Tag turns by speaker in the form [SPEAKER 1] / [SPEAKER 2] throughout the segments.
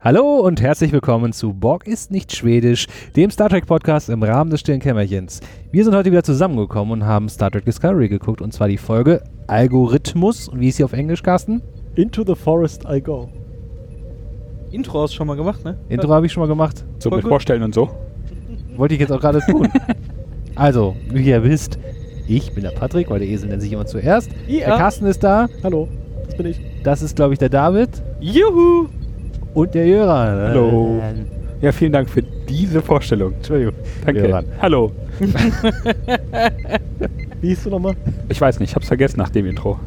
[SPEAKER 1] Hallo und herzlich willkommen zu Borg ist nicht schwedisch, dem Star Trek Podcast im Rahmen des stillen Kämmerchens. Wir sind heute wieder zusammengekommen und haben Star Trek Discovery geguckt und zwar die Folge Algorithmus. Und wie ist sie auf Englisch, Carsten?
[SPEAKER 2] Into the Forest I Go.
[SPEAKER 3] Intro hast du schon mal gemacht, ne?
[SPEAKER 1] Intro habe ich schon mal gemacht.
[SPEAKER 4] So
[SPEAKER 3] Voll
[SPEAKER 4] mit
[SPEAKER 3] gut.
[SPEAKER 4] Vorstellen und so.
[SPEAKER 1] Wollte ich jetzt auch gerade tun. Also, wie ihr wisst, ich bin der Patrick, weil der Esel nennt sich immer zuerst. Der
[SPEAKER 3] Ja.
[SPEAKER 1] Carsten ist da.
[SPEAKER 2] Hallo, das bin ich.
[SPEAKER 1] Das ist, glaube ich, der David
[SPEAKER 3] Juhu!
[SPEAKER 1] und der Jöran.
[SPEAKER 4] Hallo. Ja, vielen Dank für diese Vorstellung.
[SPEAKER 1] Entschuldigung.
[SPEAKER 4] Danke.
[SPEAKER 1] Jöran.
[SPEAKER 4] Hallo.
[SPEAKER 2] Wie hieß du nochmal?
[SPEAKER 4] Ich weiß nicht, ich hab's vergessen nach dem Intro.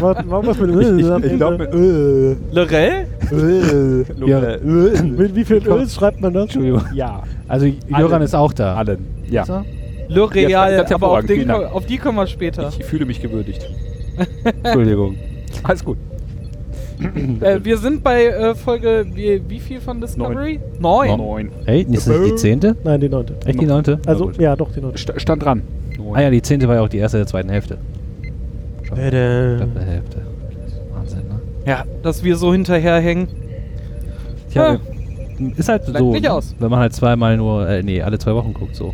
[SPEAKER 2] War, war was mit
[SPEAKER 4] Ich, ich, ich glaube mit äh,
[SPEAKER 3] Lorel?
[SPEAKER 2] Äh,
[SPEAKER 1] Jöran.
[SPEAKER 2] mit wie viel Öl schreibt man das?
[SPEAKER 1] Entschuldigung.
[SPEAKER 4] Ja,
[SPEAKER 1] Also, Jöran
[SPEAKER 4] Allen.
[SPEAKER 1] ist auch da.
[SPEAKER 4] allen. Ja.
[SPEAKER 1] Ist er?
[SPEAKER 3] L'Oreal,
[SPEAKER 4] Ja, ganz
[SPEAKER 3] aber auf,
[SPEAKER 4] hervorragend,
[SPEAKER 3] den,
[SPEAKER 4] vielen Dank.
[SPEAKER 3] auf die kommen wir später.
[SPEAKER 4] Ich fühle mich gewürdigt.
[SPEAKER 1] Entschuldigung.
[SPEAKER 4] Alles gut.
[SPEAKER 3] Äh, wir sind bei äh, Folge wie, wie viel von Discovery? Neun.
[SPEAKER 1] Hey, ist das nicht die zehnte?
[SPEAKER 2] Nein, die neunte.
[SPEAKER 1] Echt die neunte?
[SPEAKER 2] Also,
[SPEAKER 4] gut.
[SPEAKER 2] ja, doch, die neunte.
[SPEAKER 4] St stand dran.
[SPEAKER 1] Ah ja, die zehnte war ja auch die erste der zweiten Hälfte. Der
[SPEAKER 2] Tada.
[SPEAKER 1] Hälfte. Wahnsinn, ne?
[SPEAKER 3] Ja, dass wir so hinterherhängen.
[SPEAKER 1] Tja,
[SPEAKER 3] Ja.
[SPEAKER 1] wir- ist halt
[SPEAKER 3] Bleibt
[SPEAKER 1] so,
[SPEAKER 3] nicht
[SPEAKER 1] ne?
[SPEAKER 3] aus.
[SPEAKER 1] wenn man halt zweimal nur, äh, nee, alle zwei Wochen guckt, so.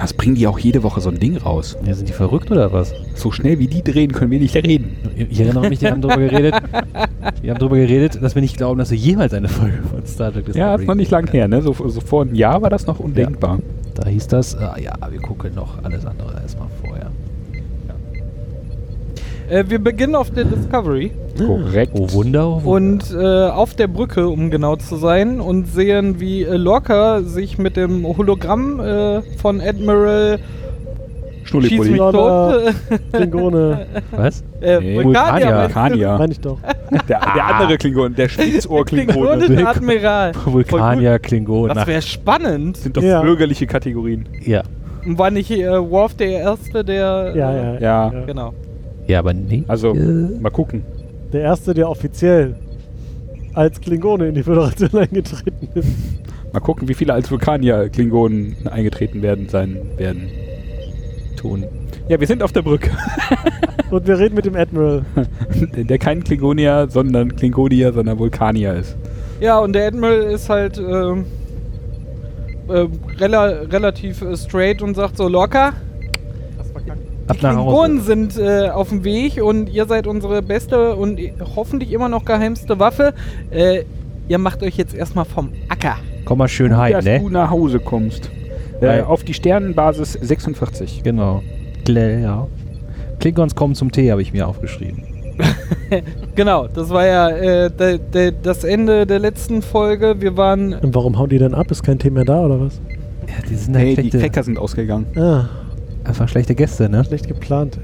[SPEAKER 4] Was bringen die auch jede Woche so ein Ding raus?
[SPEAKER 1] Ja, sind die verrückt oder was?
[SPEAKER 4] So schnell wie die drehen, können wir nicht reden.
[SPEAKER 1] Ich ich erinnere mich, die haben drüber geredet, die haben drüber geredet, dass wir nicht glauben, dass wir jemals eine Folge von Star Trek Discovery
[SPEAKER 4] Ja, ist noch nicht lang her, ne? So, so vor einem Jahr war das noch undenkbar.
[SPEAKER 1] Da hieß das, äh, ja, wir gucken noch alles andere erstmal vorher.
[SPEAKER 3] Äh, wir beginnen auf der Discovery
[SPEAKER 4] Korrekt.
[SPEAKER 1] Oh Wunder, oh Wunder.
[SPEAKER 3] und äh, auf der Brücke, um genau zu sein, und sehen, wie äh, Lorca sich mit dem Hologramm äh, von Admiral Schieß mich
[SPEAKER 4] Schnullipulli.
[SPEAKER 2] Lorca.
[SPEAKER 3] tot
[SPEAKER 2] Klingone,
[SPEAKER 1] was?
[SPEAKER 3] äh,
[SPEAKER 4] Nee,
[SPEAKER 3] Vulkanier, meinst du?
[SPEAKER 4] Vulkanier.
[SPEAKER 2] meine ich doch.
[SPEAKER 4] Der, der andere Klingon, der Spitzohr-Klingone.
[SPEAKER 3] Klingonischer Admiral.
[SPEAKER 1] Vulkanier, Klingon,
[SPEAKER 3] Das
[SPEAKER 1] nach,
[SPEAKER 3] wäre spannend.
[SPEAKER 4] Sind doch
[SPEAKER 2] Ja.
[SPEAKER 4] bürgerliche Kategorien.
[SPEAKER 1] ja.
[SPEAKER 3] Und War nicht äh, Worf der Erste, der.
[SPEAKER 2] Ja,
[SPEAKER 3] äh,
[SPEAKER 2] ja,
[SPEAKER 4] Ja.
[SPEAKER 3] Genau.
[SPEAKER 1] Ja, aber nee.
[SPEAKER 4] Also,
[SPEAKER 1] Äh,
[SPEAKER 4] mal gucken.
[SPEAKER 2] Der erste, der offiziell als Klingone in die Föderation eingetreten ist.
[SPEAKER 4] Mal gucken, wie viele als Vulkanier-Klingonen eingetreten werden sein werden.
[SPEAKER 1] tun.
[SPEAKER 4] Ja, wir sind auf der Brücke.
[SPEAKER 2] Und wir reden mit dem Admiral.
[SPEAKER 4] der kein Klingonier, sondern Klingonier, sondern Vulkanier ist.
[SPEAKER 3] Ja, und der Admiral ist halt ähm, ähm, rela relativ äh, straight und sagt so: Locker,
[SPEAKER 1] Ab nach
[SPEAKER 3] Klingonen
[SPEAKER 1] Hause.
[SPEAKER 3] sind äh, auf dem Weg und ihr seid unsere beste und i- hoffentlich immer noch geheimste Waffe. Äh, ihr macht euch jetzt erstmal vom Acker.
[SPEAKER 1] Komm mal schön heim,
[SPEAKER 4] Dass du
[SPEAKER 1] ne?
[SPEAKER 4] nach Hause kommst.
[SPEAKER 1] Weil-
[SPEAKER 4] Äh, auf die Sternenbasis 46.
[SPEAKER 1] Genau. Kle ja. Klingons kommen zum Tee, habe ich mir aufgeschrieben.
[SPEAKER 3] Genau, das war ja äh, de, de, das Ende der letzten Folge. Wir waren.
[SPEAKER 2] Und warum hauen die denn ab? Ist kein Thema da, oder was?
[SPEAKER 1] Ja, die sind
[SPEAKER 4] Hey,
[SPEAKER 1] halt
[SPEAKER 4] die
[SPEAKER 1] schlechte,
[SPEAKER 4] Cracker sind ausgegangen.
[SPEAKER 2] Ah,
[SPEAKER 1] einfach schlechte Gäste, ne?
[SPEAKER 2] schlecht geplant.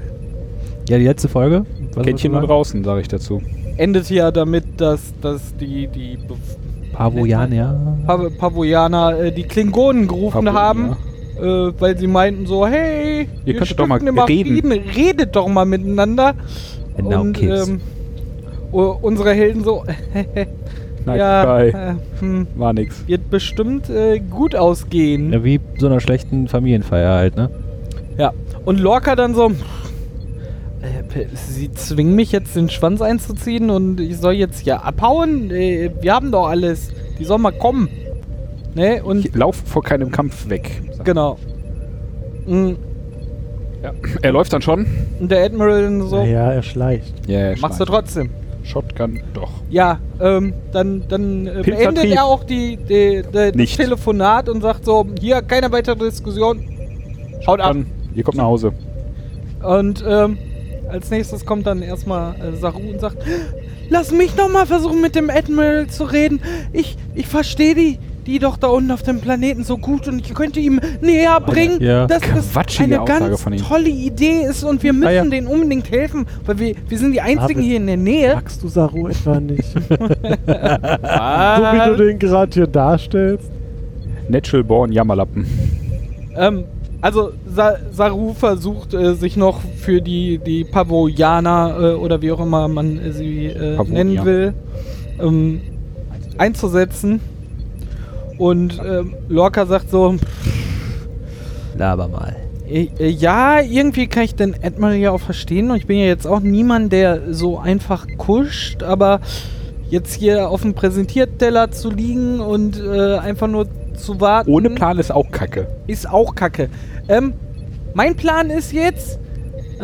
[SPEAKER 2] ey.
[SPEAKER 1] Ja, die letzte Folge. Was
[SPEAKER 4] Kännchen
[SPEAKER 1] wolltest du
[SPEAKER 4] nur draußen, sage ich dazu.
[SPEAKER 3] Endet ja damit, dass, dass die, die Be-
[SPEAKER 1] sagen? Pavoyan, ja.
[SPEAKER 3] Pav Pavoyaner äh, die Klingonen gerufen
[SPEAKER 4] Pavoyaner.
[SPEAKER 3] haben, äh, weil sie meinten so, hey,
[SPEAKER 4] Ihr könntet doch mal
[SPEAKER 3] stiften
[SPEAKER 4] reden. Äh,
[SPEAKER 3] Frieden, redet doch mal miteinander.
[SPEAKER 1] And now
[SPEAKER 3] Und
[SPEAKER 1] kiss.
[SPEAKER 3] ähm, u- unsere Helden so,
[SPEAKER 4] Nein,
[SPEAKER 3] ja,
[SPEAKER 4] bye.
[SPEAKER 3] äh, hm,
[SPEAKER 4] war nix.
[SPEAKER 3] wird bestimmt äh, gut ausgehen.
[SPEAKER 1] ja. Wie so einer schlechten Familienfeier halt, ne?
[SPEAKER 3] Ja. Und Lorca dann so, äh, sie zwingen mich jetzt den Schwanz einzuziehen und ich soll jetzt hier abhauen? Äh, wir haben doch alles. Die sollen mal kommen. Ne? Und
[SPEAKER 4] Ich lauf vor keinem Kampf weg.
[SPEAKER 3] genau. Mm.
[SPEAKER 4] Ja. Er läuft dann schon.
[SPEAKER 3] Und der Admiral so,
[SPEAKER 2] Naja, er schleicht.
[SPEAKER 4] Ja,
[SPEAKER 3] machst du trotzdem.
[SPEAKER 4] Shotgun, doch.
[SPEAKER 3] Ja, ähm, dann, dann äh,
[SPEAKER 4] Pilzvertrieb.
[SPEAKER 3] beendet er auch die, die, die, das
[SPEAKER 4] Nicht.
[SPEAKER 3] Telefonat und sagt so, hier, keine weitere Diskussion. Haut ab.
[SPEAKER 4] Dann, ihr kommt nach Hause.
[SPEAKER 3] Und ähm, als nächstes kommt dann erstmal äh, Saru und sagt, lass mich nochmal versuchen mit dem Admiral zu reden. Ich, ich verstehe die, die doch da unten auf dem Planeten so gut und ich könnte ihm näher bringen,
[SPEAKER 1] ja.
[SPEAKER 3] dass das
[SPEAKER 4] Quatschige
[SPEAKER 3] eine
[SPEAKER 4] Aussage
[SPEAKER 3] ganz
[SPEAKER 4] von ihm.
[SPEAKER 3] tolle Idee ist und wir müssen
[SPEAKER 1] Ah, ja.
[SPEAKER 3] denen unbedingt helfen, weil wir, wir sind die Einzigen
[SPEAKER 2] David.
[SPEAKER 3] hier in der Nähe.
[SPEAKER 2] Magst du Saru etwa nicht? so wie
[SPEAKER 3] Äh,
[SPEAKER 2] du den gerade hier darstellst.
[SPEAKER 4] Natural Born Jammerlappen.
[SPEAKER 3] Ähm, also Sa Saru versucht äh, sich noch für die, die Pavoyaner äh, oder wie auch immer man äh, sie äh,
[SPEAKER 4] Pavonia.
[SPEAKER 3] nennen will, ähm, einzusetzen. Und ähm, Lorca sagt so,
[SPEAKER 1] Laber mal.
[SPEAKER 3] äh, äh, ja, irgendwie kann ich den Admiral ja auch verstehen und ich bin ja jetzt auch niemand, der so einfach kuscht, aber jetzt hier auf dem Präsentierteller zu liegen und äh, einfach nur zu warten,
[SPEAKER 4] Ohne Plan ist auch Kacke.
[SPEAKER 3] ist auch kacke. Ähm, mein Plan ist jetzt, äh,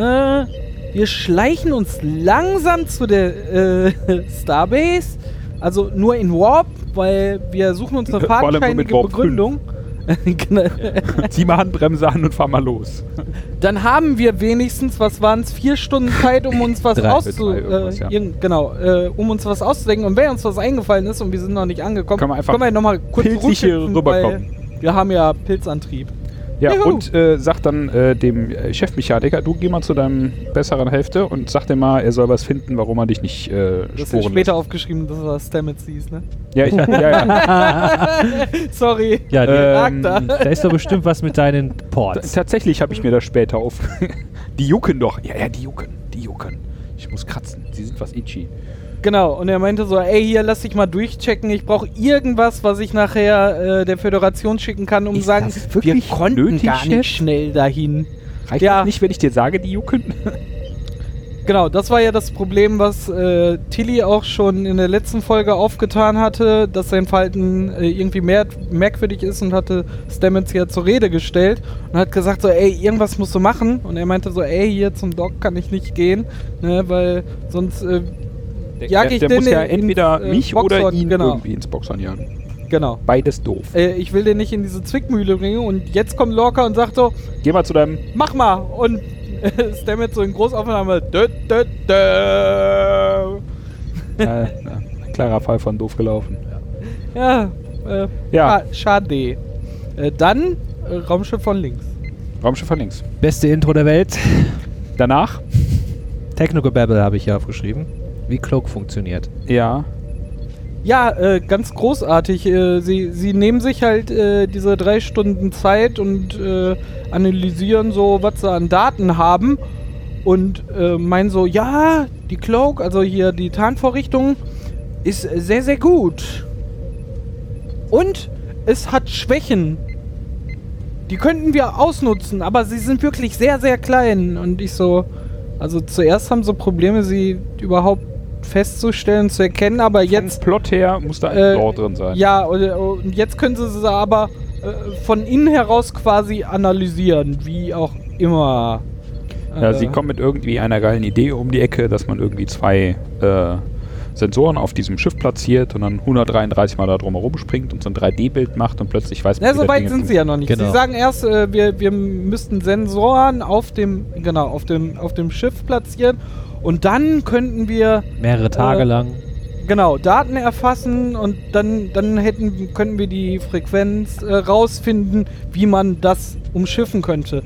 [SPEAKER 3] wir schleichen uns langsam zu der äh, Starbase, also nur in Warp, weil wir suchen uns eine
[SPEAKER 4] Vor allem nur mit
[SPEAKER 3] fahrtscheinige
[SPEAKER 4] Warp fünf.
[SPEAKER 3] Begründung. Genau.
[SPEAKER 4] Zieh mal Handbremse an und fahr mal los.
[SPEAKER 3] dann haben wir wenigstens, was waren es, vier Stunden Zeit, um uns was
[SPEAKER 1] Drei,
[SPEAKER 3] auszu
[SPEAKER 4] drei irgendwas,
[SPEAKER 3] äh,
[SPEAKER 4] ja.
[SPEAKER 3] irgend- genau, äh, um uns was auszudenken. Und wenn uns was eingefallen ist und wir sind noch nicht angekommen,
[SPEAKER 4] Können wir einfach
[SPEAKER 3] können wir nochmal kurz
[SPEAKER 4] pilzig hier
[SPEAKER 3] zurückhüpfen,
[SPEAKER 4] rüberkommen.
[SPEAKER 3] weil Wir haben ja Pilzantrieb.
[SPEAKER 4] Ja,
[SPEAKER 3] Juhu.
[SPEAKER 4] und äh, sag dann äh, dem äh, Chefmechaniker, du geh mal zu deinem besseren Hälfte und sag dem mal, er soll was finden, warum er dich nicht äh,
[SPEAKER 3] Das ist
[SPEAKER 4] sporen
[SPEAKER 3] später aufgeschrieben, dass er Stamets hieß, ne?
[SPEAKER 4] lässt. Ja, ich, ja, ja.
[SPEAKER 3] Sorry.
[SPEAKER 1] Ja, die-
[SPEAKER 4] Ähm,
[SPEAKER 3] Charakter.
[SPEAKER 1] da ist doch bestimmt was mit deinen
[SPEAKER 4] T-
[SPEAKER 1] Ports.
[SPEAKER 4] Tatsächlich habe ich mir das später auf. die jucken doch. Ja, ja, die jucken. Die jucken. Ich muss kratzen. Sie sind was itchy.
[SPEAKER 3] Genau, und er meinte so, ey, hier, lass dich mal durchchecken, ich brauche irgendwas, was ich nachher äh, der Föderation schicken kann, um
[SPEAKER 4] Ist
[SPEAKER 3] sagen,
[SPEAKER 4] das
[SPEAKER 3] wir
[SPEAKER 4] wirklich
[SPEAKER 3] konnten
[SPEAKER 4] nötig,
[SPEAKER 3] gar nicht
[SPEAKER 4] Chef?
[SPEAKER 3] schnell dahin.
[SPEAKER 4] Reicht
[SPEAKER 3] Ja.
[SPEAKER 4] das nicht, wenn ich dir sage, die jucken?
[SPEAKER 3] Genau, das war ja das Problem, was äh, Tilly auch schon in der letzten Folge aufgetan hatte, dass sein Verhalten äh, irgendwie mehr, merkwürdig ist und hatte Stamets ja zur Rede gestellt und hat gesagt so, ey, irgendwas musst du machen. Und er meinte so, ey, hier zum Doc kann ich nicht gehen, ne, weil sonst, äh, Jag
[SPEAKER 4] der
[SPEAKER 3] ich
[SPEAKER 4] der
[SPEAKER 3] den
[SPEAKER 4] muss ja
[SPEAKER 3] in-
[SPEAKER 4] entweder
[SPEAKER 3] ins, äh,
[SPEAKER 4] mich oder
[SPEAKER 3] Boxhorn,
[SPEAKER 4] ihn
[SPEAKER 3] genau.
[SPEAKER 4] irgendwie ins Boxhorn jagen.
[SPEAKER 3] genau.
[SPEAKER 4] Beides doof.
[SPEAKER 3] Äh, ich will den nicht in diese Zwickmühle bringen und jetzt kommt Lorca und sagt so,
[SPEAKER 4] Geh mal zu deinem.
[SPEAKER 3] mach mal und äh, Stamets so in Großaufnahme, dö, dö, dö.
[SPEAKER 4] äh, na, klarer Fall von doof gelaufen.
[SPEAKER 3] Ja, äh,
[SPEAKER 4] Ja.
[SPEAKER 3] scha- schade. Äh, dann äh, Raumschiff von links.
[SPEAKER 4] Raumschiff von links.
[SPEAKER 1] Beste Intro der Welt.
[SPEAKER 4] Danach?
[SPEAKER 1] Technogebabble habe ich hier aufgeschrieben. Wie Cloak funktioniert.
[SPEAKER 4] Ja.
[SPEAKER 3] Ja, äh, ganz großartig. Äh, sie, sie nehmen sich halt äh, diese drei Stunden Zeit und äh, analysieren so, was sie an Daten haben. Und äh, meinen so, ja, die Cloak, also hier die Tarnvorrichtung, ist sehr, sehr gut. Und es hat Schwächen. Die könnten wir ausnutzen, aber sie sind wirklich sehr, sehr klein. Und ich so, also zuerst haben sie Probleme, sie überhaupt festzustellen, zu erkennen, aber jetzt
[SPEAKER 4] Vom Plot her muss da ein
[SPEAKER 3] äh,
[SPEAKER 4] Lore drin sein.
[SPEAKER 3] ja, und, äh, und jetzt können sie sie aber äh, von innen heraus quasi analysieren, wie auch immer.
[SPEAKER 4] Ja,
[SPEAKER 3] Äh,
[SPEAKER 4] sie kommen mit irgendwie einer geilen Idee um die Ecke, dass man irgendwie zwei äh, Sensoren auf diesem Schiff platziert und dann 133 Mal da drum herum springt und so ein 3D-Bild macht und plötzlich weiß man,
[SPEAKER 3] Na,
[SPEAKER 4] wie
[SPEAKER 3] so
[SPEAKER 4] das
[SPEAKER 3] weit
[SPEAKER 4] Ding
[SPEAKER 3] sind sie
[SPEAKER 4] jetzt
[SPEAKER 3] ja noch nicht.
[SPEAKER 1] Genau.
[SPEAKER 3] Sie sagen erst, äh, wir, wir müssten Sensoren auf dem, genau, auf dem, auf dem Schiff platzieren und dann könnten wir
[SPEAKER 1] Mehrere Tage
[SPEAKER 3] Äh,
[SPEAKER 1] lang.
[SPEAKER 3] Genau, Daten erfassen und dann, dann hätten, könnten wir die Frequenz äh, rausfinden, wie man das umschiffen könnte.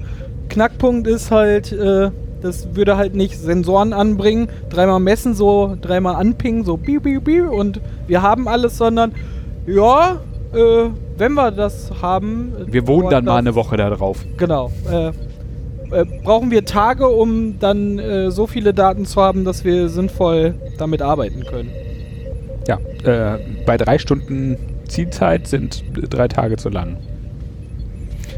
[SPEAKER 3] Knackpunkt ist halt, äh, das würde halt nicht Sensoren anbringen, dreimal messen, so dreimal anpingen, so biu, biu, biu und wir haben alles, sondern ja, äh, wenn wir das haben. äh,
[SPEAKER 4] Wir wohnen
[SPEAKER 3] dauert
[SPEAKER 4] dann mal eine
[SPEAKER 3] das-
[SPEAKER 4] Woche da drauf.
[SPEAKER 3] Genau. Äh, äh, brauchen wir Tage, um dann äh, so viele Daten zu haben, dass wir sinnvoll damit arbeiten können.
[SPEAKER 4] Ja, äh, bei drei Stunden Zielzeit sind drei Tage zu lang.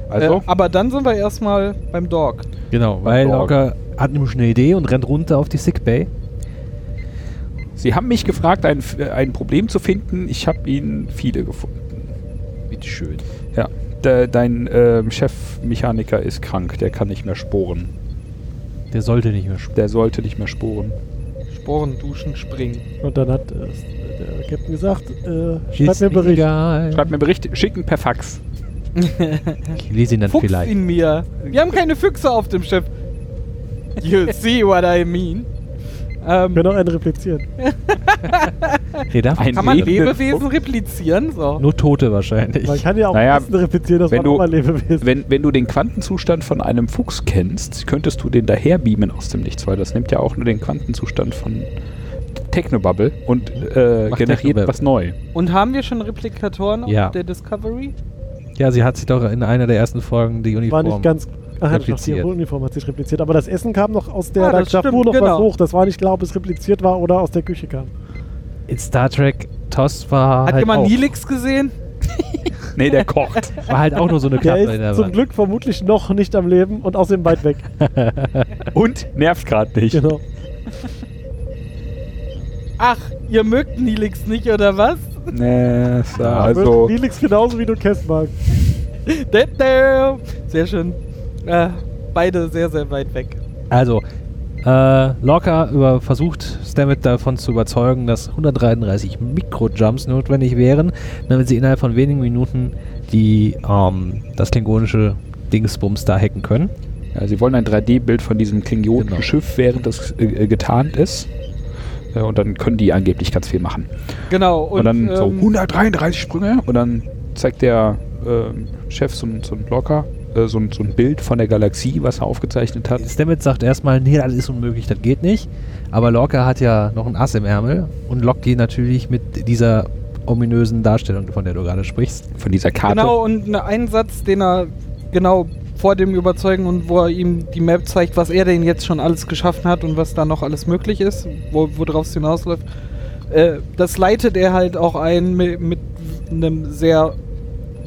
[SPEAKER 4] Also,
[SPEAKER 3] Äh, aber dann sind wir erstmal beim Dog.
[SPEAKER 1] Genau, weil
[SPEAKER 4] Dog.
[SPEAKER 1] Locker hat nämlich eine Idee und rennt runter auf die Sickbay.
[SPEAKER 4] sie haben mich gefragt, ein, äh, ein Problem zu finden. Ich habe ihnen viele gefunden.
[SPEAKER 1] Bitteschön.
[SPEAKER 4] Ja, de, dein ähm, Chefmechaniker ist krank, der kann nicht mehr sporen.
[SPEAKER 1] Der sollte nicht mehr spielen.
[SPEAKER 4] Der sollte nicht mehr sporen.
[SPEAKER 3] Sporen, duschen, springen.
[SPEAKER 2] Und dann hat äh, der Captain gesagt, äh, schreib mir einen Bericht.
[SPEAKER 1] Egal.
[SPEAKER 4] Schreibt mir Bericht, schicken per Fax.
[SPEAKER 1] Ich lese ihn dann
[SPEAKER 3] Fuchs
[SPEAKER 1] vielleicht.
[SPEAKER 3] ihn mir. Wir haben keine Füchse auf dem Schiff. You see what I mean? Ähm,
[SPEAKER 2] Genau, einen replizieren.
[SPEAKER 1] Nee, darf
[SPEAKER 4] Ein-
[SPEAKER 3] Kann man
[SPEAKER 4] Lebende
[SPEAKER 3] Lebewesen replizieren? So.
[SPEAKER 1] Nur Tote wahrscheinlich.
[SPEAKER 2] Man kann ja auch
[SPEAKER 4] Naja,
[SPEAKER 2] Essen replizieren, das
[SPEAKER 4] wenn
[SPEAKER 2] war
[SPEAKER 4] du-
[SPEAKER 2] nochmal Lebewesen.
[SPEAKER 4] Wenn, wenn du den Quantenzustand von einem Fuchs kennst, könntest du den daher beamen aus dem Nichts, weil das nimmt ja auch nur den Quantenzustand von Technobubble und äh,
[SPEAKER 1] Macht
[SPEAKER 4] generiert
[SPEAKER 1] Technobubble.
[SPEAKER 4] was neu.
[SPEAKER 3] Und haben wir schon Replikatoren
[SPEAKER 1] Ja.
[SPEAKER 3] auf der Discovery?
[SPEAKER 1] Ja, sie hat sich doch in einer der ersten Folgen die
[SPEAKER 2] War
[SPEAKER 1] Uniform.
[SPEAKER 2] nicht ganz. Ach, hat doch die
[SPEAKER 1] repliziert.
[SPEAKER 2] Uniform hat sich repliziert. Aber das Essen kam noch aus der
[SPEAKER 3] Ah,
[SPEAKER 2] ah,
[SPEAKER 3] das
[SPEAKER 2] Dafur
[SPEAKER 3] stimmt,
[SPEAKER 2] noch
[SPEAKER 3] genau.
[SPEAKER 2] was hoch. Das war nicht klar, ob es repliziert war oder aus der Küche kam.
[SPEAKER 1] in Star Trek TOS war
[SPEAKER 3] Hat
[SPEAKER 1] halt,
[SPEAKER 3] jemand
[SPEAKER 1] auch,
[SPEAKER 3] Helix gesehen?
[SPEAKER 4] Nee, der kocht.
[SPEAKER 1] war halt auch nur so eine
[SPEAKER 2] Der
[SPEAKER 1] Klappe in der
[SPEAKER 2] ist zum
[SPEAKER 1] Wand.
[SPEAKER 2] Glück vermutlich noch nicht am Leben und außerdem weit weg.
[SPEAKER 4] und nervt gerade nicht.
[SPEAKER 2] genau.
[SPEAKER 3] Ach, ihr mögt Nilix nicht, oder was?
[SPEAKER 4] Nee, so,
[SPEAKER 2] Also.
[SPEAKER 4] also.
[SPEAKER 2] Felix genauso wie du Kess magst.
[SPEAKER 3] Dam, dam. Sehr schön. Äh, beide sehr, sehr weit weg.
[SPEAKER 1] Also, äh, Locker über versucht, Stammet davon zu überzeugen, dass 133 Mikrojumps notwendig wären, damit sie innerhalb von wenigen Minuten die, ähm, das klingonische Dingsbums da hacken können.
[SPEAKER 4] Ja, sie wollen ein 3D-Bild von diesem klingonischen
[SPEAKER 1] Genau.
[SPEAKER 4] Schiff, während das äh, äh, getarnt ist. Äh, und dann können die angeblich ganz viel machen.
[SPEAKER 3] Genau. Und,
[SPEAKER 4] Und, dann so
[SPEAKER 3] ähm,
[SPEAKER 4] 133 Sprünge und dann zeigt der ähm, Chef so, ein- so ein Blocker, äh, so, ein- so ein Bild von der Galaxie, was er aufgezeichnet hat.
[SPEAKER 1] Stammet sagt erstmal, nee, das ist unmöglich, das geht nicht. Aber Locker hat ja noch ein Ass im Ärmel und lockt die natürlich mit dieser ominösen Darstellung, von der du gerade sprichst.
[SPEAKER 4] Von dieser Karte.
[SPEAKER 3] Genau, und ne- einen Satz, den er genau vor dem Überzeugen und wo er ihm die Map zeigt, was er denn jetzt schon alles geschaffen hat und was da noch alles möglich ist, wo, worauf es hinausläuft. Äh, das leitet er halt auch ein mit, mit einem sehr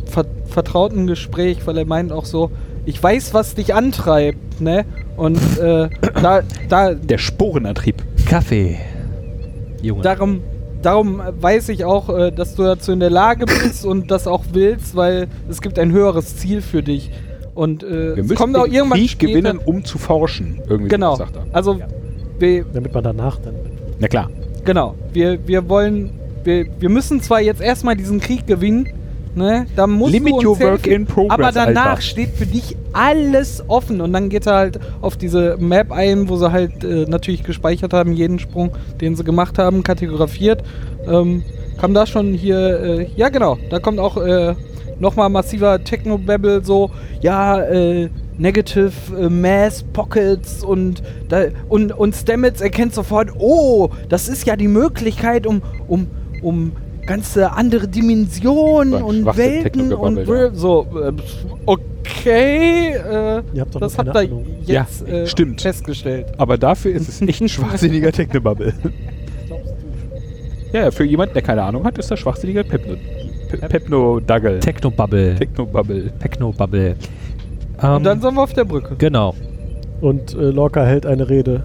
[SPEAKER 3] ver vertrauten Gespräch, weil er meint auch so, ich weiß, was dich antreibt, ne? Und äh, da, da,
[SPEAKER 4] Der Sporenantrieb.
[SPEAKER 1] Kaffee. Junge.
[SPEAKER 3] Darum, darum weiß ich auch, äh, dass du dazu in der Lage bist und das auch willst, weil es gibt ein höheres Ziel für dich. Und äh,
[SPEAKER 4] Wir
[SPEAKER 3] es
[SPEAKER 4] müssen
[SPEAKER 3] kommt auch
[SPEAKER 4] den
[SPEAKER 3] irgendwann
[SPEAKER 4] Krieg
[SPEAKER 3] später,
[SPEAKER 4] gewinnen, um zu forschen. Irgendwie so
[SPEAKER 3] Genau.
[SPEAKER 4] sagt er.
[SPEAKER 3] Also wir,
[SPEAKER 2] Damit man danach dann.
[SPEAKER 4] Na klar.
[SPEAKER 3] genau, wir, wir wollen, wir, wir müssen zwar jetzt erstmal diesen Krieg gewinnen. Ne? Da musst
[SPEAKER 4] Limit
[SPEAKER 3] du uns
[SPEAKER 4] your
[SPEAKER 3] helfen,
[SPEAKER 4] work in progress,
[SPEAKER 3] aber danach
[SPEAKER 4] Alter.
[SPEAKER 3] steht für dich alles offen und dann geht er halt auf diese Map ein, wo sie halt äh, natürlich gespeichert haben, jeden Sprung, den sie gemacht haben, kartografiert. Ähm, kam da schon hier, äh, ja genau, da kommt auch äh, nochmal massiver Techno-Babble so, ja, äh, Negative äh, Mass Pockets und, da, und, und Stamets erkennt sofort, oh, das ist ja die Möglichkeit, um, um, um ganze andere Dimensionen
[SPEAKER 4] Beim
[SPEAKER 3] und
[SPEAKER 4] Schwachsinn
[SPEAKER 3] Welten und
[SPEAKER 4] Techno-Gebabbel, ja.
[SPEAKER 3] so, äh, okay, äh,
[SPEAKER 2] Ihr habt doch
[SPEAKER 3] das
[SPEAKER 2] noch
[SPEAKER 3] habt
[SPEAKER 2] keine
[SPEAKER 3] ihr
[SPEAKER 2] Ahnung.
[SPEAKER 3] jetzt
[SPEAKER 4] Ja,
[SPEAKER 3] äh,
[SPEAKER 4] stimmt.
[SPEAKER 3] festgestellt.
[SPEAKER 4] Aber dafür ist es echt ein schwachsinniger Technobubble. ja, für jemanden, der keine Ahnung hat, ist das schwachsinniger Pepno, Pe- Pepno-Duggle.
[SPEAKER 1] Technobubble.
[SPEAKER 4] Technobubble.
[SPEAKER 1] Technobubble. Ähm,
[SPEAKER 2] Ähm,
[SPEAKER 3] Und dann sind wir auf der Brücke.
[SPEAKER 1] genau.
[SPEAKER 2] Und äh, Lorca hält eine Rede.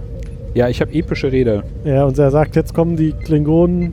[SPEAKER 4] Ja, ich habe epische Rede.
[SPEAKER 2] Ja, und er sagt, jetzt kommen die Klingonen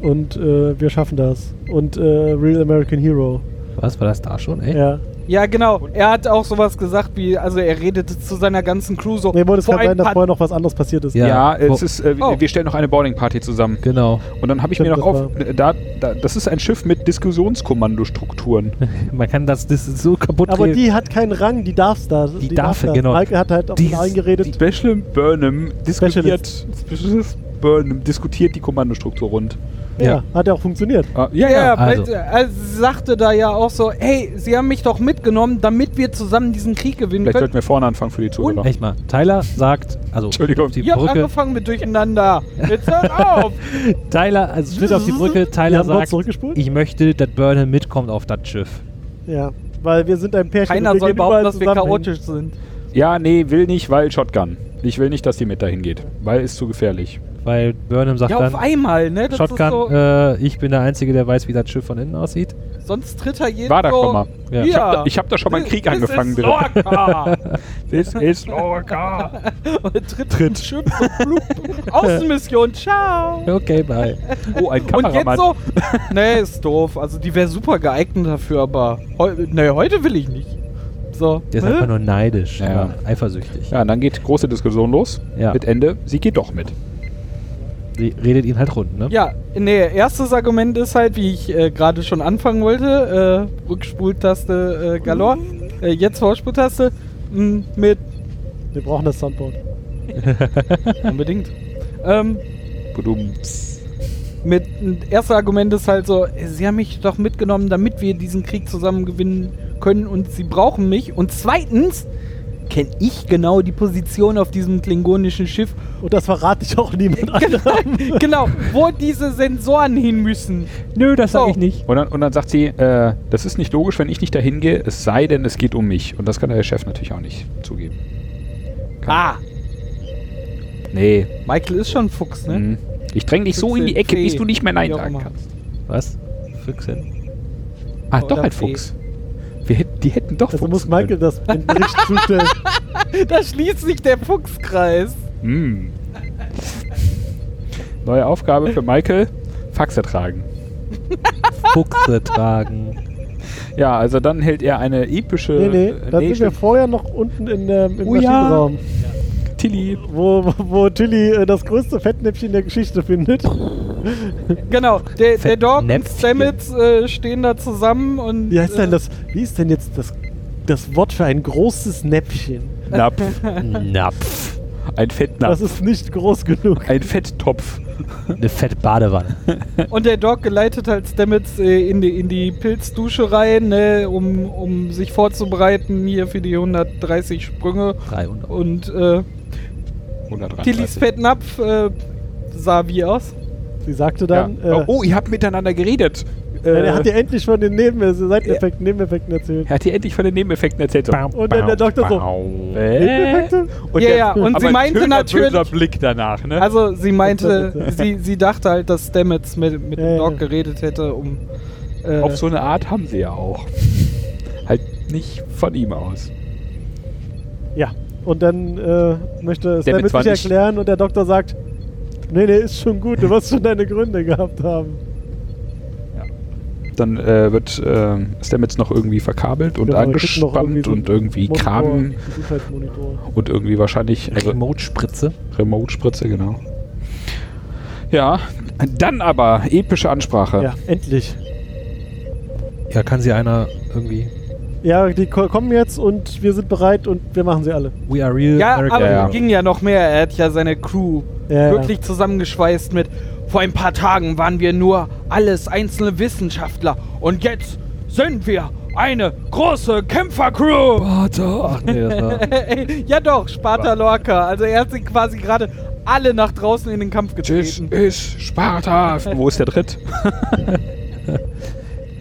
[SPEAKER 2] und äh, wir schaffen das. Und äh, Real American Hero.
[SPEAKER 1] Was war das da schon? Echt?
[SPEAKER 2] Ja.
[SPEAKER 3] Ja, genau. Er hat auch sowas gesagt wie, also er redete zu seiner ganzen Crew so.
[SPEAKER 2] Nee, wollte es
[SPEAKER 3] vor
[SPEAKER 2] kann
[SPEAKER 3] ein
[SPEAKER 2] sein, dass
[SPEAKER 3] paar-
[SPEAKER 2] vorher noch was anderes passiert ist.
[SPEAKER 1] Ja.
[SPEAKER 4] Ja, es
[SPEAKER 1] Wo-
[SPEAKER 4] ist, äh,
[SPEAKER 3] Oh.
[SPEAKER 4] wir stellen noch eine Boarding-Party zusammen.
[SPEAKER 1] Genau.
[SPEAKER 4] Und dann habe ich mir
[SPEAKER 2] Stimmt,
[SPEAKER 4] noch
[SPEAKER 2] das
[SPEAKER 4] auf, da, da, das ist ein Schiff mit Diskussionskommando-Strukturen.
[SPEAKER 1] Man kann das, das ist so kaputt
[SPEAKER 2] Aber
[SPEAKER 1] reden.
[SPEAKER 2] die hat keinen Rang, die darf's da.
[SPEAKER 1] Die darf,
[SPEAKER 2] das.
[SPEAKER 1] genau.
[SPEAKER 2] Maike hat halt auf
[SPEAKER 1] Die
[SPEAKER 2] ihn
[SPEAKER 1] ist-
[SPEAKER 2] eingeredet.
[SPEAKER 4] Special Burnham diskutiert, Specialist Burnham diskutiert die Kommandostruktur rund.
[SPEAKER 2] ja.
[SPEAKER 1] Ja.
[SPEAKER 2] hat ja auch funktioniert.
[SPEAKER 4] Ah,
[SPEAKER 3] Ja, ja,
[SPEAKER 1] Also.
[SPEAKER 3] weil, äh, sie sagte da ja auch so, hey, sie haben mich doch mitgenommen, damit wir zusammen diesen Krieg gewinnen
[SPEAKER 4] Vielleicht
[SPEAKER 3] können.
[SPEAKER 4] sollten wir vorne anfangen für die Zuhörer.
[SPEAKER 1] Echt mal. Tyler sagt, also
[SPEAKER 4] Entschuldigung.
[SPEAKER 1] auf die
[SPEAKER 3] Ihr habt
[SPEAKER 1] Brücke.
[SPEAKER 3] angefangen mit Durcheinander. Jetzt hört auf.
[SPEAKER 1] Tyler, also Schritt auf die Brücke.
[SPEAKER 2] Wir
[SPEAKER 1] Tyler
[SPEAKER 2] haben dort
[SPEAKER 1] sagt,
[SPEAKER 2] zurückgespult.
[SPEAKER 1] ich möchte, dass Burnham mitkommt auf das Schiff.
[SPEAKER 2] Ja, weil wir sind ein Pärchen. und
[SPEAKER 3] Keiner
[SPEAKER 2] wir
[SPEAKER 3] soll
[SPEAKER 2] gehen überall
[SPEAKER 3] behaupten, dass wir
[SPEAKER 2] zusammen hin.
[SPEAKER 3] chaotisch sind.
[SPEAKER 4] Ja, nee, will nicht, weil Shotgun. Ich will nicht, dass die mit dahin geht, weil ist zu gefährlich.
[SPEAKER 1] Weil Burnham sagt
[SPEAKER 3] Ja, auf
[SPEAKER 1] dann,
[SPEAKER 3] einmal, ne? Das
[SPEAKER 1] Shotgun,
[SPEAKER 3] ist so,
[SPEAKER 1] äh, ich bin der Einzige, der weiß, wie das Schiff von innen aussieht.
[SPEAKER 3] sonst tritt er jeden
[SPEAKER 4] War da,
[SPEAKER 3] so,
[SPEAKER 4] komm mal.
[SPEAKER 1] Ja.
[SPEAKER 4] Ich hab da- ich hab da schon mal einen Krieg
[SPEAKER 3] This
[SPEAKER 4] angefangen
[SPEAKER 3] is
[SPEAKER 4] drin.
[SPEAKER 3] Lorca.
[SPEAKER 4] This is Lorca.
[SPEAKER 3] Und tritt, tritt. Schiff, blub. Außenmission, ciao.
[SPEAKER 1] Okay, bye.
[SPEAKER 4] Oh, ein
[SPEAKER 3] Und jetzt
[SPEAKER 4] Kameramann.
[SPEAKER 3] so, nee, ist doof. Also die wäre super geeignet dafür, aber heu nee, heute will ich nicht. So.
[SPEAKER 1] Der ist
[SPEAKER 3] Hä?
[SPEAKER 1] einfach nur neidisch,
[SPEAKER 4] Ja.
[SPEAKER 1] aber eifersüchtig.
[SPEAKER 4] Ja, und dann geht große Diskussion los.
[SPEAKER 1] Ja.
[SPEAKER 4] Mit Ende, sie geht doch mit.
[SPEAKER 1] Die redet ihn halt rund, ne?
[SPEAKER 3] ja, nee, erstes Argument ist halt, wie ich äh, gerade schon anfangen wollte, äh, Rückspultaste äh, galore, äh, jetzt Vorspultaste mh, mit
[SPEAKER 2] Wir brauchen das Soundboard.
[SPEAKER 3] unbedingt. Ähm,
[SPEAKER 4] Budum.
[SPEAKER 3] mit erste Argument ist halt so, sie haben mich doch mitgenommen, damit wir diesen Krieg zusammen gewinnen können und sie brauchen mich. Und zweitens kenne ich genau die Position auf diesem klingonischen Schiff,
[SPEAKER 2] Und das verrate ich auch niemand anderem.
[SPEAKER 3] genau, wo diese Sensoren hin müssen.
[SPEAKER 1] Nö, das
[SPEAKER 3] sag
[SPEAKER 1] sage
[SPEAKER 3] So.
[SPEAKER 1] ich
[SPEAKER 3] ich
[SPEAKER 1] nicht.
[SPEAKER 4] Und dann, und dann sagt sie, äh, das ist nicht logisch, wenn ich nicht dahin gehe, es sei denn, es geht um mich. Und das kann der Chef natürlich auch nicht zugeben.
[SPEAKER 3] Ah,
[SPEAKER 4] Nee.
[SPEAKER 3] Michael ist schon Fuchs, ne?
[SPEAKER 4] Mhm. Ich dränge dich so in die Ecke, bis du nicht mehr Nein
[SPEAKER 3] Wie auch
[SPEAKER 4] sagen
[SPEAKER 3] immer.
[SPEAKER 4] kannst.
[SPEAKER 1] Was? Füchsin.
[SPEAKER 4] Ah,
[SPEAKER 3] Oder
[SPEAKER 4] doch ein
[SPEAKER 3] Fee.
[SPEAKER 4] Fuchs. Wir hätten, die hätten doch
[SPEAKER 2] Also
[SPEAKER 4] Fuchs.
[SPEAKER 2] muss Michael das in den Bericht zustellen.
[SPEAKER 3] Da schließt sich der Fuchskreis.
[SPEAKER 4] Mm. Neue Aufgabe für Michael: Faxe tragen.
[SPEAKER 1] Fuchse tragen.
[SPEAKER 4] Ja, also dann hält er eine epische.
[SPEAKER 2] Nee, nee,
[SPEAKER 1] Äh,
[SPEAKER 2] da sind wir
[SPEAKER 4] stimmt.
[SPEAKER 2] vorher noch unten in der, im
[SPEAKER 4] Oh ja.
[SPEAKER 2] Maschinenraum,
[SPEAKER 4] Tilly.
[SPEAKER 2] wo, wo- wo Tilly äh, das größte Fettnäpfchen der Geschichte findet.
[SPEAKER 3] Genau, der, der Dog und
[SPEAKER 1] Näpfchen.
[SPEAKER 3] Stamets äh, stehen da zusammen und.
[SPEAKER 2] Wie heißt denn
[SPEAKER 3] äh,
[SPEAKER 2] das? Wie ist denn jetzt das, das Wort für ein großes Näpfchen?
[SPEAKER 4] Napf.
[SPEAKER 1] Napf.
[SPEAKER 4] Ein
[SPEAKER 2] Das
[SPEAKER 4] Fettnapf.
[SPEAKER 2] ist nicht groß genug.
[SPEAKER 4] Ein Fetttopf.
[SPEAKER 1] Eine fette Badewanne.
[SPEAKER 3] Und der Dog geleitet halt Stamets äh, in, die, in die Pilzdusche rein, ne, um, um sich vorzubereiten hier für die 130 Sprünge.
[SPEAKER 1] Drei und auch.
[SPEAKER 3] Und äh,
[SPEAKER 4] 130.
[SPEAKER 3] Tillys Fettnapf äh, sah wie aus?
[SPEAKER 2] Sie sagte
[SPEAKER 4] Ja.
[SPEAKER 2] dann,
[SPEAKER 4] Oh,
[SPEAKER 2] äh,
[SPEAKER 4] oh, ihr habt miteinander geredet.
[SPEAKER 2] nein,
[SPEAKER 4] Äh,
[SPEAKER 2] er hat dir endlich von den Neben äh, Seiteneffekten, Nebeneffekten erzählt.
[SPEAKER 4] er hat dir endlich von den Nebeneffekten erzählt. So.
[SPEAKER 2] Und dann der Doktor so,
[SPEAKER 4] Äh?
[SPEAKER 2] Nebeneffekte?
[SPEAKER 4] Und
[SPEAKER 3] Ja,
[SPEAKER 4] der-
[SPEAKER 3] ja, und
[SPEAKER 4] aber
[SPEAKER 3] sie
[SPEAKER 4] ein
[SPEAKER 3] meinte
[SPEAKER 4] schöner,
[SPEAKER 3] natürlich-
[SPEAKER 4] böser Blick danach, ne?
[SPEAKER 3] Also sie meinte, sie, sie dachte halt, dass Stamets mit, mit
[SPEAKER 2] Ja,
[SPEAKER 3] dem Dog
[SPEAKER 2] ja.
[SPEAKER 3] geredet hätte, um. Äh,
[SPEAKER 4] Auf so eine Art haben sie ja auch. halt nicht von ihm aus.
[SPEAKER 2] Ja. Und dann äh, möchte
[SPEAKER 4] Der
[SPEAKER 2] Stan
[SPEAKER 4] mit
[SPEAKER 2] mit sich
[SPEAKER 4] 20.
[SPEAKER 2] erklären und der Doktor sagt, nee, nee, ist schon gut, du wirst schon deine Gründe gehabt haben.
[SPEAKER 4] Dann äh, wird äh, Stamets noch irgendwie verkabelt und
[SPEAKER 2] Genau, es gibt noch
[SPEAKER 4] angespannt
[SPEAKER 2] irgendwie so
[SPEAKER 4] und irgendwie
[SPEAKER 2] Monitor,
[SPEAKER 4] Kabel
[SPEAKER 2] Gesundheitsmonitor.
[SPEAKER 4] und irgendwie wahrscheinlich Re
[SPEAKER 1] Remote-Spritze.
[SPEAKER 4] Remote-Spritze, genau. Ja, dann aber epische Ansprache.
[SPEAKER 2] Ja, endlich.
[SPEAKER 1] Ja, kann sie einer irgendwie.
[SPEAKER 2] Ja, die ko- kommen jetzt und wir sind bereit und wir machen sie alle.
[SPEAKER 1] We are real
[SPEAKER 3] ja,
[SPEAKER 1] American.
[SPEAKER 3] aber
[SPEAKER 4] ja.
[SPEAKER 3] ging ja noch mehr. Er hat ja seine Crew
[SPEAKER 2] Ja,
[SPEAKER 3] wirklich zusammengeschweißt mit. Vor ein paar Tagen waren wir nur alles einzelne Wissenschaftler und jetzt sind wir eine große Kämpfercrew.
[SPEAKER 1] Ach nee, das war.
[SPEAKER 3] Ey, ja doch, Sparta Lorca. Also er hat sie quasi gerade alle nach draußen in den Kampf
[SPEAKER 4] Tschüss,
[SPEAKER 3] getreten.
[SPEAKER 4] ist Sparta. Wo ist der Dritt?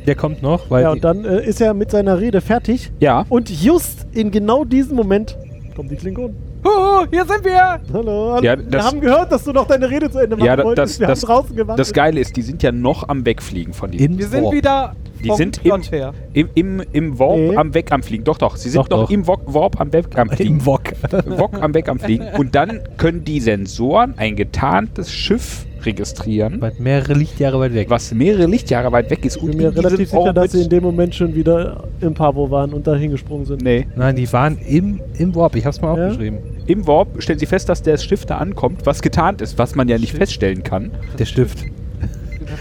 [SPEAKER 1] Der kommt noch, weil.
[SPEAKER 2] Ja,
[SPEAKER 1] die-
[SPEAKER 2] und dann äh, ist er mit seiner Rede fertig
[SPEAKER 4] Ja.
[SPEAKER 2] und just in genau diesem Moment kommen die Klingonen.
[SPEAKER 3] Huhu, hier sind wir.
[SPEAKER 2] Hallo, hallo.
[SPEAKER 4] Ja,
[SPEAKER 2] wir
[SPEAKER 4] das-
[SPEAKER 2] haben gehört, dass du noch deine Rede zu Ende machen
[SPEAKER 4] Ja, da-
[SPEAKER 2] wolltest.
[SPEAKER 4] das,
[SPEAKER 2] wir
[SPEAKER 4] das,
[SPEAKER 2] haben draußen gewartet.
[SPEAKER 4] das Geile ist, die sind ja noch am Wegfliegen von diesem
[SPEAKER 1] In-
[SPEAKER 3] Wir sind
[SPEAKER 1] Boah.
[SPEAKER 3] wieder
[SPEAKER 4] Die
[SPEAKER 3] vom
[SPEAKER 4] sind im,
[SPEAKER 3] Plot her.
[SPEAKER 4] im, im, im Warp
[SPEAKER 2] Nee.
[SPEAKER 4] am Weg am Fliegen. Doch, doch. Sie sind
[SPEAKER 1] Doch,
[SPEAKER 4] noch
[SPEAKER 1] doch.
[SPEAKER 4] im Wok- Warp am Weg am Fliegen.
[SPEAKER 1] Im Wok.
[SPEAKER 4] Wok am Weg am Fliegen. Und dann können die Sensoren ein getarntes Schiff registrieren,
[SPEAKER 1] Weit mehrere Lichtjahre weit weg.
[SPEAKER 4] was mehrere Lichtjahre weit weg ist.
[SPEAKER 2] ich
[SPEAKER 4] Und
[SPEAKER 2] bin mir
[SPEAKER 4] in diesem
[SPEAKER 2] relativ sicher, dass
[SPEAKER 4] Orbit-
[SPEAKER 2] sie in dem Moment schon wieder im Pavo waren und da hingesprungen sind.
[SPEAKER 4] Nee.
[SPEAKER 1] Nein, die waren im, im Warp. Ich hab's mal
[SPEAKER 2] Ja?
[SPEAKER 1] aufgeschrieben.
[SPEAKER 4] Im Warp stellen sie fest, dass das Schiff da ankommt, was getarnt ist, was man ja nicht feststellen kann.
[SPEAKER 1] Der Stift.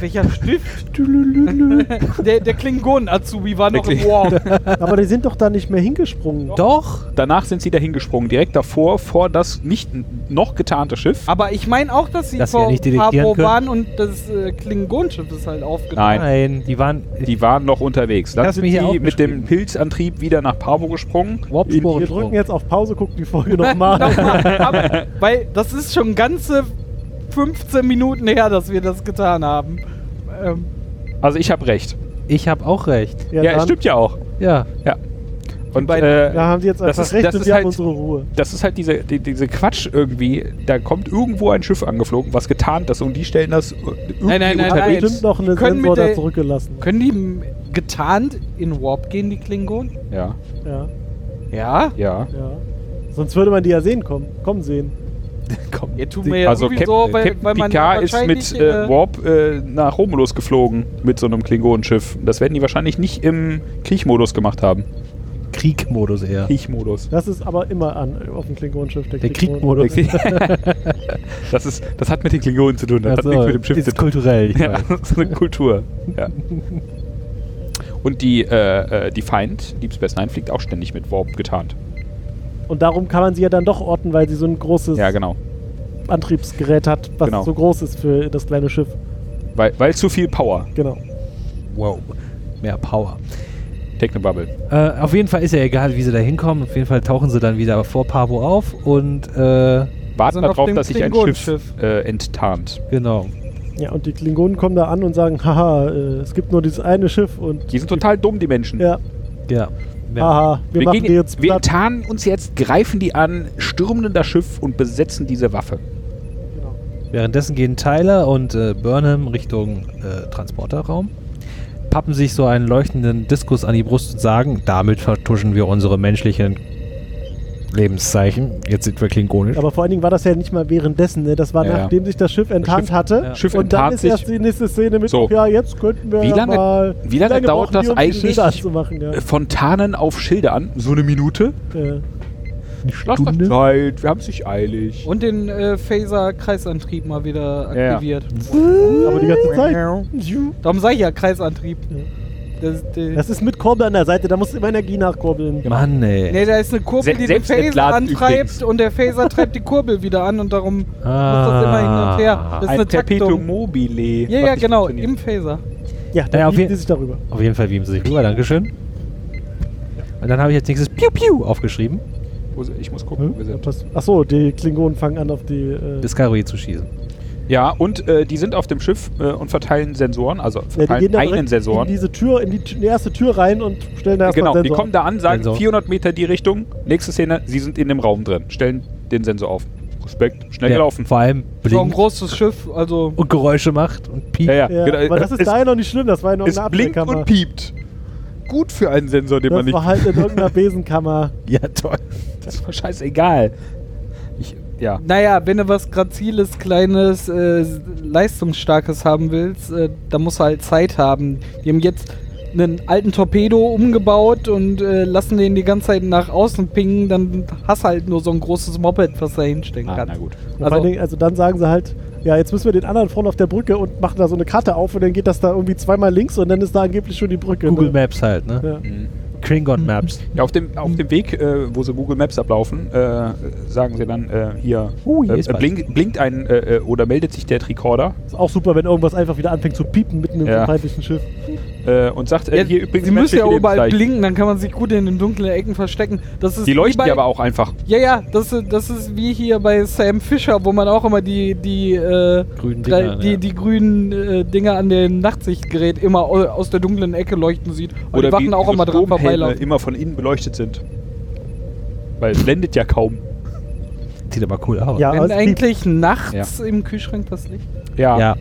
[SPEAKER 3] Welcher Stift? der, der Klingonen-Azubi war noch im
[SPEAKER 4] Wirklich?
[SPEAKER 3] Warp.
[SPEAKER 2] Aber die sind doch da nicht mehr hingesprungen.
[SPEAKER 1] Doch!
[SPEAKER 4] Danach sind sie da hingesprungen, direkt davor, vor das nicht noch getarnte Schiff.
[SPEAKER 2] Ah,
[SPEAKER 3] Aber ich meine auch, dass sie
[SPEAKER 1] Dass sie ja
[SPEAKER 3] vor
[SPEAKER 1] nicht detektieren
[SPEAKER 3] Papo
[SPEAKER 1] können.
[SPEAKER 3] waren und das äh, Klingonenschiff ist halt aufgetaucht.
[SPEAKER 4] Nein.
[SPEAKER 1] Nein, die waren.
[SPEAKER 4] Die waren noch unterwegs. Dann
[SPEAKER 1] Hast
[SPEAKER 4] sind
[SPEAKER 1] mir hier
[SPEAKER 4] die mit dem
[SPEAKER 1] aufgeschrieben.
[SPEAKER 4] Pilzantrieb wieder nach Pavo gesprungen.
[SPEAKER 1] Warp-Sporen.
[SPEAKER 2] Wir drücken jetzt auf Pause, gucken die Folge nochmal.
[SPEAKER 3] Äh, Nochmal, aber, weil das ist schon ganze 15 Minuten her, dass wir das getan haben. Ähm,
[SPEAKER 4] Also ich habe recht.
[SPEAKER 1] Ich hab auch recht.
[SPEAKER 4] Ja, es stimmt ja auch.
[SPEAKER 1] Ja.
[SPEAKER 4] Und
[SPEAKER 3] Bei-
[SPEAKER 4] äh,
[SPEAKER 2] Da haben sie jetzt
[SPEAKER 4] Das
[SPEAKER 2] einfach
[SPEAKER 4] ist-
[SPEAKER 2] recht
[SPEAKER 4] das
[SPEAKER 2] und
[SPEAKER 4] ist
[SPEAKER 2] wir
[SPEAKER 4] halt-
[SPEAKER 2] haben unsere Ruhe.
[SPEAKER 4] das ist halt diese, die, diese Quatsch irgendwie. Da kommt irgendwo ein Schiff angeflogen, was getarnt ist und die stellen das äh, irgendwie
[SPEAKER 3] Nein, nein, nein,
[SPEAKER 4] unter-
[SPEAKER 2] Hat
[SPEAKER 3] nein.
[SPEAKER 2] bestimmt noch eine
[SPEAKER 3] Können
[SPEAKER 2] Sensor
[SPEAKER 3] wir
[SPEAKER 2] da
[SPEAKER 3] der-
[SPEAKER 2] zurückgelassen.
[SPEAKER 3] können die m- getarnt in Warp gehen, die Klingonen?
[SPEAKER 4] Ja,
[SPEAKER 2] Ja,
[SPEAKER 3] Ja?
[SPEAKER 4] ja.
[SPEAKER 2] ja. Sonst würde man die ja sehen kommen. Kommen sehen.
[SPEAKER 1] Komm.
[SPEAKER 3] Ihr tut mir ja
[SPEAKER 4] also
[SPEAKER 3] irgendwie
[SPEAKER 4] Captain,
[SPEAKER 3] so, weil,
[SPEAKER 4] Captain
[SPEAKER 3] weil man
[SPEAKER 4] Picard ist
[SPEAKER 3] wahrscheinlich,
[SPEAKER 4] mit äh,
[SPEAKER 3] äh,
[SPEAKER 4] Warp äh, nach Romulus geflogen mit so einem Klingonenschiff. Das werden die wahrscheinlich nicht im Kriegmodus gemacht haben.
[SPEAKER 1] Kriegmodus eher.
[SPEAKER 4] Kriegmodus.
[SPEAKER 2] Das ist aber immer an auf dem Klingonenschiff.
[SPEAKER 1] Der
[SPEAKER 2] Klingon.
[SPEAKER 1] Kriegmodus.
[SPEAKER 4] Das, ist, das hat mit den Klingonen zu tun. Das
[SPEAKER 1] Ach so,
[SPEAKER 4] hat nichts mit dem Schiff zu
[SPEAKER 1] ist
[SPEAKER 4] tun.
[SPEAKER 1] kulturell. Ich
[SPEAKER 4] Ja,
[SPEAKER 1] weiß.
[SPEAKER 4] das ist eine Kultur. Ja. Und die, äh, äh, die Feind, Deep Space Nine, fliegt auch ständig mit Warp getarnt.
[SPEAKER 2] Und darum kann man sie ja dann doch orten, weil sie so ein großes
[SPEAKER 4] Ja, genau.
[SPEAKER 2] Antriebsgerät hat, was
[SPEAKER 4] Genau.
[SPEAKER 2] so groß ist für das kleine Schiff.
[SPEAKER 4] Weil, weil zu viel Power.
[SPEAKER 2] Genau.
[SPEAKER 1] Wow. Mehr Power.
[SPEAKER 4] Technobubble.
[SPEAKER 1] Äh, auf jeden Fall ist ja egal, wie sie da hinkommen. Auf jeden Fall tauchen sie dann wieder vor Pavo auf und äh,
[SPEAKER 4] Warten
[SPEAKER 3] Also
[SPEAKER 4] wir
[SPEAKER 3] noch
[SPEAKER 4] darauf,
[SPEAKER 3] dem
[SPEAKER 4] dass sich ein
[SPEAKER 3] Klingonenschiff.
[SPEAKER 4] Schiff äh, enttarnt.
[SPEAKER 1] genau.
[SPEAKER 2] Ja, und die Klingonen kommen da an und sagen, haha, äh, es gibt nur dieses eine Schiff und
[SPEAKER 4] Die sind total dumm, die Menschen.
[SPEAKER 2] ja,
[SPEAKER 1] Ja. ja.
[SPEAKER 2] haha, wir,
[SPEAKER 4] Wir,
[SPEAKER 2] machen
[SPEAKER 4] gehen,
[SPEAKER 2] die jetzt
[SPEAKER 4] wir
[SPEAKER 2] platt.
[SPEAKER 4] tarnen uns jetzt, greifen die an, stürmen das Schiff und besetzen diese Waffe.
[SPEAKER 2] Genau.
[SPEAKER 1] Währenddessen gehen Tyler und äh, Burnham Richtung äh, Transporterraum, pappen sich so einen leuchtenden Diskus an die Brust und sagen, damit vertuschen wir unsere menschlichen Lebenszeichen. Jetzt sind wir klingonisch.
[SPEAKER 2] Aber vor allen Dingen war das ja nicht mal währenddessen, ne? Das war
[SPEAKER 4] Ja, ja.
[SPEAKER 2] nachdem sich das Schiff enttarnt
[SPEAKER 4] Schiff-
[SPEAKER 2] hatte.
[SPEAKER 1] ja.
[SPEAKER 4] Schiff
[SPEAKER 2] und dann
[SPEAKER 4] enttarnt
[SPEAKER 2] ist erst
[SPEAKER 4] sich.
[SPEAKER 2] die nächste Szene mit,
[SPEAKER 4] So.
[SPEAKER 2] ach ja, jetzt könnten wir
[SPEAKER 4] Wie lange-
[SPEAKER 2] mal.
[SPEAKER 4] wie lange
[SPEAKER 2] brauchen
[SPEAKER 4] dauert das
[SPEAKER 2] die, um die
[SPEAKER 4] eigentlich?
[SPEAKER 2] Schilder anzumachen, ja.
[SPEAKER 4] Äh, Fontanen auf Schilde an, so eine Minute.
[SPEAKER 2] Äh,
[SPEAKER 4] Schlacht auf
[SPEAKER 2] Stunde?
[SPEAKER 4] Zeit, wir haben es nicht eilig.
[SPEAKER 3] Und den äh, Phaser-Kreisantrieb mal wieder
[SPEAKER 4] Ja, ja.
[SPEAKER 3] aktiviert.
[SPEAKER 2] aber die ganze Zeit.
[SPEAKER 3] Darum sage ich ja Kreisantrieb.
[SPEAKER 2] Ja.
[SPEAKER 3] Das, das,
[SPEAKER 2] Das ist mit Kurbel an der Seite, da musst du immer Energie nachkurbeln.
[SPEAKER 4] Genau.
[SPEAKER 1] Mann, ey.
[SPEAKER 3] nee, da ist eine Kurbel,
[SPEAKER 4] Se-
[SPEAKER 3] die den
[SPEAKER 4] selbst
[SPEAKER 3] Phaser
[SPEAKER 4] entladen
[SPEAKER 3] antreibt
[SPEAKER 4] übrigens.
[SPEAKER 3] und der Phaser treibt die Kurbel wieder an und darum muss
[SPEAKER 1] Ah.
[SPEAKER 3] das immer hin und her. Das ist
[SPEAKER 4] ein
[SPEAKER 3] eine
[SPEAKER 4] Perpetuum
[SPEAKER 3] Taktung.
[SPEAKER 4] mobile.
[SPEAKER 3] Ja,
[SPEAKER 4] was
[SPEAKER 3] ja,
[SPEAKER 4] nicht
[SPEAKER 3] genau,
[SPEAKER 4] funktioniert.
[SPEAKER 3] im Phaser.
[SPEAKER 2] Ja,
[SPEAKER 1] Ja,
[SPEAKER 2] da
[SPEAKER 1] auf
[SPEAKER 2] biegen die
[SPEAKER 1] jeden-
[SPEAKER 2] sich darüber.
[SPEAKER 1] Auf jeden Fall beamen sie sich rüber, Dankeschön. Und dann habe ich als nächstes Piu Piu aufgeschrieben,
[SPEAKER 4] Wo se- Ich muss gucken, wo
[SPEAKER 2] Hm? Ja,
[SPEAKER 4] wir sind.
[SPEAKER 2] passt. Achso, die Klingonen fangen an auf die. Äh,
[SPEAKER 1] das Karoe zu schießen.
[SPEAKER 4] Ja, und äh, die sind auf dem Schiff äh, und verteilen Sensoren, also
[SPEAKER 2] ja, die
[SPEAKER 4] verteilen
[SPEAKER 2] gehen da
[SPEAKER 4] einen
[SPEAKER 2] direkt in
[SPEAKER 4] Sensoren.
[SPEAKER 2] diese Tür, in die, Tür- in die erste Tür rein und stellen da erstmal
[SPEAKER 4] Genau, die
[SPEAKER 2] Sensor.
[SPEAKER 4] kommen da an, sagen
[SPEAKER 1] Sensor.
[SPEAKER 4] 400 Meter die Richtung. Nächste Szene, sie sind in dem Raum drin, stellen den Sensor auf. Respekt, schnell
[SPEAKER 1] Der
[SPEAKER 4] gelaufen.
[SPEAKER 1] Vor allem
[SPEAKER 3] So ein
[SPEAKER 1] blinkt
[SPEAKER 3] großes Schiff, also
[SPEAKER 1] und Geräusche macht und piept.
[SPEAKER 4] Ja, ja,
[SPEAKER 2] Ja,
[SPEAKER 4] genau,
[SPEAKER 2] aber das ist
[SPEAKER 4] es,
[SPEAKER 2] da ja noch nicht schlimm, das war in
[SPEAKER 4] es
[SPEAKER 2] irgendeiner
[SPEAKER 4] blinkt
[SPEAKER 2] Abstellkammer.
[SPEAKER 4] und piept. Gut für einen Sensor, den man
[SPEAKER 2] Das
[SPEAKER 4] nicht.
[SPEAKER 2] war halt in irgendeiner Besenkammer.
[SPEAKER 1] Ja, toll.
[SPEAKER 4] Das war scheißegal. Ich, ja.
[SPEAKER 3] Naja, wenn du was Graziles, Kleines, äh, Leistungsstarkes haben willst, äh, dann musst du halt Zeit haben. Die haben jetzt einen alten Torpedo umgebaut und äh, lassen den die ganze Zeit nach außen pingen, dann hast du halt nur so ein großes Moped, was da hinstellen
[SPEAKER 4] Ah,
[SPEAKER 3] kannst.
[SPEAKER 4] na gut.
[SPEAKER 2] Und vor
[SPEAKER 3] Also-
[SPEAKER 2] allen Dingen, also dann sagen sie halt, ja, jetzt müssen wir den anderen vorne auf der Brücke und machen da so eine Karte auf und dann geht das da irgendwie zweimal links und dann ist da angeblich schon die Brücke.
[SPEAKER 1] Google
[SPEAKER 2] ne?
[SPEAKER 1] Maps halt, ne?
[SPEAKER 2] Ja.
[SPEAKER 1] Klingon Maps.
[SPEAKER 4] Ja, auf dem, auf dem Weg, äh, wo sie Google Maps ablaufen, äh, sagen sie dann äh, hier,
[SPEAKER 1] Uh, hier
[SPEAKER 4] äh,
[SPEAKER 1] ist was.
[SPEAKER 4] blink, blinkt ein äh, äh, oder meldet sich der Tricorder
[SPEAKER 2] Ist auch super, wenn irgendwas einfach wieder anfängt zu piepen mitten im
[SPEAKER 4] Ja.
[SPEAKER 2] feindlichen Schiff.
[SPEAKER 4] äh, und sagt, äh,
[SPEAKER 3] Ja,
[SPEAKER 4] hier übrigens
[SPEAKER 3] sie müssen ja
[SPEAKER 4] menschliche
[SPEAKER 3] überall
[SPEAKER 4] Lebenszeichen.
[SPEAKER 3] blinken, dann kann man sich gut in den dunklen Ecken verstecken. Das ist
[SPEAKER 4] Die
[SPEAKER 3] wie
[SPEAKER 4] leuchten
[SPEAKER 3] bei,
[SPEAKER 4] ja aber auch einfach.
[SPEAKER 3] Ja, ja, das, ist- das ist wie hier bei Sam Fisher, wo man auch immer die, die, äh,
[SPEAKER 1] Grünen
[SPEAKER 3] drei-
[SPEAKER 1] Dinger,
[SPEAKER 3] die,
[SPEAKER 1] ja.
[SPEAKER 3] die grünen äh, Dinger an dem Nachtsichtgerät immer au- aus der dunklen Ecke leuchten sieht. Und die
[SPEAKER 4] wie
[SPEAKER 3] Wachen auch
[SPEAKER 4] diese
[SPEAKER 3] immer dran
[SPEAKER 4] Stromhelme
[SPEAKER 3] vorbeilaufen.
[SPEAKER 4] immer von innen beleuchtet sind. Weil es blendet ja kaum.
[SPEAKER 1] Sieht aber cool aus.
[SPEAKER 2] Ja, aber
[SPEAKER 3] Wenn
[SPEAKER 2] es piept.
[SPEAKER 3] eigentlich nachts im Kühlschrank das Licht.
[SPEAKER 4] Ja.
[SPEAKER 1] ja.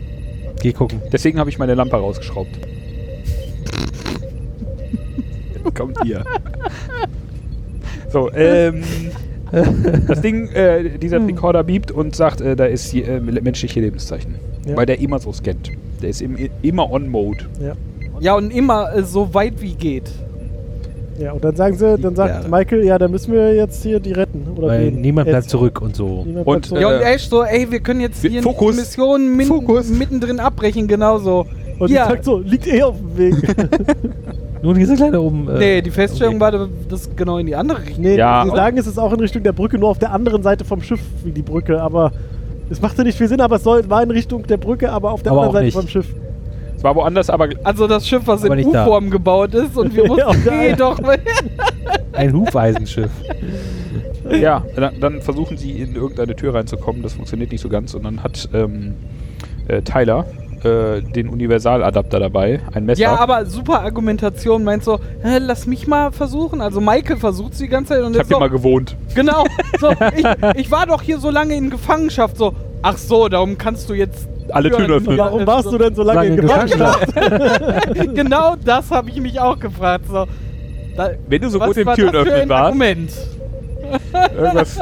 [SPEAKER 1] Geh gucken.
[SPEAKER 4] Deswegen habe ich meine Lampe rausgeschraubt. Jetzt Kommt hier. So, ähm. Das Ding, äh, dieser Recorder biebt und sagt, äh, da ist hier, äh, menschliche Lebenszeichen.
[SPEAKER 2] Ja.
[SPEAKER 4] Weil der immer so scannt. Der ist im, immer on Mode.
[SPEAKER 2] Ja.
[SPEAKER 3] Ja, und immer äh, so weit wie geht.
[SPEAKER 2] ja, und dann sagen sie, dann sagt
[SPEAKER 1] Ja.
[SPEAKER 2] Michael, ja, dann müssen wir jetzt hier die retten. Oder
[SPEAKER 1] Weil
[SPEAKER 2] wen?
[SPEAKER 1] niemand bleibt
[SPEAKER 2] Jetzt.
[SPEAKER 1] zurück und so.
[SPEAKER 2] Niemand
[SPEAKER 4] Und,
[SPEAKER 2] bleibt zurück.
[SPEAKER 3] Ja, und
[SPEAKER 4] Äh,
[SPEAKER 3] echt so, ey, wir können jetzt
[SPEAKER 4] wir-
[SPEAKER 3] hier
[SPEAKER 4] Fokus.
[SPEAKER 3] die Mission min
[SPEAKER 4] Fokus.
[SPEAKER 3] mittendrin abbrechen, genauso.
[SPEAKER 2] und
[SPEAKER 3] ja.
[SPEAKER 2] die sagt so, liegt eh auf dem Weg.
[SPEAKER 1] Nun, diese kleine oben. Äh,
[SPEAKER 3] Nee, die Feststellung
[SPEAKER 1] okay.
[SPEAKER 3] war, das genau in die andere Richtung.
[SPEAKER 2] nee,
[SPEAKER 4] Ja.
[SPEAKER 2] sie sagen, es ist auch in Richtung der Brücke, nur auf der anderen Seite vom Schiff wie die Brücke, aber es machte nicht viel Sinn, aber es soll, war in Richtung der Brücke, aber auf der
[SPEAKER 1] Aber
[SPEAKER 2] anderen
[SPEAKER 1] auch
[SPEAKER 2] Seite vom Schiff.
[SPEAKER 4] Es war woanders, aber
[SPEAKER 3] Also das Schiff, was
[SPEAKER 1] Aber
[SPEAKER 3] in
[SPEAKER 1] nicht da.
[SPEAKER 3] U-Form gebaut ist und wir
[SPEAKER 2] Ja,
[SPEAKER 3] mussten
[SPEAKER 2] geil.
[SPEAKER 3] jedoch...
[SPEAKER 1] Ein Hufeisenschiff.
[SPEAKER 4] ja, dann, dann versuchen sie in irgendeine Tür reinzukommen. Das funktioniert nicht so ganz. Und dann hat ähm, äh, Tyler äh, den Universaladapter dabei, ein Messer.
[SPEAKER 3] Ja, aber super Argumentation. Meint so, "Hä, lass mich mal versuchen. Also Michael versucht die ganze Zeit und
[SPEAKER 4] ich
[SPEAKER 3] ist
[SPEAKER 4] habe
[SPEAKER 3] so,
[SPEAKER 4] hier mal gewohnt.
[SPEAKER 3] genau. So, ich, ich war doch hier so lange in Gefangenschaft. So, ach so, darum kannst du jetzt
[SPEAKER 4] Alle Türen öffnen.
[SPEAKER 2] Warum warst du denn so lange in Gefangenschaft?
[SPEAKER 3] genau, das habe ich mich auch gefragt. So, da,
[SPEAKER 4] Wenn du so
[SPEAKER 3] was
[SPEAKER 4] gut im
[SPEAKER 3] war
[SPEAKER 4] Türen
[SPEAKER 3] das für
[SPEAKER 4] öffnen
[SPEAKER 3] ein
[SPEAKER 4] warst,
[SPEAKER 3] Argument?
[SPEAKER 4] irgendwas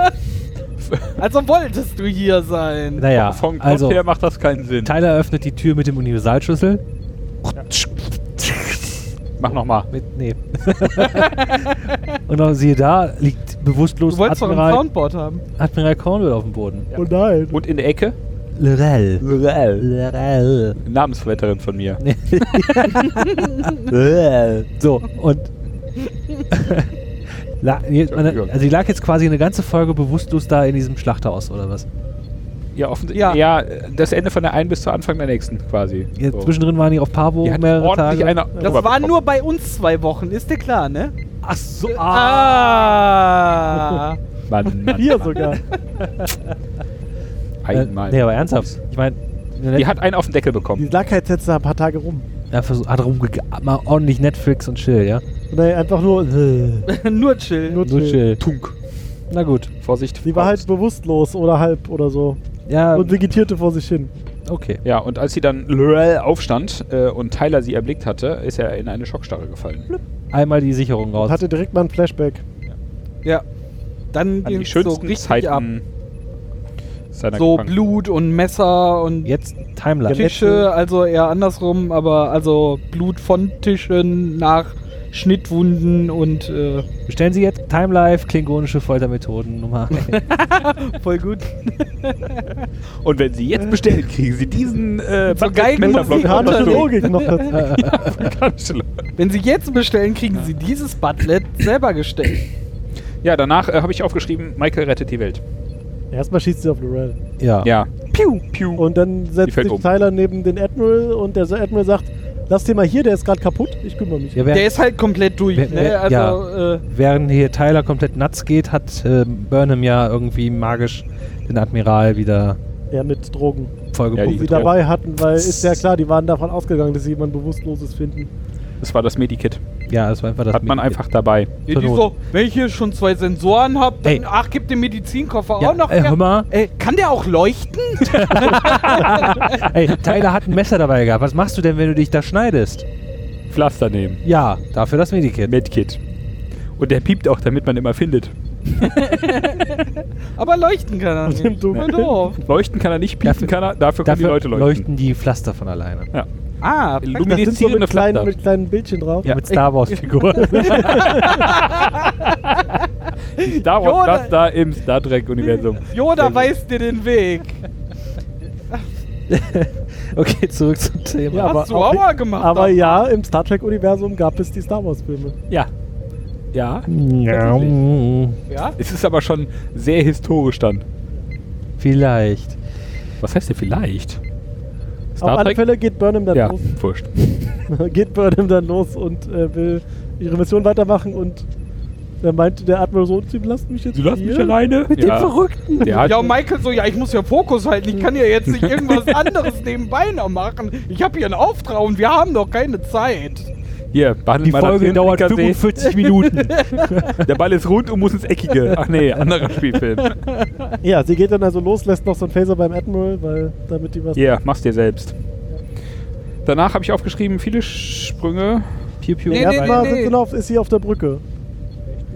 [SPEAKER 3] Also wolltest du hier sein?
[SPEAKER 1] Naja,
[SPEAKER 4] vom Kopf
[SPEAKER 1] also
[SPEAKER 4] her macht das keinen Sinn.
[SPEAKER 1] Tyler öffnet die Tür mit dem Universalschlüssel.
[SPEAKER 4] Mach nochmal.
[SPEAKER 1] Mit, nee. und auch siehe da, liegt
[SPEAKER 3] Du
[SPEAKER 1] bewusstlos
[SPEAKER 3] wolltest doch ein
[SPEAKER 1] Admiral,
[SPEAKER 3] Soundboard haben.
[SPEAKER 1] Admiral Cornwall auf dem Boden.
[SPEAKER 2] Oh nein.
[SPEAKER 4] Und in der Ecke?
[SPEAKER 1] Lorel.
[SPEAKER 4] Lorel.
[SPEAKER 1] Lorel.
[SPEAKER 4] Namensvetterin von mir.
[SPEAKER 1] so, und. La, nee, man, also, die lag jetzt quasi eine ganze Folge bewusstlos da in diesem Schlachthaus oder was?
[SPEAKER 4] Ja, offensichtlich.
[SPEAKER 3] Ja.
[SPEAKER 4] Ja. das Ende von der einen bis zu Anfang der nächsten quasi.
[SPEAKER 1] Ja,
[SPEAKER 4] So.
[SPEAKER 1] Zwischendrin waren die auf Pavo
[SPEAKER 4] Die hat
[SPEAKER 1] mehrere
[SPEAKER 4] ordentlich
[SPEAKER 1] Tage.
[SPEAKER 4] eine
[SPEAKER 3] Das war nur bei uns zwei Wochen, ist dir klar, ne?
[SPEAKER 1] Ach so,
[SPEAKER 4] Äh, ah.
[SPEAKER 3] Ah!
[SPEAKER 4] Mann, Mann,
[SPEAKER 2] Vier
[SPEAKER 4] Mann.
[SPEAKER 2] sogar.
[SPEAKER 1] Äh,
[SPEAKER 4] Einmal.
[SPEAKER 1] nee, aber ernsthaft. Ich meine,
[SPEAKER 4] Die hat einen auf den Deckel bekommen.
[SPEAKER 2] Die lag halt jetzt da ein paar Tage rum.
[SPEAKER 1] er versucht, hat rumge mal ordentlich Netflix und Chill, ja?
[SPEAKER 2] Nein, einfach nur. Nur
[SPEAKER 3] Nur chill.
[SPEAKER 1] So Chill.
[SPEAKER 4] Tunk.
[SPEAKER 1] Na gut.
[SPEAKER 4] Vorsicht.
[SPEAKER 2] Sie war halt bewusstlos oder halb oder so.
[SPEAKER 1] Ja,
[SPEAKER 2] Und vegetierte vor sich hin.
[SPEAKER 1] okay.
[SPEAKER 4] Ja, und als sie dann Lorel aufstand äh, und Tyler sie erblickt hatte, ist er in eine Schockstarre gefallen.
[SPEAKER 1] Einmal die Sicherung raus.
[SPEAKER 2] Hatte direkt mal ein Flashback.
[SPEAKER 3] Ja. Dann
[SPEAKER 4] An die
[SPEAKER 3] geht's so
[SPEAKER 4] schönsten
[SPEAKER 3] richtig
[SPEAKER 4] Zeiten
[SPEAKER 3] ab.
[SPEAKER 4] seiner
[SPEAKER 3] So
[SPEAKER 4] Gefangenen-
[SPEAKER 3] Blut und Messer und
[SPEAKER 1] Jetzt Timeline.
[SPEAKER 2] Ja,
[SPEAKER 3] Tische, also eher andersrum, aber also Blut von Tischen nach Schnittwunden und äh,
[SPEAKER 1] Bestellen Sie jetzt Time Life, klingonische Foltermethoden Nummer 1.
[SPEAKER 3] voll gut.
[SPEAKER 4] Und wenn Sie jetzt bestellen, kriegen Sie diesen äh,
[SPEAKER 3] Zur Geigenmusik
[SPEAKER 4] Button-
[SPEAKER 3] hat er
[SPEAKER 2] Harte
[SPEAKER 4] Melderblock-
[SPEAKER 2] Logik noch dazu.
[SPEAKER 4] Kanzler.
[SPEAKER 3] Wenn Sie jetzt bestellen, kriegen Sie dieses Butlet selber gestellt.
[SPEAKER 4] Ja, danach äh, habe ich aufgeschrieben, Michael rettet die Welt.
[SPEAKER 2] Erstmal schießt sie auf Lorel.
[SPEAKER 1] ja.
[SPEAKER 4] Ja.
[SPEAKER 3] Piu!
[SPEAKER 4] Piu.
[SPEAKER 2] Und dann setzt
[SPEAKER 4] fällt
[SPEAKER 2] sich
[SPEAKER 4] um.
[SPEAKER 2] Tyler neben den Admiral und der Admiral sagt, lass den mal hier, der ist gerade kaputt, ich kümmere mich.
[SPEAKER 1] Ja,
[SPEAKER 3] Der
[SPEAKER 1] wer,
[SPEAKER 3] ist halt komplett durch,
[SPEAKER 1] Wer-
[SPEAKER 3] ne?
[SPEAKER 1] wer-
[SPEAKER 3] Also,
[SPEAKER 1] ja.
[SPEAKER 3] äh,
[SPEAKER 1] während hier Tyler komplett nuts geht, hat äh, Burnham ja irgendwie magisch den Admiral wieder
[SPEAKER 2] Ja, mit Drogen,
[SPEAKER 4] Ja,
[SPEAKER 1] vollgepumpt.
[SPEAKER 2] die sie
[SPEAKER 4] mit
[SPEAKER 2] dabei hatten, weil ist ja klar, die waren davon ausgegangen, dass sie jemanden Bewusstloses finden.
[SPEAKER 4] Das war das Medikit.
[SPEAKER 1] Ja, das war einfach das
[SPEAKER 4] Hat man
[SPEAKER 1] Medikit.
[SPEAKER 4] einfach dabei.
[SPEAKER 3] die
[SPEAKER 1] Zur Not.
[SPEAKER 3] so, wenn ich hier schon zwei Sensoren habe, dann
[SPEAKER 1] Ey.
[SPEAKER 3] ach, gib dem Medizinkoffer
[SPEAKER 1] Ja,
[SPEAKER 3] auch noch.
[SPEAKER 1] ey,
[SPEAKER 3] her.
[SPEAKER 1] hör mal.
[SPEAKER 3] Ey, Äh, kann der auch leuchten?
[SPEAKER 1] Ey, Tyler hat ein Messer dabei gehabt. Was machst du denn, wenn du dich da schneidest?
[SPEAKER 4] Pflaster nehmen.
[SPEAKER 1] Ja, dafür das Medikit.
[SPEAKER 4] Medkit. Und der piept auch, damit man immer findet.
[SPEAKER 3] Aber leuchten kann er nicht.
[SPEAKER 2] im Dunkeln.
[SPEAKER 3] Voll doof.
[SPEAKER 4] Leuchten kann er nicht, piepen
[SPEAKER 1] Dafür-
[SPEAKER 4] kann er. Dafür können die
[SPEAKER 1] Dafür
[SPEAKER 4] Leute leuchten.
[SPEAKER 1] leuchten die Pflaster von alleine.
[SPEAKER 4] Ja.
[SPEAKER 3] Ah,
[SPEAKER 4] Lu-
[SPEAKER 2] Das sind so
[SPEAKER 4] Kommunizierende
[SPEAKER 2] mit kleinen,
[SPEAKER 4] Flatter.
[SPEAKER 2] mit kleinen Bildchen drauf.
[SPEAKER 1] Mit Star Wars-Figuren.
[SPEAKER 4] Star
[SPEAKER 3] Yoda-
[SPEAKER 4] Wars, das da im Star Trek-Universum.
[SPEAKER 3] Yoda weist dir den Weg.
[SPEAKER 1] okay, zurück zum Thema.
[SPEAKER 2] Ja,
[SPEAKER 3] Hast du auch mal gemacht,
[SPEAKER 2] Aber
[SPEAKER 3] aber-
[SPEAKER 2] ja, im Star Trek-Universum gab es die Star Wars-Filme.
[SPEAKER 4] Ja. Ja.
[SPEAKER 1] Ja,
[SPEAKER 3] Ja?
[SPEAKER 4] Es ist aber schon sehr historisch dann.
[SPEAKER 1] Vielleicht.
[SPEAKER 4] Was heißt denn vielleicht?
[SPEAKER 2] Auf alle Fälle geht Burnham dann
[SPEAKER 4] Ja,
[SPEAKER 2] los.
[SPEAKER 4] wurscht.
[SPEAKER 2] geht Burnham dann los und äh, will ihre Mission weitermachen und dann meinte der Admiral so, sie lassen mich jetzt
[SPEAKER 4] Sie lassen
[SPEAKER 2] hier.
[SPEAKER 4] mich alleine? Mit ja.
[SPEAKER 1] Verrückten.
[SPEAKER 4] Der hat,
[SPEAKER 3] Ja, und Michael so, ja, ich muss ja Fokus halten. Ich kann ja jetzt nicht irgendwas anderes nebenbei noch machen. Ich habe hier einen Auftrag und wir haben doch keine Zeit.
[SPEAKER 4] hier, behandelt
[SPEAKER 1] Die
[SPEAKER 4] mal
[SPEAKER 1] Folge
[SPEAKER 4] das
[SPEAKER 1] dauert
[SPEAKER 4] Hirnfrikassee.
[SPEAKER 1] 45 Minuten.
[SPEAKER 4] Der Ball ist rund und muss ins Eckige. Ach nee, anderer Spielfilm.
[SPEAKER 2] Ja, sie geht dann also los, lässt noch so einen Phaser beim Admiral, weil damit die was...
[SPEAKER 4] Ja, mach's dir selbst. Danach habe ich aufgeschrieben, viele Sprünge.
[SPEAKER 1] Piu, piu.
[SPEAKER 3] Nee, nee,
[SPEAKER 2] Erstmal
[SPEAKER 3] nee, nee.
[SPEAKER 2] sind sie noch- ist sie auf der Brücke.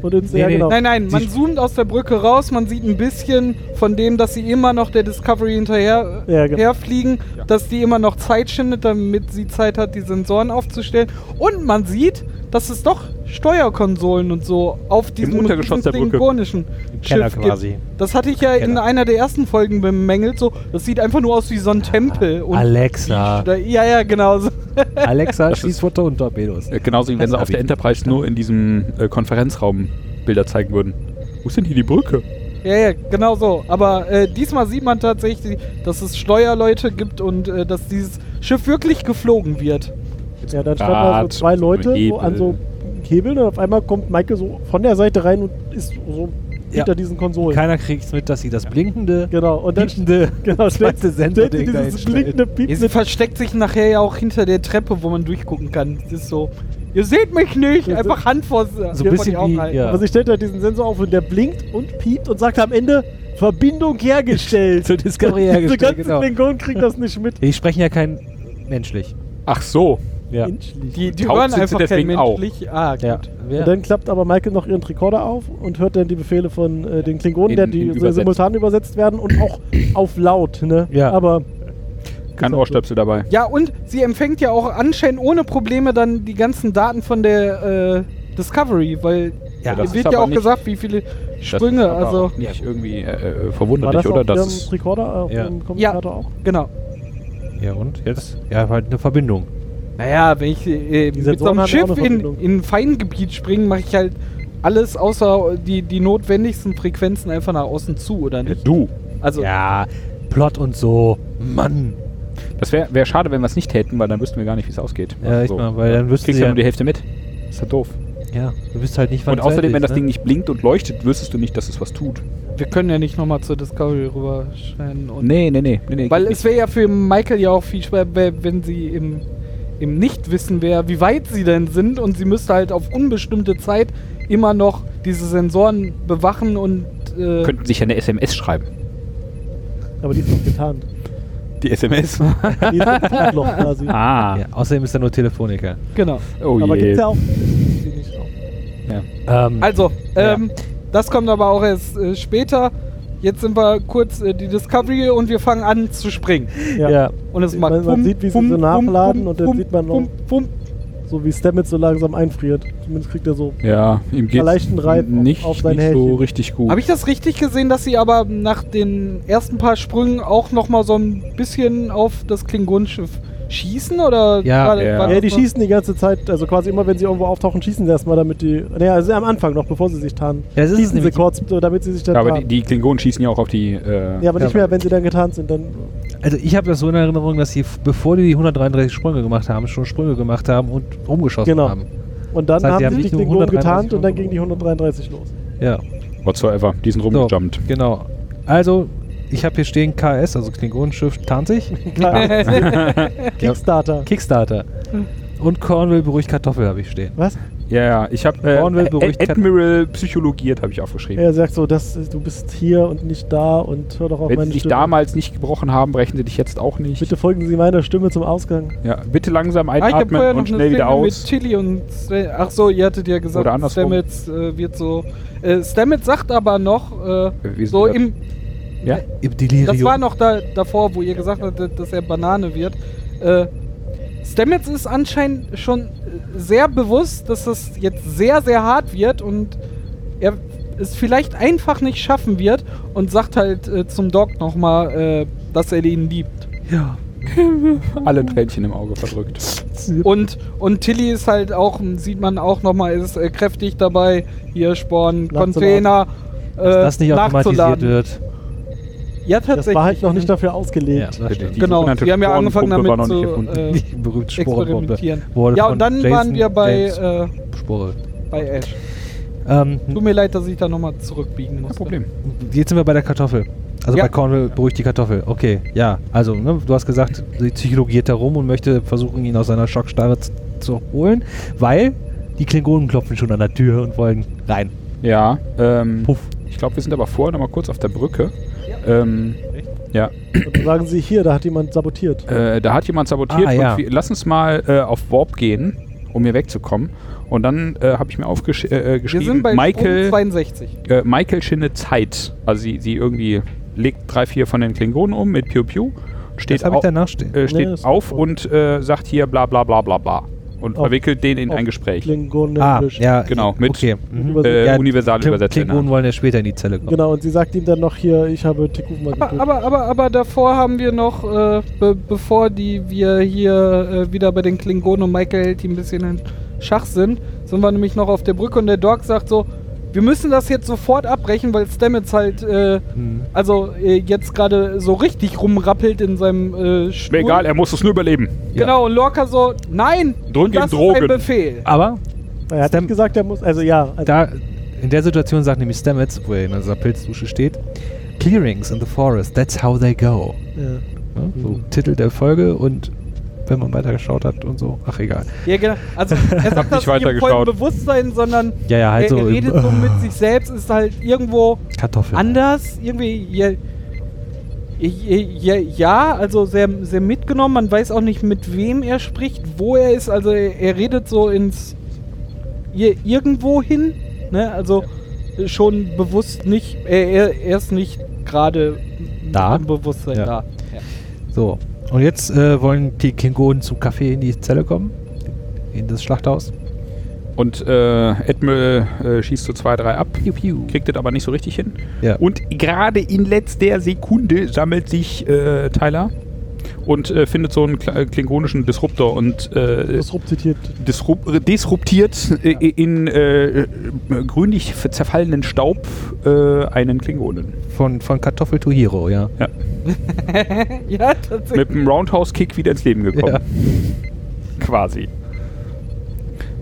[SPEAKER 2] Und ins
[SPEAKER 1] Nee,
[SPEAKER 2] ja,
[SPEAKER 1] nee.
[SPEAKER 2] genau.
[SPEAKER 3] Nein, nein, man
[SPEAKER 1] Sie-
[SPEAKER 3] zoomt aus der Brücke raus, man sieht ein bisschen von dem, dass sie immer noch der Discovery hinterher äh,
[SPEAKER 2] Ja, genau.
[SPEAKER 3] herfliegen, dass die immer noch Zeit schindet, damit sie Zeit hat, die Sensoren aufzustellen. Und man sieht, dass es doch Steuerkonsolen und so auf diesem
[SPEAKER 4] Untergeschoss der Brücke.
[SPEAKER 3] klingonischen
[SPEAKER 1] Keller
[SPEAKER 3] Schiff
[SPEAKER 1] quasi.
[SPEAKER 3] gibt. Das hatte ich ja in
[SPEAKER 1] Keller.
[SPEAKER 3] einer der ersten Folgen bemängelt. So, das sieht einfach nur aus wie so ein Tempel. und-
[SPEAKER 1] Alexa.
[SPEAKER 3] Da- Ja, ja, genau. so.
[SPEAKER 1] Alexa,
[SPEAKER 4] Das
[SPEAKER 1] schieß Futter und Torpedos.
[SPEAKER 4] Äh, Genauso wie wenn sie auf der Enterprise nur in diesem äh, Konferenzraum Bilder zeigen würden. Wo ist denn hier die Brücke?
[SPEAKER 3] Ja, ja, genau so. Aber äh, diesmal sieht man tatsächlich, dass es Steuerleute gibt und äh, dass dieses Schiff wirklich geflogen wird.
[SPEAKER 2] Ja, dann standen da so
[SPEAKER 4] Rad,
[SPEAKER 2] zwei Leute so
[SPEAKER 4] Hebel.
[SPEAKER 2] an so Hebeln und auf einmal kommt Michael so von der Seite rein und ist so
[SPEAKER 1] Ja.
[SPEAKER 2] hinter diesen Konsolen.
[SPEAKER 1] Keiner kriegt's mit, dass sie das blinkende,
[SPEAKER 2] genau, und dann
[SPEAKER 1] piepende,
[SPEAKER 2] genau, stellt,
[SPEAKER 1] zweite
[SPEAKER 2] stellt sie
[SPEAKER 1] Sensording da
[SPEAKER 2] dieses
[SPEAKER 1] hinstellt.
[SPEAKER 2] blinkende
[SPEAKER 3] Ja, sie
[SPEAKER 2] Piepende
[SPEAKER 3] versteckt sich nachher ja auch hinter der Treppe, wo man durchgucken kann. Das ist so, ihr seht mich nicht,
[SPEAKER 2] Das-
[SPEAKER 3] einfach Hand vor, so
[SPEAKER 1] ein bisschen wie- ja.
[SPEAKER 2] Aber sie stellt halt diesen Sensor auf und der blinkt und piept und sagt am Ende Verbindung hergestellt.
[SPEAKER 1] Zur Discovery hergestellt,
[SPEAKER 2] Diese ganzen
[SPEAKER 1] genau.
[SPEAKER 2] Klingonen kriegen das nicht mit.
[SPEAKER 1] Die sprechen ja kein menschlich.
[SPEAKER 4] Ach so.
[SPEAKER 1] Ja.
[SPEAKER 2] Menschlich.
[SPEAKER 3] Die, die
[SPEAKER 4] Taub
[SPEAKER 3] hören
[SPEAKER 4] sind sie
[SPEAKER 3] einfach kein
[SPEAKER 4] deswegen auch.
[SPEAKER 3] menschlich. Ah, gut.
[SPEAKER 1] Ja.
[SPEAKER 2] Und dann klappt aber Michael noch ihren Rekorder auf und hört dann die Befehle von äh, den Klingonen,
[SPEAKER 4] In-
[SPEAKER 2] der die
[SPEAKER 4] in
[SPEAKER 2] so
[SPEAKER 4] übersetzt.
[SPEAKER 2] simultan übersetzt werden und auch auf laut. Ne?
[SPEAKER 1] Ja.
[SPEAKER 2] Aber
[SPEAKER 4] Kein Ohrstöpsel dabei.
[SPEAKER 3] Ja, und sie empfängt ja auch anscheinend ohne Probleme dann die ganzen Daten von der äh, Discovery, weil
[SPEAKER 1] Ja,
[SPEAKER 3] ja,
[SPEAKER 1] das
[SPEAKER 3] es
[SPEAKER 1] ist
[SPEAKER 3] wird ja
[SPEAKER 4] aber
[SPEAKER 3] auch
[SPEAKER 4] nicht-
[SPEAKER 3] gesagt, wie viele Sprünge,
[SPEAKER 4] aber
[SPEAKER 3] also
[SPEAKER 4] auch Nicht irgendwie äh, äh,
[SPEAKER 2] war das
[SPEAKER 4] verwunderlich,
[SPEAKER 2] auf
[SPEAKER 4] oder? Das
[SPEAKER 2] ihrem
[SPEAKER 4] ist,
[SPEAKER 2] Rekorder, auf
[SPEAKER 1] Ja.
[SPEAKER 2] dem Kommunikator auch?
[SPEAKER 3] genau.
[SPEAKER 1] ja, und jetzt? Ja, halt eine Verbindung.
[SPEAKER 3] Naja, wenn ich äh,
[SPEAKER 2] Die
[SPEAKER 3] mit so
[SPEAKER 2] Sensoren
[SPEAKER 3] einem
[SPEAKER 2] haben ja auch
[SPEAKER 3] Schiff
[SPEAKER 2] eine
[SPEAKER 3] in,
[SPEAKER 2] Verbindung.
[SPEAKER 3] in ein Feingebiet springen, mache ich halt alles außer die, die notwendigsten Frequenzen einfach nach außen zu, oder nicht?
[SPEAKER 4] Äh, du.
[SPEAKER 3] Also,
[SPEAKER 1] Ja, Plot und so. Mann.
[SPEAKER 4] Das wäre wär schade, wenn wir es nicht hätten, weil dann wüssten wir gar nicht, wie es ausgeht.
[SPEAKER 1] Ja, echt
[SPEAKER 4] so.
[SPEAKER 1] mal, weil dann wüssten
[SPEAKER 4] Kriegst
[SPEAKER 1] sie
[SPEAKER 4] du ja
[SPEAKER 1] ja,
[SPEAKER 4] nur die Hälfte mit. Ist ja doof.
[SPEAKER 1] ja, du bist halt nicht wann
[SPEAKER 4] Und außerdem,
[SPEAKER 1] fertig,
[SPEAKER 4] wenn das
[SPEAKER 1] ne?
[SPEAKER 4] Ding nicht blinkt und leuchtet, wüsstest du nicht, dass es was tut.
[SPEAKER 3] wir können ja nicht nochmal zur Discovery rüberschneiden. Und
[SPEAKER 4] Nee, nee, nee. nee, nee
[SPEAKER 3] Weil
[SPEAKER 4] geht
[SPEAKER 3] es wäre ja für Michael ja auch viel schwer, wär- wenn sie im, im Nichtwissen wäre, wie weit sie denn sind und sie müsste halt auf unbestimmte Zeit immer noch diese Sensoren bewachen und äh,
[SPEAKER 4] nicht. könnten sich ja eine SMS schreiben.
[SPEAKER 2] Aber die ist noch getan.
[SPEAKER 4] Die SMS?
[SPEAKER 2] Die ist im Funkloch quasi.
[SPEAKER 4] ah.
[SPEAKER 1] Ja, außerdem ist er nur Telefoniker.
[SPEAKER 3] genau.
[SPEAKER 4] Oh
[SPEAKER 2] aber
[SPEAKER 4] je.
[SPEAKER 2] gibt's ja auch. die nicht auch.
[SPEAKER 4] Ja.
[SPEAKER 1] Ähm,
[SPEAKER 3] Also,
[SPEAKER 1] Ja.
[SPEAKER 3] ähm, Das kommt aber auch erst äh, später. Jetzt sind wir kurz äh, die Discovery und wir fangen an zu springen.
[SPEAKER 1] Ja.
[SPEAKER 3] Und es macht
[SPEAKER 2] man, man
[SPEAKER 3] Pum,
[SPEAKER 2] sieht, wie sie
[SPEAKER 3] Pum,
[SPEAKER 2] so
[SPEAKER 3] Pum,
[SPEAKER 2] nachladen
[SPEAKER 3] Pum,
[SPEAKER 2] und dann
[SPEAKER 3] Pum,
[SPEAKER 2] sieht man noch,
[SPEAKER 3] Pum, Pum.
[SPEAKER 2] so wie Stamets so langsam einfriert. Zumindest kriegt er so.
[SPEAKER 4] Ja, ihm geht
[SPEAKER 2] Leichten Reib auf-
[SPEAKER 4] nicht,
[SPEAKER 2] auf sein
[SPEAKER 4] nicht so
[SPEAKER 2] Härchen.
[SPEAKER 4] richtig gut.
[SPEAKER 3] Habe ich das richtig gesehen, dass sie aber nach den ersten paar Sprüngen auch noch mal so ein bisschen auf das Klingonenschiff schießen? Oder
[SPEAKER 1] Ja.
[SPEAKER 4] Ja.
[SPEAKER 3] das
[SPEAKER 2] Ja, die
[SPEAKER 3] so-
[SPEAKER 2] schießen die ganze Zeit, also quasi immer, wenn sie irgendwo auftauchen, schießen sie erstmal, damit die. Naja, also am Anfang noch, bevor sie sich tarnen.
[SPEAKER 1] Ja, das ist es
[SPEAKER 2] schießen sie
[SPEAKER 1] nämlich.
[SPEAKER 2] kurz, so, damit sie sich dann
[SPEAKER 4] ja, aber die,
[SPEAKER 2] tarnen.
[SPEAKER 4] die Klingonen schießen ja auch auf die. Äh,
[SPEAKER 2] ja, aber nicht
[SPEAKER 1] Ja.
[SPEAKER 2] mehr, wenn sie dann getarnt sind, dann.
[SPEAKER 1] Also ich habe das so in Erinnerung, dass sie, f- bevor die die 133 Sprünge gemacht haben, schon Sprünge gemacht haben und rumgeschossen
[SPEAKER 2] Genau.
[SPEAKER 1] haben.
[SPEAKER 2] Und dann
[SPEAKER 1] Das heißt, die
[SPEAKER 2] haben
[SPEAKER 1] haben
[SPEAKER 2] sie die
[SPEAKER 1] nicht nur
[SPEAKER 2] Klingonen
[SPEAKER 1] 133
[SPEAKER 2] getarnt und dann
[SPEAKER 1] Minuten.
[SPEAKER 2] ging die 133 los.
[SPEAKER 1] Ja.
[SPEAKER 4] whatsoever. Die sind
[SPEAKER 1] So,
[SPEAKER 4] rumgejumpt.
[SPEAKER 1] genau. Also, ich habe hier stehen KS, also Klingonenschiff, tarnt sich.
[SPEAKER 2] Kickstarter.
[SPEAKER 1] Kickstarter.
[SPEAKER 3] Mhm.
[SPEAKER 1] Und Cornwall beruhigt Kartoffel habe ich stehen.
[SPEAKER 2] Was?
[SPEAKER 4] Ja, ja. Ich habe äh,
[SPEAKER 1] Cornwall
[SPEAKER 4] Ä-
[SPEAKER 1] beruhigt
[SPEAKER 4] Ä- Admiral psychologiert, habe ich aufgeschrieben.
[SPEAKER 2] Er sagt so, das, du bist hier und nicht da und hör doch auf
[SPEAKER 4] Wenn
[SPEAKER 2] meine
[SPEAKER 4] sie dich
[SPEAKER 2] Stimme.
[SPEAKER 4] damals nicht gebrochen haben, brechen sie dich jetzt auch nicht.
[SPEAKER 2] Bitte folgen Sie meiner Stimme zum Ausgang.
[SPEAKER 4] Ja, bitte langsam
[SPEAKER 3] Ah, ich hab vorher noch
[SPEAKER 4] einatmen und
[SPEAKER 3] eine
[SPEAKER 4] schnell
[SPEAKER 3] Szene
[SPEAKER 4] wieder
[SPEAKER 3] mit
[SPEAKER 4] aus.
[SPEAKER 3] Chili und Sven- Ach so, ihr hattet ja gesagt,
[SPEAKER 4] Oder andersrum.
[SPEAKER 3] Stamets äh, wird so. Äh, Stamets sagt aber noch,
[SPEAKER 4] Äh,
[SPEAKER 3] äh,
[SPEAKER 4] wir sind
[SPEAKER 3] so
[SPEAKER 4] wieder-
[SPEAKER 3] im,
[SPEAKER 4] Ja?
[SPEAKER 1] Im Delirium.
[SPEAKER 3] das war noch da, davor, wo ihr gesagt hattet, dass er Banane wird. Äh, Stamets ist anscheinend schon äh, sehr bewusst, dass das jetzt sehr, sehr hart wird und er es vielleicht einfach nicht schaffen wird und sagt halt äh, zum Doc nochmal, äh, dass er ihn liebt.
[SPEAKER 1] ja.
[SPEAKER 4] Alle Tränchen im Auge verdrückt.
[SPEAKER 3] Und, und Tilly ist halt auch, sieht man auch nochmal, ist äh, kräftig dabei, hier Sporn,
[SPEAKER 2] Nachzuladen.
[SPEAKER 3] Container. Äh,
[SPEAKER 1] Dass das nicht automatisiert
[SPEAKER 3] nachzuladen.
[SPEAKER 1] wird.
[SPEAKER 3] Ja,
[SPEAKER 2] Das
[SPEAKER 3] tatsächlich.
[SPEAKER 2] war halt noch nicht dafür ausgelegt.
[SPEAKER 1] das
[SPEAKER 4] Die
[SPEAKER 3] Genau,
[SPEAKER 4] sogenannte
[SPEAKER 3] wir haben ja angefangen
[SPEAKER 4] Sporenpumpe war
[SPEAKER 3] damit
[SPEAKER 4] noch nicht
[SPEAKER 3] zu.
[SPEAKER 4] erfunden.
[SPEAKER 3] Äh,
[SPEAKER 1] Die berühmte Sporenbombe.
[SPEAKER 3] experimentieren.
[SPEAKER 1] Wurde
[SPEAKER 3] Ja,
[SPEAKER 1] von
[SPEAKER 3] und dann
[SPEAKER 1] Jason
[SPEAKER 3] waren wir bei,
[SPEAKER 1] James
[SPEAKER 3] äh,
[SPEAKER 1] Spore.
[SPEAKER 3] bei Ash. Tut
[SPEAKER 1] Ähm,
[SPEAKER 3] mir leid, dass ich da nochmal zurückbiegen muss.
[SPEAKER 4] Kein Problem.
[SPEAKER 1] jetzt sind wir bei der Kartoffel. Also
[SPEAKER 3] Ja.
[SPEAKER 1] bei Cornwall beruhigt die Kartoffel. Okay, ja. Also, ne, du hast gesagt, sie psychologiert herum und möchte versuchen, ihn aus seiner Schockstarre zu, zu holen, weil die Klingonen klopfen schon an der Tür und wollen rein.
[SPEAKER 4] Ja, ähm,
[SPEAKER 1] Puff.
[SPEAKER 4] ich glaube, wir sind aber vorher noch mal kurz auf der Brücke.
[SPEAKER 3] Ja.
[SPEAKER 4] Ähm,
[SPEAKER 1] Echt?
[SPEAKER 4] ja,
[SPEAKER 2] Und dann sagen sie, hier, da hat jemand sabotiert.
[SPEAKER 4] äh, da hat jemand sabotiert.
[SPEAKER 1] Ah, ja.
[SPEAKER 4] und wir, lass uns mal äh, auf Warp gehen, um hier wegzukommen. Und dann äh, habe ich mir aufgeschrieben, äh,
[SPEAKER 3] Wir
[SPEAKER 4] geschrieben,
[SPEAKER 3] sind bei Sprung
[SPEAKER 4] Michael,
[SPEAKER 3] 62.
[SPEAKER 4] äh, Michael schindet Zeit. Also sie, sie irgendwie legt drei, vier von den Klingonen um mit Piu Piu. Steht,
[SPEAKER 1] Das habe ich
[SPEAKER 4] au
[SPEAKER 1] danach stehen.
[SPEAKER 4] äh, steht
[SPEAKER 2] Nee, das-
[SPEAKER 4] auf und äh, sagt hier bla bla bla bla bla. Und
[SPEAKER 2] Auf-
[SPEAKER 4] verwickelt den in
[SPEAKER 2] auf
[SPEAKER 4] ein Gespräch.
[SPEAKER 1] Ah,
[SPEAKER 2] Klingonenfisch.
[SPEAKER 1] ja.
[SPEAKER 4] Genau, mit
[SPEAKER 1] okay. Mhm.
[SPEAKER 2] Übersetzung.
[SPEAKER 4] Äh,
[SPEAKER 1] Ja,
[SPEAKER 4] universal
[SPEAKER 1] Kling-
[SPEAKER 4] übersetzt. in der
[SPEAKER 1] Klingonen
[SPEAKER 4] Hand.
[SPEAKER 1] wollen ja später in die Zelle kommen.
[SPEAKER 2] Genau, und sie sagt ihm dann noch hier, ich habe Tekufma getötet.
[SPEAKER 3] Aber, aber, aber, aber davor haben wir noch, äh, be bevor die wir hier äh, wieder bei den Klingonen und Michael hält die ein bisschen in Schach sind, sind wir nämlich noch auf der Brücke und der Dog sagt so, wir müssen das jetzt sofort abbrechen, weil Stamets halt, äh,
[SPEAKER 4] Genau.
[SPEAKER 1] Mhm.
[SPEAKER 3] also äh, jetzt gerade so richtig rumrappelt in seinem äh, Stuhl.
[SPEAKER 4] Mir egal, er muss es nur überleben.
[SPEAKER 3] Genau, und Lorca so, nein,
[SPEAKER 4] Drück ihm
[SPEAKER 3] das ist
[SPEAKER 4] Drogen.
[SPEAKER 3] ein Befehl.
[SPEAKER 1] Aber
[SPEAKER 2] er hat
[SPEAKER 1] Stem-
[SPEAKER 2] nicht gesagt, er muss, also ja, also
[SPEAKER 1] da, in der Situation sagt nämlich Stamets, wo er in dieser Pilzdusche steht, Clearings in the forest, that's how they go.
[SPEAKER 2] ja.
[SPEAKER 1] Ne? So
[SPEAKER 4] Mhm.
[SPEAKER 1] Titel der Folge und wenn man weitergeschaut hat und so. Ach, egal.
[SPEAKER 3] Ja, genau. Also, er sagt
[SPEAKER 4] nicht
[SPEAKER 3] das nicht im vollen
[SPEAKER 4] weitergeschaut.
[SPEAKER 3] Bewusstsein, sondern
[SPEAKER 1] Ja, ja, halt
[SPEAKER 3] er,
[SPEAKER 1] so
[SPEAKER 3] er
[SPEAKER 1] im-
[SPEAKER 3] redet so mit sich selbst, ist halt irgendwo
[SPEAKER 1] Kartoffeln.
[SPEAKER 3] anders, irgendwie, ja, ja, ja, also sehr, sehr mitgenommen. Man weiß auch nicht, mit wem er spricht, wo er ist. Also, er, er redet so ins ir- irgendwo hin, ne? Also, äh, schon bewusst nicht, er, er, er ist nicht gerade mit
[SPEAKER 1] Da?
[SPEAKER 3] dem Bewusstsein
[SPEAKER 1] Ja.
[SPEAKER 3] da.
[SPEAKER 1] So. Und jetzt äh, wollen die Klingonen zum Café in die Zelle kommen. In das Schlachthaus.
[SPEAKER 4] Und äh, Admiral äh, schießt so zwei, drei ab. Kriegt das aber nicht so richtig hin.
[SPEAKER 1] Ja.
[SPEAKER 4] Und gerade in letzter Sekunde sammelt sich äh, Tyler und äh, findet so einen kla- klingonischen Disruptor und äh,
[SPEAKER 2] das zitiert.
[SPEAKER 4] disrup äh, disruptiert äh, in äh, äh, grünlich zerfallenen Staub äh, einen Klingonen.
[SPEAKER 1] Von, von Kartoffel to Hero, ja.
[SPEAKER 3] Ja, tatsächlich.
[SPEAKER 4] Mit einem Roundhouse-Kick wieder ins Leben gekommen.
[SPEAKER 1] Ja.
[SPEAKER 4] Quasi.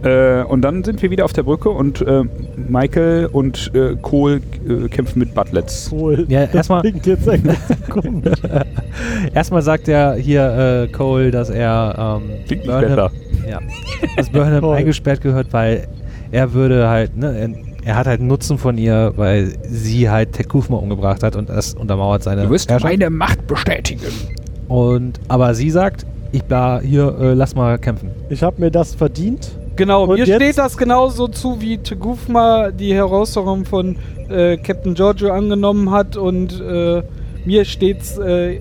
[SPEAKER 4] Äh, und dann sind wir wieder auf der Brücke und äh, Michael und äh, Cole äh, kämpfen mit Butlets.
[SPEAKER 2] Wohl.
[SPEAKER 1] Ja,
[SPEAKER 2] das
[SPEAKER 1] erstmal-
[SPEAKER 2] klingt jetzt eigentlich so komisch.
[SPEAKER 1] Erstmal sagt er hier äh, Cole, dass er ähm,
[SPEAKER 4] Klingt nicht
[SPEAKER 1] Burnham,
[SPEAKER 4] besser.
[SPEAKER 1] ja, dass Burnham
[SPEAKER 2] Cole.
[SPEAKER 1] eingesperrt gehört, weil er würde halt, ne, er, er hat halt einen Nutzen von ihr, weil sie halt Tekufma umgebracht hat und das untermauert seine Herrschaft.
[SPEAKER 4] Macht bestätigen.
[SPEAKER 1] Und aber sie sagt, ich bla hier, äh, lass mal kämpfen.
[SPEAKER 2] Ich habe mir das verdient
[SPEAKER 3] Genau,
[SPEAKER 2] Und
[SPEAKER 3] mir
[SPEAKER 2] jetzt-
[SPEAKER 3] steht das genauso zu, wie Tegufma die Herausforderung von äh, Captain Giorgio angenommen hat und äh, mir steht's äh,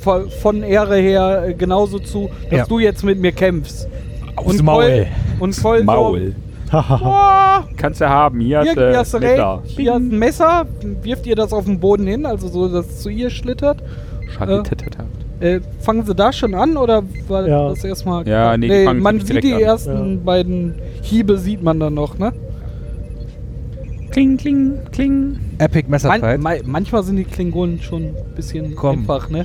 [SPEAKER 3] vo- von Ehre her äh, genauso zu, dass
[SPEAKER 1] Ja.
[SPEAKER 3] du jetzt mit mir kämpfst.
[SPEAKER 4] Aufs
[SPEAKER 3] voll-
[SPEAKER 4] Maul.
[SPEAKER 3] Und voll so-
[SPEAKER 4] Maul.
[SPEAKER 2] Hahaha.
[SPEAKER 3] Boah,
[SPEAKER 4] Also, Kannst du haben. Hier hast
[SPEAKER 3] irgendwie hast
[SPEAKER 4] du
[SPEAKER 3] du recht.
[SPEAKER 4] äh, Messer.
[SPEAKER 3] Hier hast du ein Messer, wirft ihr das auf den Boden hin, also so, dass es zu ihr schlittert.
[SPEAKER 4] Schade,
[SPEAKER 3] Äh.
[SPEAKER 4] tatata.
[SPEAKER 3] Äh, fangen sie da schon an oder war
[SPEAKER 2] Ja.
[SPEAKER 3] das erstmal?
[SPEAKER 4] Ja, nee, die fangen
[SPEAKER 3] man
[SPEAKER 4] wirklich
[SPEAKER 3] sieht die
[SPEAKER 4] direkt an.
[SPEAKER 3] ersten
[SPEAKER 2] Ja.
[SPEAKER 3] beiden Hiebe sieht man dann noch, ne?
[SPEAKER 4] Kling, kling, kling.
[SPEAKER 1] Epic Messerfight.
[SPEAKER 3] Man, ma, manchmal sind die Klingonen schon ein bisschen
[SPEAKER 1] Komm.
[SPEAKER 3] einfach, ne?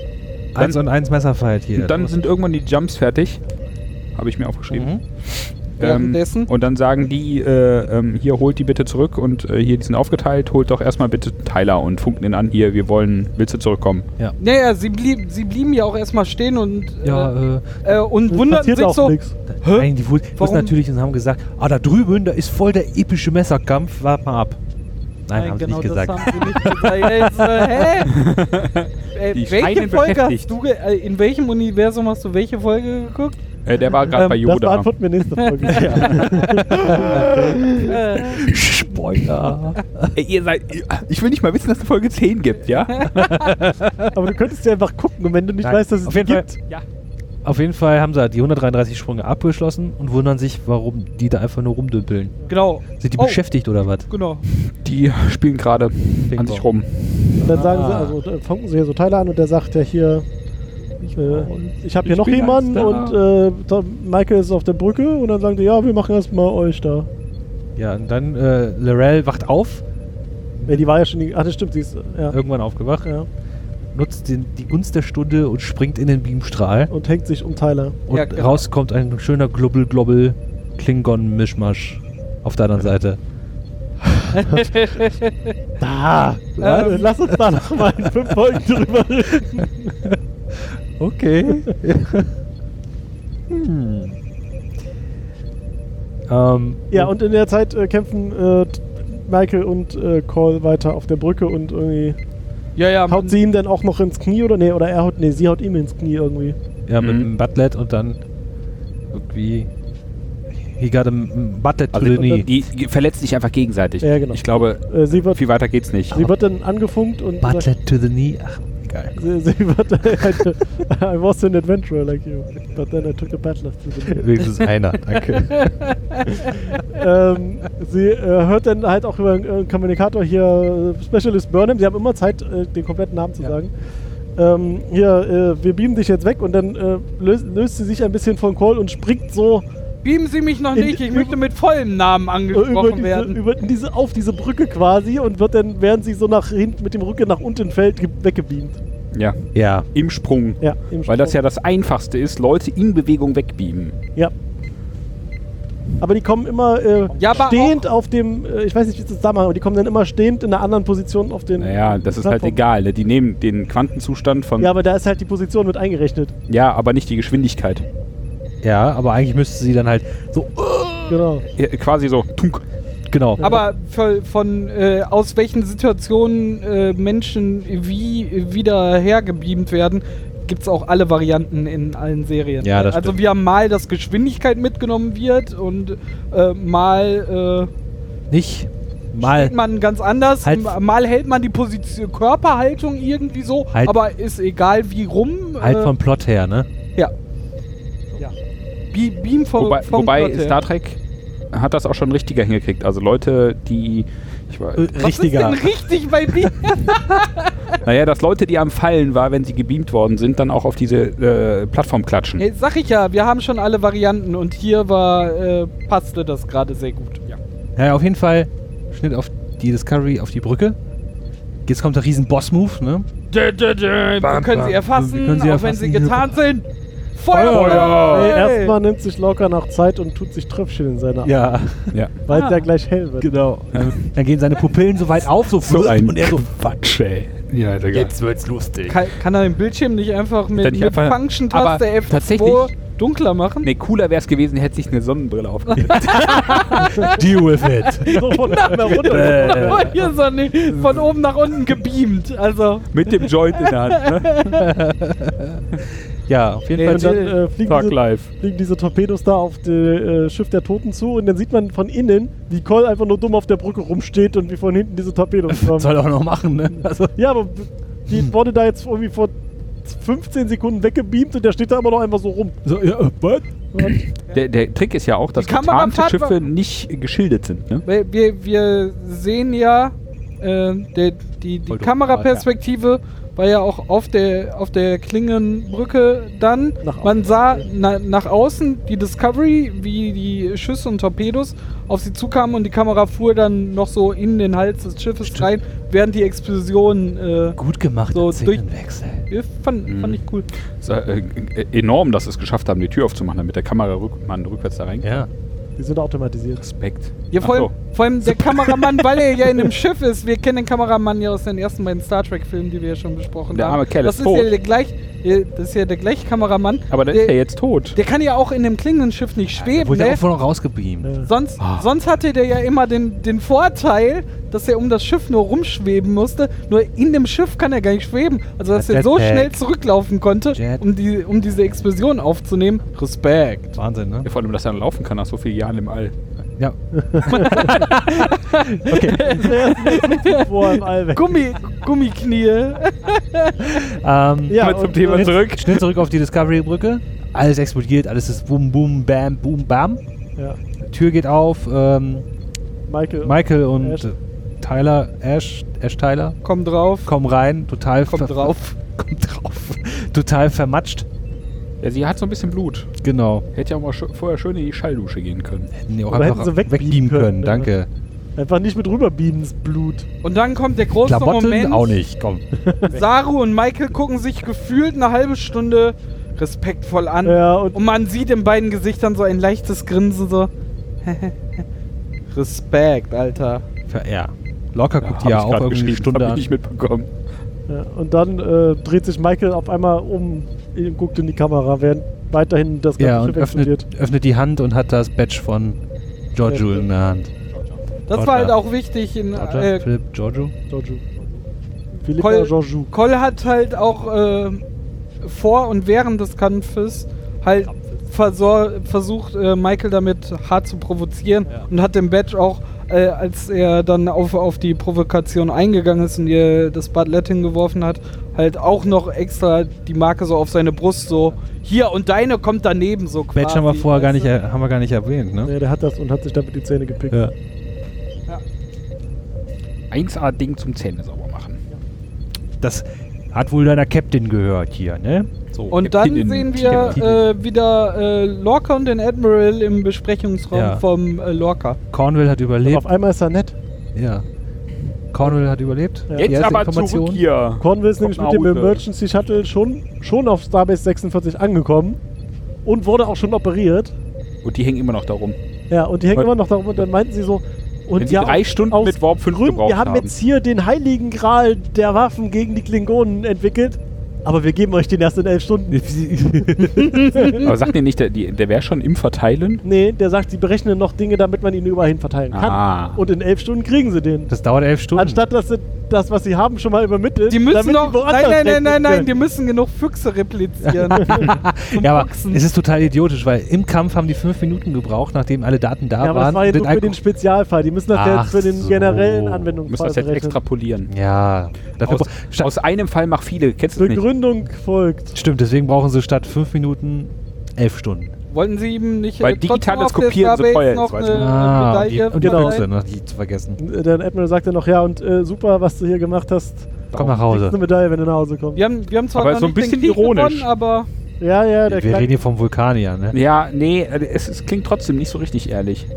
[SPEAKER 1] eins und eins Messerfight hier.
[SPEAKER 4] Und dann sind irgendwann die Jumps fertig. Habe ich mir aufgeschrieben. Ähm,
[SPEAKER 1] mhm.
[SPEAKER 3] Währenddessen?
[SPEAKER 4] und dann sagen die, äh, ähm, hier holt die bitte zurück und äh, hier, die sind aufgeteilt, holt doch erstmal bitte Tyler und funken ihn an, hier, wir wollen, willst du zurückkommen?
[SPEAKER 1] Mhm.
[SPEAKER 3] Naja, sie, blieb, sie blieben ja auch erstmal stehen und, äh,
[SPEAKER 1] Ja, äh,
[SPEAKER 3] äh, und wunderten
[SPEAKER 2] passiert
[SPEAKER 3] sich
[SPEAKER 2] auch
[SPEAKER 3] so.
[SPEAKER 2] nix.
[SPEAKER 1] nein, die Wut ist
[SPEAKER 3] Warum?
[SPEAKER 1] natürlich und haben gesagt, ah, da drüben, da ist voll der epische Messerkampf, wart mal ab. Nein, haben
[SPEAKER 3] genau,
[SPEAKER 1] sie nicht gesagt.
[SPEAKER 3] Das haben sie nicht gesagt. Ey, jetzt, äh, hä?
[SPEAKER 4] Die
[SPEAKER 3] Äh,
[SPEAKER 4] scheinen
[SPEAKER 3] welche Folge
[SPEAKER 4] beschäftigt.
[SPEAKER 3] hast du ge äh, In welchem Universum hast du welche Folge geguckt?
[SPEAKER 4] Äh, der war gerade
[SPEAKER 2] Ähm,
[SPEAKER 4] bei
[SPEAKER 2] das
[SPEAKER 4] Yoda.
[SPEAKER 2] beantworten wir nächste Folge.
[SPEAKER 3] Äh,
[SPEAKER 1] Spoiler.
[SPEAKER 4] Ey, Äh, ihr seid, ich will nicht mal wissen, dass es Folge 10 gibt, ja?
[SPEAKER 2] Aber du könntest ja einfach gucken und wenn du nicht
[SPEAKER 1] Nein,
[SPEAKER 2] weißt, dass es
[SPEAKER 1] auf
[SPEAKER 2] die
[SPEAKER 1] jeden Fall.
[SPEAKER 2] gibt.
[SPEAKER 4] ja.
[SPEAKER 1] Auf jeden Fall haben sie halt die 133 Sprünge abgeschlossen und wundern sich, warum die da einfach nur rumdümpeln.
[SPEAKER 3] genau.
[SPEAKER 1] Sind die
[SPEAKER 3] Oh,
[SPEAKER 1] beschäftigt oder was?
[SPEAKER 3] Genau.
[SPEAKER 4] Die spielen gerade an sich rum.
[SPEAKER 2] Und dann sagen sie,
[SPEAKER 1] Ah.
[SPEAKER 2] also da funken sie ja so Teile an und der sagt ja hier, äh, ich habe hier
[SPEAKER 4] Ich
[SPEAKER 2] noch
[SPEAKER 4] bin
[SPEAKER 2] jemanden
[SPEAKER 4] eins
[SPEAKER 2] und äh, Tom- Michael ist auf der Brücke und dann sagen die, ja, wir machen erstmal euch da.
[SPEAKER 1] Ja, und dann äh, Lorel wacht auf,
[SPEAKER 2] Ja, die war ja schon, die, ach das stimmt, sie ist, ja,
[SPEAKER 1] irgendwann aufgewacht,
[SPEAKER 2] ja,
[SPEAKER 1] nutzt den, die Gunst der Stunde und springt in den Beamstrahl.
[SPEAKER 2] und hängt sich um Tyler.
[SPEAKER 1] Und
[SPEAKER 3] Ja, genau.
[SPEAKER 1] raus kommt ein schöner Glubbel-Globbel-Klingon-Mischmasch auf der anderen Seite.
[SPEAKER 2] Da! Ja,
[SPEAKER 3] Ähm.
[SPEAKER 2] Lass uns da nochmal in fünf Folgen drüber reden.
[SPEAKER 1] Okay. hm. ähm,
[SPEAKER 2] Ja, und in der Zeit äh, kämpfen äh, t- Michael und äh, Cole weiter auf der Brücke und irgendwie
[SPEAKER 3] Ja, ja. man-
[SPEAKER 2] haut sie ihm dann auch noch ins Knie oder nee, oder er haut, nee, sie haut ihm ins Knie irgendwie.
[SPEAKER 1] Ja, mit
[SPEAKER 4] Mhm.
[SPEAKER 1] dem Butlet und dann irgendwie. He got a m- Butlet to the knee.
[SPEAKER 4] die die verletzen sich einfach gegenseitig.
[SPEAKER 2] Ja, genau.
[SPEAKER 4] Ich glaube,
[SPEAKER 2] Äh, sie wird
[SPEAKER 4] viel weiter geht's nicht.
[SPEAKER 2] Sie wird dann angefunkt und sagt,
[SPEAKER 1] Butlet to the knee. Ach, egal.
[SPEAKER 2] sie, sie wird I was an adventurer like you, but then I took a battle to the knee.
[SPEAKER 1] Wenigstens einer, danke.
[SPEAKER 2] ähm, sie äh, hört dann halt auch über einen äh, Kommunikator hier äh, Specialist Burnham, sie haben immer Zeit, äh, den kompletten Namen zu
[SPEAKER 1] Ja.
[SPEAKER 2] sagen. Ähm, hier, äh, wir beamen dich jetzt weg und dann äh, löst, löst sie sich ein bisschen von Cole und springt so äh,
[SPEAKER 3] Bieben Sie mich noch
[SPEAKER 2] In-
[SPEAKER 3] nicht, ich möchte mit vollem Namen
[SPEAKER 2] äh, über
[SPEAKER 3] angesprochen
[SPEAKER 2] diese,
[SPEAKER 3] werden.
[SPEAKER 2] über diese, auf diese Brücke quasi und wird dann, während sie so nach hinten mit dem Rücken nach unten fällt, ge- weggebeamt.
[SPEAKER 4] Ja.
[SPEAKER 1] Ja.
[SPEAKER 4] Im Sprung.
[SPEAKER 2] Ja, im
[SPEAKER 4] Weil das
[SPEAKER 2] Sprung.
[SPEAKER 4] ja das Einfachste ist, Leute in Bewegung wegbeamen.
[SPEAKER 2] Ja. Aber die kommen immer äh,
[SPEAKER 3] Ja, aber
[SPEAKER 2] stehend auf dem, äh, ich weiß nicht, wie sie das da machen, aber die kommen dann immer stehend in einer anderen Position auf den.
[SPEAKER 4] Naja, das ist halt
[SPEAKER 2] Plattform.
[SPEAKER 4] egal. Ne? Die nehmen den Quantenzustand von.
[SPEAKER 2] Ja, aber da ist halt die Position mit eingerechnet.
[SPEAKER 4] Ja, aber nicht die Geschwindigkeit.
[SPEAKER 1] Ja, aber eigentlich müsste sie dann halt so.
[SPEAKER 2] Genau.
[SPEAKER 4] Ja, quasi so. Tunk.
[SPEAKER 1] Genau.
[SPEAKER 3] Aber für, von äh, aus welchen Situationen äh, Menschen wie äh, wieder hergebeamt werden, gibt es auch alle Varianten in allen Serien.
[SPEAKER 1] Ja, das
[SPEAKER 3] also
[SPEAKER 1] stimmt.
[SPEAKER 3] wir haben mal, dass Geschwindigkeit mitgenommen wird und äh, mal
[SPEAKER 1] nicht
[SPEAKER 3] äh,
[SPEAKER 1] mal.
[SPEAKER 3] hält man ganz anders,
[SPEAKER 1] Halt-
[SPEAKER 3] m- mal hält man die Position Körperhaltung irgendwie so,
[SPEAKER 1] Halt-
[SPEAKER 3] aber ist egal wie rum.
[SPEAKER 1] Halt
[SPEAKER 3] äh,
[SPEAKER 1] vom Plot her, ne?
[SPEAKER 3] ja. ja. Be Beam vom,
[SPEAKER 4] Wobei,
[SPEAKER 3] vom
[SPEAKER 4] wobei
[SPEAKER 3] Plot her.
[SPEAKER 4] Star Trek hat das auch schon richtiger hingekriegt. Also Leute, die. Ich war,
[SPEAKER 1] Richtiger.
[SPEAKER 3] Was ist denn richtig bei Beam?
[SPEAKER 4] naja, dass Leute, die am Fallen waren, wenn sie gebeamt worden sind, dann auch auf diese äh, Plattform klatschen.
[SPEAKER 3] Hey, sag ich ja, wir haben schon alle Varianten und hier war, äh, passte das gerade sehr gut. Ja.
[SPEAKER 1] Ja, auf jeden Fall. Schnitt auf die Discovery, auf die Brücke. Jetzt kommt der riesen Boss-Move, ne?
[SPEAKER 3] wir können sie erfassen,
[SPEAKER 1] Wir können sie
[SPEAKER 3] auch wenn
[SPEAKER 1] erfassen.
[SPEAKER 3] sie getarnt sind. Feuer!
[SPEAKER 1] Oh.
[SPEAKER 4] Feuer!
[SPEAKER 2] Ey, erstmal nimmt sich Locker noch Zeit und tut sich Tröpfchen in seine Augen,
[SPEAKER 1] Ja,
[SPEAKER 4] Ja.
[SPEAKER 2] weil es
[SPEAKER 3] Ah.
[SPEAKER 2] ja gleich hell wird.
[SPEAKER 1] genau. Dann gehen seine Pupillen so weit auf, so, und er so.
[SPEAKER 4] Quatsch, ey. Ja, Digga. Jetzt wird's lustig.
[SPEAKER 3] Kann, kann er den Bildschirm nicht einfach mit,
[SPEAKER 4] Dann nicht
[SPEAKER 3] mit
[SPEAKER 4] einfach-
[SPEAKER 3] Function-Taste
[SPEAKER 4] aber
[SPEAKER 3] F2
[SPEAKER 4] tatsächlich-
[SPEAKER 3] dunkler machen?
[SPEAKER 4] Nee, cooler wär's gewesen, hätte sich eine Sonnenbrille aufgelegt.
[SPEAKER 1] Deal with it.
[SPEAKER 2] So von oben herunter.
[SPEAKER 3] Oh, hier ist er nicht. Von oben nach unten gebeamt. Also,
[SPEAKER 4] Mit dem Joint in der Hand, ne?
[SPEAKER 1] Ja, auf jeden
[SPEAKER 3] Nee,
[SPEAKER 1] Fall.
[SPEAKER 2] Und dann äh, fliegen,
[SPEAKER 4] Tag
[SPEAKER 2] diese,
[SPEAKER 4] live.
[SPEAKER 2] fliegen diese Torpedos da auf das äh, Schiff der Toten zu und dann sieht man von innen, wie Cole einfach nur dumm auf der Brücke rumsteht und wie von hinten diese Torpedos kommen.
[SPEAKER 1] Das soll er auch noch machen, ne? Also,
[SPEAKER 2] Ja, aber
[SPEAKER 1] Hm.
[SPEAKER 2] die wurde da jetzt irgendwie vor 15 Sekunden weggebeamt und der steht da immer noch einfach so rum.
[SPEAKER 1] so, ja, äh, was?
[SPEAKER 4] Der, der Trick ist ja auch, dass
[SPEAKER 3] Die Kamerafahrt
[SPEAKER 4] getarnte Schiffe
[SPEAKER 3] war-
[SPEAKER 4] nicht geschildert sind. Ne?
[SPEAKER 3] Wir, wir, wir sehen ja, äh, der, die, die
[SPEAKER 1] Voll doof,
[SPEAKER 3] Kameraperspektive war ja auch auf der, auf der Klingenbrücke dann.
[SPEAKER 2] Nach
[SPEAKER 3] Man sah na, nach außen die Discovery, wie die Schüsse und Torpedos auf sie zukamen und die Kamera fuhr dann noch so in den Hals des Schiffes rein, während die Explosion. Äh,
[SPEAKER 1] Gut gemacht,
[SPEAKER 3] So,
[SPEAKER 1] so,
[SPEAKER 3] durch-
[SPEAKER 1] Szenenwechsel.
[SPEAKER 3] fand, fand ich cool.
[SPEAKER 4] Es war, äh, äh, enorm, dass sie es geschafft haben, die Tür aufzumachen, damit der Kameramann rückwärts da rein.
[SPEAKER 1] Ja.
[SPEAKER 2] Die sind automatisiert.
[SPEAKER 4] Respekt.
[SPEAKER 3] Ja, vor,
[SPEAKER 4] Ach
[SPEAKER 3] allem, vor allem der Kameramann, weil er ja in einem Schiff ist. Wir kennen den Kameramann ja aus den ersten beiden Star Trek-Filmen, die wir ja schon besprochen
[SPEAKER 4] Der
[SPEAKER 3] haben.
[SPEAKER 4] arme Kerl
[SPEAKER 3] das
[SPEAKER 4] ist
[SPEAKER 3] ist
[SPEAKER 4] tot.
[SPEAKER 3] Ja der gleich, ja, das ist ja der gleiche Kameramann.
[SPEAKER 4] Aber dann
[SPEAKER 3] der,
[SPEAKER 4] ist er jetzt tot.
[SPEAKER 3] der kann ja auch in dem klingenden Schiff nicht
[SPEAKER 1] Da
[SPEAKER 3] schweben.
[SPEAKER 1] wurde er
[SPEAKER 3] Ne?
[SPEAKER 1] auch vorne rausgebeamt.
[SPEAKER 2] Ja.
[SPEAKER 3] Sonst,
[SPEAKER 4] Ah.
[SPEAKER 3] sonst hatte der ja immer den, den Vorteil, dass er um das Schiff nur rumschweben musste. Nur in dem Schiff kann er gar nicht schweben. Also, dass er so
[SPEAKER 1] Jetpack.
[SPEAKER 3] schnell zurücklaufen konnte,
[SPEAKER 1] Jet-
[SPEAKER 3] um, die, um diese Explosion aufzunehmen. Respekt.
[SPEAKER 1] Wahnsinn, ne?
[SPEAKER 4] Ja, vor allem, dass er dann laufen kann nach so vielen Jahren im All.
[SPEAKER 1] Ja.
[SPEAKER 2] Vor im All weg.
[SPEAKER 3] Gummi, Gummiknie.
[SPEAKER 1] Ähm,
[SPEAKER 2] Ja,
[SPEAKER 4] Kommen wir zum
[SPEAKER 2] und,
[SPEAKER 4] Thema
[SPEAKER 2] äh,
[SPEAKER 4] zurück.
[SPEAKER 1] Schnitt zurück auf die Discovery-Brücke. Alles explodiert, alles ist boom, boom, bam, boom, bam.
[SPEAKER 2] Ja,
[SPEAKER 1] Tür geht auf. Ähm,
[SPEAKER 2] Michael.
[SPEAKER 1] Michael und
[SPEAKER 2] Ash.
[SPEAKER 1] äh, Tyler, Ash, Ash Tyler,
[SPEAKER 3] Komm drauf.
[SPEAKER 1] kommen rein, total
[SPEAKER 3] Kommt
[SPEAKER 1] ver-
[SPEAKER 3] drauf.
[SPEAKER 1] kommt drauf, total vermatscht.
[SPEAKER 4] Ja, sie hat so ein bisschen Blut.
[SPEAKER 1] Genau.
[SPEAKER 4] Hätte ja auch mal sch vorher schön in die Schalldusche gehen können.
[SPEAKER 1] Hätten die auch
[SPEAKER 2] Aber
[SPEAKER 1] einfach
[SPEAKER 2] hätten sie wegbeamen
[SPEAKER 1] wegbeamen können,
[SPEAKER 2] können,
[SPEAKER 1] danke.
[SPEAKER 2] Einfach nicht mit rüberbeamen, das Blut.
[SPEAKER 3] Und dann kommt der große
[SPEAKER 1] Klamotten
[SPEAKER 3] Moment.
[SPEAKER 1] auch nicht, komm.
[SPEAKER 3] Saru und Michael gucken sich gefühlt eine halbe Stunde respektvoll an.
[SPEAKER 2] Ja,
[SPEAKER 1] um
[SPEAKER 2] und-
[SPEAKER 3] man sieht in beiden Gesichtern so ein leichtes Grinsen, so. Respekt, Alter.
[SPEAKER 1] Ver- Ja. Locker guckt
[SPEAKER 4] hab
[SPEAKER 1] ja
[SPEAKER 4] ich
[SPEAKER 1] auch
[SPEAKER 4] grad
[SPEAKER 1] irgendwie eine
[SPEAKER 4] geschrieben,
[SPEAKER 1] Stunde
[SPEAKER 4] hab ich
[SPEAKER 1] an.
[SPEAKER 4] nicht mitbekommen.
[SPEAKER 2] Ja, und dann äh, dreht sich Michael auf einmal um und guckt in die Kamera, während weiterhin das ganze
[SPEAKER 1] Ja, und
[SPEAKER 2] Schiff explodiert.
[SPEAKER 1] öffnet, öffnet die Hand und hat das Badge von Giorgio
[SPEAKER 2] Ja.
[SPEAKER 1] in der Hand.
[SPEAKER 3] Das
[SPEAKER 1] Roger.
[SPEAKER 3] war halt auch wichtig in
[SPEAKER 1] Roger,
[SPEAKER 3] äh,
[SPEAKER 1] Philipp, Giorgio?
[SPEAKER 2] Joju. Philipp
[SPEAKER 3] Col-
[SPEAKER 2] oder Joju.
[SPEAKER 3] Koll hat halt auch ähm, vor und während des Kampfes halt versor- versucht, äh, Michael damit hart zu provozieren
[SPEAKER 1] Ja.
[SPEAKER 3] und hat dem Badge auch, äh, als er dann auf, auf die Provokation eingegangen ist und ihr das Bartlett hingeworfen hat, halt auch noch extra die Marke so auf seine Brust so, hier und deine kommt daneben so quasi.
[SPEAKER 1] Badge haben wir vorher gar
[SPEAKER 3] weißt
[SPEAKER 1] nicht,
[SPEAKER 3] du?
[SPEAKER 1] er- haben wir gar nicht erwähnt, ne?
[SPEAKER 2] Ja, der hat das und hat sich damit die Zähne gepickt.
[SPEAKER 1] Ja.
[SPEAKER 4] 1A-Ding zum Zähne sauber machen.
[SPEAKER 1] Das hat wohl deiner Captain gehört hier, ne? So.
[SPEAKER 3] Und dann
[SPEAKER 4] Titel,
[SPEAKER 3] sehen wir
[SPEAKER 4] Titel.
[SPEAKER 3] äh, wieder äh, Lorca und den Admiral im Besprechungsraum
[SPEAKER 1] Ja.
[SPEAKER 3] vom äh, Lorca.
[SPEAKER 1] Cornwall hat
[SPEAKER 2] Und
[SPEAKER 1] überlebt.
[SPEAKER 2] auf einmal ist er nett.
[SPEAKER 1] Ja. Cornwall hat überlebt.
[SPEAKER 2] Ja.
[SPEAKER 1] Die
[SPEAKER 4] Jetzt
[SPEAKER 1] erste
[SPEAKER 4] aber
[SPEAKER 1] Information.
[SPEAKER 4] zurück hier.
[SPEAKER 2] Cornwall ist nämlich
[SPEAKER 4] Kommt
[SPEAKER 2] mit dem
[SPEAKER 4] nach Hause.
[SPEAKER 2] Emergency Shuttle schon, schon auf Starbase 46 angekommen und wurde auch schon operiert.
[SPEAKER 4] Und die hängen immer noch da rum.
[SPEAKER 2] Ja, und die hängen
[SPEAKER 4] Weil-
[SPEAKER 2] immer noch darum und dann meinten sie so, und
[SPEAKER 4] Wenn sie
[SPEAKER 2] ja,
[SPEAKER 4] drei Stunden
[SPEAKER 2] aus
[SPEAKER 4] mit Warp 5
[SPEAKER 2] Gründen,
[SPEAKER 4] gebraucht
[SPEAKER 2] wir haben
[SPEAKER 4] haben.
[SPEAKER 2] jetzt hier den heiligen Gral der Waffen gegen die Klingonen entwickelt, aber wir geben euch den erst in elf Stunden.
[SPEAKER 4] Aber sagt ihr nicht, der, die- der wäre schon im Verteilen?
[SPEAKER 2] nee, der sagt, sie berechnen noch Dinge, damit man ihn überall hin verteilen kann.
[SPEAKER 4] Ah.
[SPEAKER 2] Und in elf Stunden kriegen sie den.
[SPEAKER 1] Das dauert elf Stunden.
[SPEAKER 2] Anstatt dass sie das, was sie haben, schon mal übermittelt.
[SPEAKER 3] Die müssen
[SPEAKER 2] damit
[SPEAKER 3] doch.
[SPEAKER 2] die woanders
[SPEAKER 3] Nein, nein, nein,
[SPEAKER 2] denken
[SPEAKER 3] nein, nein,
[SPEAKER 2] können.
[SPEAKER 3] die müssen genug Füchse replizieren.
[SPEAKER 1] ja, aber
[SPEAKER 3] Boxen.
[SPEAKER 1] es ist total idiotisch, weil im Kampf haben die fünf Minuten gebraucht, nachdem alle Daten da
[SPEAKER 2] ja, aber
[SPEAKER 1] waren.
[SPEAKER 2] das war jetzt
[SPEAKER 1] und
[SPEAKER 2] nur für den
[SPEAKER 1] Alko-
[SPEAKER 2] Spezialfall. Die müssen das ja
[SPEAKER 1] Ach
[SPEAKER 2] jetzt für den
[SPEAKER 1] so.
[SPEAKER 2] generellen
[SPEAKER 4] Wir müssen
[SPEAKER 2] Anwendungsfall
[SPEAKER 4] das jetzt
[SPEAKER 2] berechnen.
[SPEAKER 4] extrapolieren.
[SPEAKER 1] ja, dafür
[SPEAKER 4] Aus,
[SPEAKER 1] bra- statt,
[SPEAKER 4] aus einem Fall mach viele. Kennst du das nicht?
[SPEAKER 2] Begründung folgt.
[SPEAKER 1] stimmt, deswegen brauchen sie statt fünf Minuten elf Stunden.
[SPEAKER 3] Wollten sie ihm nicht
[SPEAKER 4] Weil
[SPEAKER 3] äh, trotzdem
[SPEAKER 4] digitales
[SPEAKER 3] auf der
[SPEAKER 4] Kopieren so
[SPEAKER 3] Starbase
[SPEAKER 4] teuer ist,
[SPEAKER 3] noch
[SPEAKER 4] weißt
[SPEAKER 3] eine
[SPEAKER 2] Äh,
[SPEAKER 4] du.
[SPEAKER 1] und
[SPEAKER 3] eine
[SPEAKER 1] Ah, die,
[SPEAKER 3] Medaille
[SPEAKER 1] und die
[SPEAKER 2] Genau.
[SPEAKER 1] Füchse, noch die zu vergessen.
[SPEAKER 2] Der Admiral sagt dann noch, ja und äh, super, was du hier gemacht hast.
[SPEAKER 1] Komm nach
[SPEAKER 2] Kriegst
[SPEAKER 1] Hause.
[SPEAKER 2] eine Medaille, wenn du nach Hause kommst.
[SPEAKER 3] Wir haben, wir haben zwar
[SPEAKER 4] Aber
[SPEAKER 3] noch
[SPEAKER 4] so ein
[SPEAKER 3] nicht den
[SPEAKER 4] bisschen
[SPEAKER 3] Krieg
[SPEAKER 4] ironisch.
[SPEAKER 3] gewonnen, aber
[SPEAKER 2] Ja, ja, der
[SPEAKER 1] Wir
[SPEAKER 2] Knack-
[SPEAKER 1] reden hier vom Vulkanier, ne?
[SPEAKER 4] Ja, nee, äh, es, es klingt trotzdem nicht so richtig ehrlich.
[SPEAKER 2] Ja.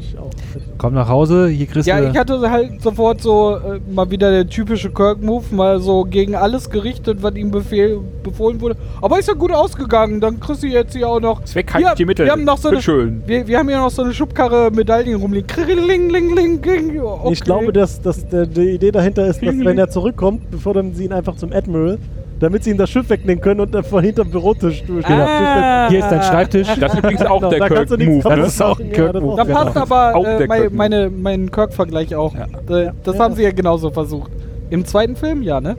[SPEAKER 2] Ich auch.
[SPEAKER 1] Komm nach Hause, hier kriegst
[SPEAKER 3] ja,
[SPEAKER 1] du.
[SPEAKER 3] ich hatte halt sofort so äh, mal wieder der typische Kirk-Move, mal so gegen alles gerichtet, was ihm befehl, befohlen wurde. Aber ist ja gut ausgegangen, dann kriegst du jetzt hier auch noch.
[SPEAKER 4] Zweck heiligt
[SPEAKER 3] Hier,
[SPEAKER 4] die Mittel.
[SPEAKER 3] Wir haben noch so eine,
[SPEAKER 4] Bitte schön.
[SPEAKER 3] Wir, wir haben hier noch so eine Schubkarre Medaillen rumliegen. Kringeling, ling, ling, ling. Okay.
[SPEAKER 2] Ich glaube, dass, dass der, die Idee dahinter ist, dass wenn er zurückkommt, befördern sie ihn einfach zum Admiral, damit sie ihm das Schiff wegnehmen können und dann von hinterm Bürotisch durch.
[SPEAKER 3] Ah.
[SPEAKER 1] hier ist dein Schreibtisch.
[SPEAKER 4] Das ist übrigens auch
[SPEAKER 2] Genau,
[SPEAKER 4] der
[SPEAKER 2] da kannst du nichts
[SPEAKER 4] Kirk-Move.
[SPEAKER 2] kaputt
[SPEAKER 4] Ne?
[SPEAKER 1] Das ist auch ein
[SPEAKER 2] Ja, das ist
[SPEAKER 1] Kirk-Move.
[SPEAKER 2] auch-
[SPEAKER 3] Da
[SPEAKER 1] Genau.
[SPEAKER 3] passt aber
[SPEAKER 4] Auch
[SPEAKER 3] äh,
[SPEAKER 4] der
[SPEAKER 3] mein,
[SPEAKER 4] Kirk.
[SPEAKER 3] meine, mein Kirk-Vergleich auch.
[SPEAKER 4] Ja.
[SPEAKER 3] Da- Das
[SPEAKER 2] Ja.
[SPEAKER 3] haben sie ja genauso versucht. Im zweiten Film, ja, ne?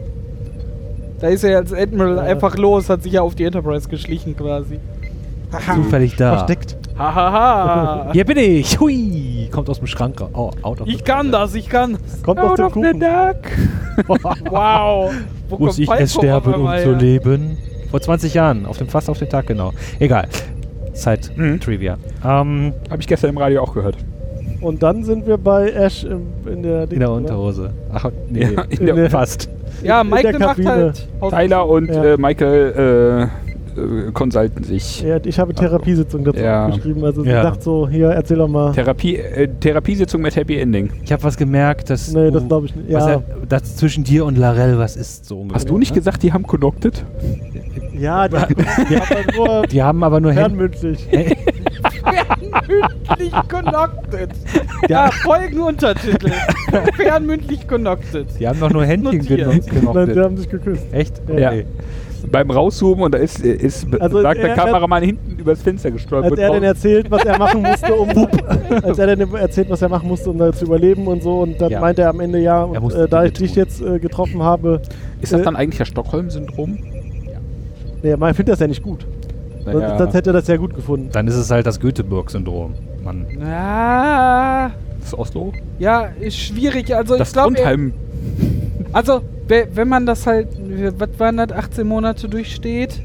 [SPEAKER 3] Da ist er als Admiral
[SPEAKER 2] Ja.
[SPEAKER 3] einfach los, hat sich ja auf die Enterprise geschlichen quasi.
[SPEAKER 1] Zufällig da.
[SPEAKER 2] Versteckt.
[SPEAKER 3] Hahaha.
[SPEAKER 1] Hier bin ich. Hui. Kommt aus dem Schrank. ra- Oh, out of the-
[SPEAKER 3] Ich kann das, ich kann. das.
[SPEAKER 2] Kommt aus
[SPEAKER 3] Out
[SPEAKER 2] dem
[SPEAKER 3] of the
[SPEAKER 2] Kuchen.
[SPEAKER 3] dark. Wow. Wo
[SPEAKER 1] Muss
[SPEAKER 3] kommt
[SPEAKER 1] ich
[SPEAKER 3] Falco
[SPEAKER 1] erst sterben,
[SPEAKER 3] auf
[SPEAKER 1] um
[SPEAKER 3] einmal
[SPEAKER 1] zu
[SPEAKER 3] her?
[SPEAKER 1] leben? Vor 20 Jahren. Auf dem, fast auf den Tag genau. Egal. Zeit
[SPEAKER 4] Mhm.
[SPEAKER 1] Trivia. Ähm,
[SPEAKER 4] Habe ich gestern im Radio auch gehört.
[SPEAKER 2] Und dann sind wir bei Ash im, in der
[SPEAKER 1] in der Unterhose. Ach, nee.
[SPEAKER 4] Ja, in
[SPEAKER 2] In
[SPEAKER 4] der
[SPEAKER 2] der-
[SPEAKER 1] Fast.
[SPEAKER 3] Ja,
[SPEAKER 2] In der
[SPEAKER 3] Michael macht
[SPEAKER 2] Kabine.
[SPEAKER 3] halt. aus-
[SPEAKER 4] Tyler und
[SPEAKER 2] Ja.
[SPEAKER 4] äh, Michael äh, äh, consulten sich.
[SPEAKER 2] Ja, ich habe Therapiesitzung dazu
[SPEAKER 4] Ja.
[SPEAKER 2] geschrieben. Also sie
[SPEAKER 1] Ja.
[SPEAKER 2] sagt so, hier, erzähl doch mal.
[SPEAKER 4] Therapie, äh, Therapiesitzung mit Happy Ending.
[SPEAKER 1] Ich habe was gemerkt, dass.
[SPEAKER 2] Nee,
[SPEAKER 1] du-
[SPEAKER 2] das glaube ich nicht.
[SPEAKER 1] Was
[SPEAKER 2] Ja,
[SPEAKER 1] er, dass zwischen dir und Larell was ist, so ungefähr.
[SPEAKER 4] Hast du nicht
[SPEAKER 1] ne?
[SPEAKER 4] gesagt, die haben connected?
[SPEAKER 2] ja die, die hat nur
[SPEAKER 1] Die haben aber nur Hände.
[SPEAKER 2] fernmündlich.
[SPEAKER 3] Fernmündlich connected. Ja, Folgenuntertitel. Fernmündlich connected.
[SPEAKER 1] Die haben doch nur Händchen
[SPEAKER 3] Notiert.
[SPEAKER 2] Nein, die
[SPEAKER 1] genommen.
[SPEAKER 2] haben sich geküsst.
[SPEAKER 1] Echt?
[SPEAKER 4] Ja. Beim Rauszoomen und da ist, äh, ist
[SPEAKER 2] Also,
[SPEAKER 4] sagt der
[SPEAKER 2] er-
[SPEAKER 4] Kameramann hinten übers Fenster gestolpert.
[SPEAKER 2] Als er
[SPEAKER 4] raus.
[SPEAKER 2] dann erzählt, was er machen musste, um als er dann erzählt, was er machen musste, um da zu überleben und so, und dann
[SPEAKER 1] Ja.
[SPEAKER 2] meinte er am Ende ja,
[SPEAKER 1] Er
[SPEAKER 2] und
[SPEAKER 1] musste
[SPEAKER 2] äh, da
[SPEAKER 1] Dinge
[SPEAKER 2] ich dich
[SPEAKER 1] tun.
[SPEAKER 2] jetzt äh, getroffen habe,
[SPEAKER 4] ist das
[SPEAKER 2] äh,
[SPEAKER 4] dann eigentlich das Stockholm-Syndrom?
[SPEAKER 2] nee, man findet das ja nicht gut. Sonst,
[SPEAKER 4] Naja.
[SPEAKER 2] sonst hätte er das halt ja gut gefunden.
[SPEAKER 1] Dann ist es halt das Göteborg-Syndrom. Mann.
[SPEAKER 3] Ah,
[SPEAKER 4] das Oslo?
[SPEAKER 3] ja, ist schwierig. Also
[SPEAKER 4] Das
[SPEAKER 3] ich glaube,
[SPEAKER 4] Grundheim.
[SPEAKER 3] also we- wenn man das halt, was waren das, 18 Monate durchsteht?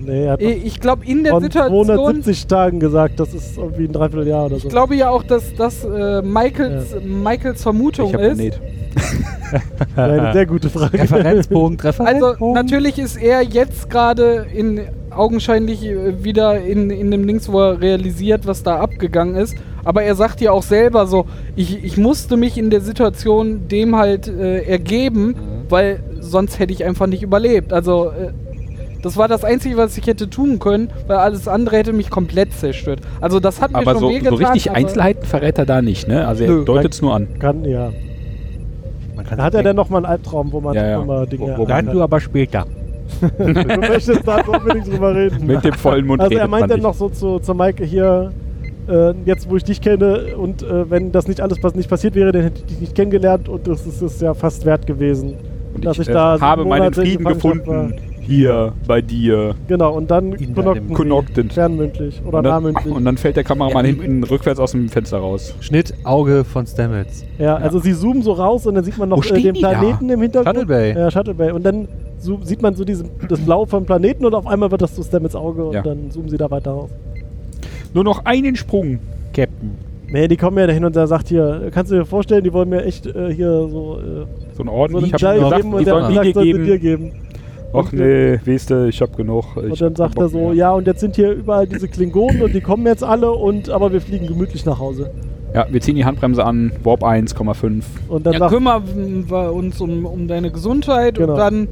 [SPEAKER 2] Nee, er hat
[SPEAKER 3] Ich ich glaube in der
[SPEAKER 2] von
[SPEAKER 3] Situation.
[SPEAKER 2] 270 Tagen gesagt, das ist irgendwie ein Dreivierteljahr oder so.
[SPEAKER 3] Ich glaube ja auch, dass das äh, Michaels, Michaels Vermutung
[SPEAKER 4] hab
[SPEAKER 3] ist.
[SPEAKER 4] genäht.
[SPEAKER 2] Ja, eine sehr gute Frage.
[SPEAKER 1] Referenzpunkt, Referenzpunkt.
[SPEAKER 3] Also natürlich ist er jetzt gerade in augenscheinlich äh, wieder in, in dem Dings, wo er realisiert, was da abgegangen ist. Aber er sagt ja auch selber so, ich, ich musste mich in der Situation dem halt äh,
[SPEAKER 4] Mhm.
[SPEAKER 3] ergeben, weil sonst hätte ich einfach nicht überlebt. Also äh, das war das Einzige, was ich hätte tun können, weil alles andere hätte mich komplett zerstört. Also das hat mir
[SPEAKER 4] Aber
[SPEAKER 3] schon
[SPEAKER 4] so, so
[SPEAKER 3] wehgetan.
[SPEAKER 4] richtig
[SPEAKER 3] aber-
[SPEAKER 4] Einzelheiten verrät er da nicht, ne? Also er
[SPEAKER 3] Nö.
[SPEAKER 4] deutet es nur an.
[SPEAKER 2] Kann, ja.
[SPEAKER 1] Man
[SPEAKER 2] Da hat er dann nochmal einen Albtraum, wo man
[SPEAKER 4] Ja, ja.
[SPEAKER 2] nochmal Dinge
[SPEAKER 4] Wo- wo-
[SPEAKER 1] Dann du aber später.
[SPEAKER 2] Du möchtest da jetzt unbedingt drüber reden.
[SPEAKER 4] Mit dem vollen Mund
[SPEAKER 2] Also er
[SPEAKER 4] redet
[SPEAKER 2] meint
[SPEAKER 4] man
[SPEAKER 2] dann
[SPEAKER 4] nicht.
[SPEAKER 2] noch so zu, zu Maike hier, äh, jetzt wo ich dich kenne und äh, wenn das nicht alles pass nicht passiert wäre, dann hätte ich dich nicht kennengelernt und das ist es ja fast wert gewesen,
[SPEAKER 4] Und
[SPEAKER 2] dass ich,
[SPEAKER 4] äh,
[SPEAKER 2] da Monate
[SPEAKER 4] habe meinen
[SPEAKER 2] in
[SPEAKER 4] Frieden
[SPEAKER 2] Gefangenschaft
[SPEAKER 4] gefunden. Hier, bei dir.
[SPEAKER 2] War. Genau, und dann
[SPEAKER 1] In
[SPEAKER 2] knockten
[SPEAKER 1] deinem
[SPEAKER 2] sie
[SPEAKER 4] Knockten.
[SPEAKER 2] fernmündlich oder
[SPEAKER 4] Und dann,
[SPEAKER 2] nahmündlich.
[SPEAKER 4] und dann fällt der Kameramann
[SPEAKER 1] Ja.
[SPEAKER 4] hinten rückwärts aus dem Fenster raus.
[SPEAKER 1] Schnitt, Auge von Stamets.
[SPEAKER 2] Ja, also sie zoomen so raus und dann sieht man
[SPEAKER 1] Wo
[SPEAKER 2] noch
[SPEAKER 1] stehen
[SPEAKER 2] äh, den
[SPEAKER 1] die da?
[SPEAKER 2] Planeten im Hintergrund.
[SPEAKER 1] Shuttle Bay.
[SPEAKER 2] Ja, Shuttle Bay. Und dann so, sieht man so diesen, das Blau vom Planeten und auf einmal wird das zu Stamets Auge und
[SPEAKER 4] Ja.
[SPEAKER 2] dann zoomen sie da weiter raus.
[SPEAKER 4] Nur noch einen Sprung.
[SPEAKER 1] Captain.
[SPEAKER 2] Nee, die kommen ja dahin und er sagt hier, kannst du dir vorstellen, die wollen mir echt äh, hier so, äh,
[SPEAKER 4] So ein
[SPEAKER 2] so
[SPEAKER 4] Orden.
[SPEAKER 2] einen
[SPEAKER 4] ich hab
[SPEAKER 2] Teil
[SPEAKER 4] gesagt,
[SPEAKER 2] geben und
[SPEAKER 4] die
[SPEAKER 2] der
[SPEAKER 4] sollen die
[SPEAKER 2] sagt,
[SPEAKER 4] dir
[SPEAKER 2] soll sie also dir
[SPEAKER 4] geben.
[SPEAKER 2] geben.
[SPEAKER 4] Ach nee, weißt du, ich hab genug. Ich
[SPEAKER 2] Und dann
[SPEAKER 4] hab
[SPEAKER 2] sagt
[SPEAKER 4] Bock
[SPEAKER 2] er so,
[SPEAKER 4] mehr.
[SPEAKER 2] ja und jetzt sind hier überall diese Klingonen und die kommen jetzt alle und aber wir fliegen gemütlich nach Hause.
[SPEAKER 4] Ja, wir ziehen die Handbremse an. Warp 1,5.
[SPEAKER 2] Und dann
[SPEAKER 3] Ja,
[SPEAKER 2] sagt
[SPEAKER 3] kümmern wir uns um, um deine Gesundheit
[SPEAKER 2] Genau.
[SPEAKER 3] und dann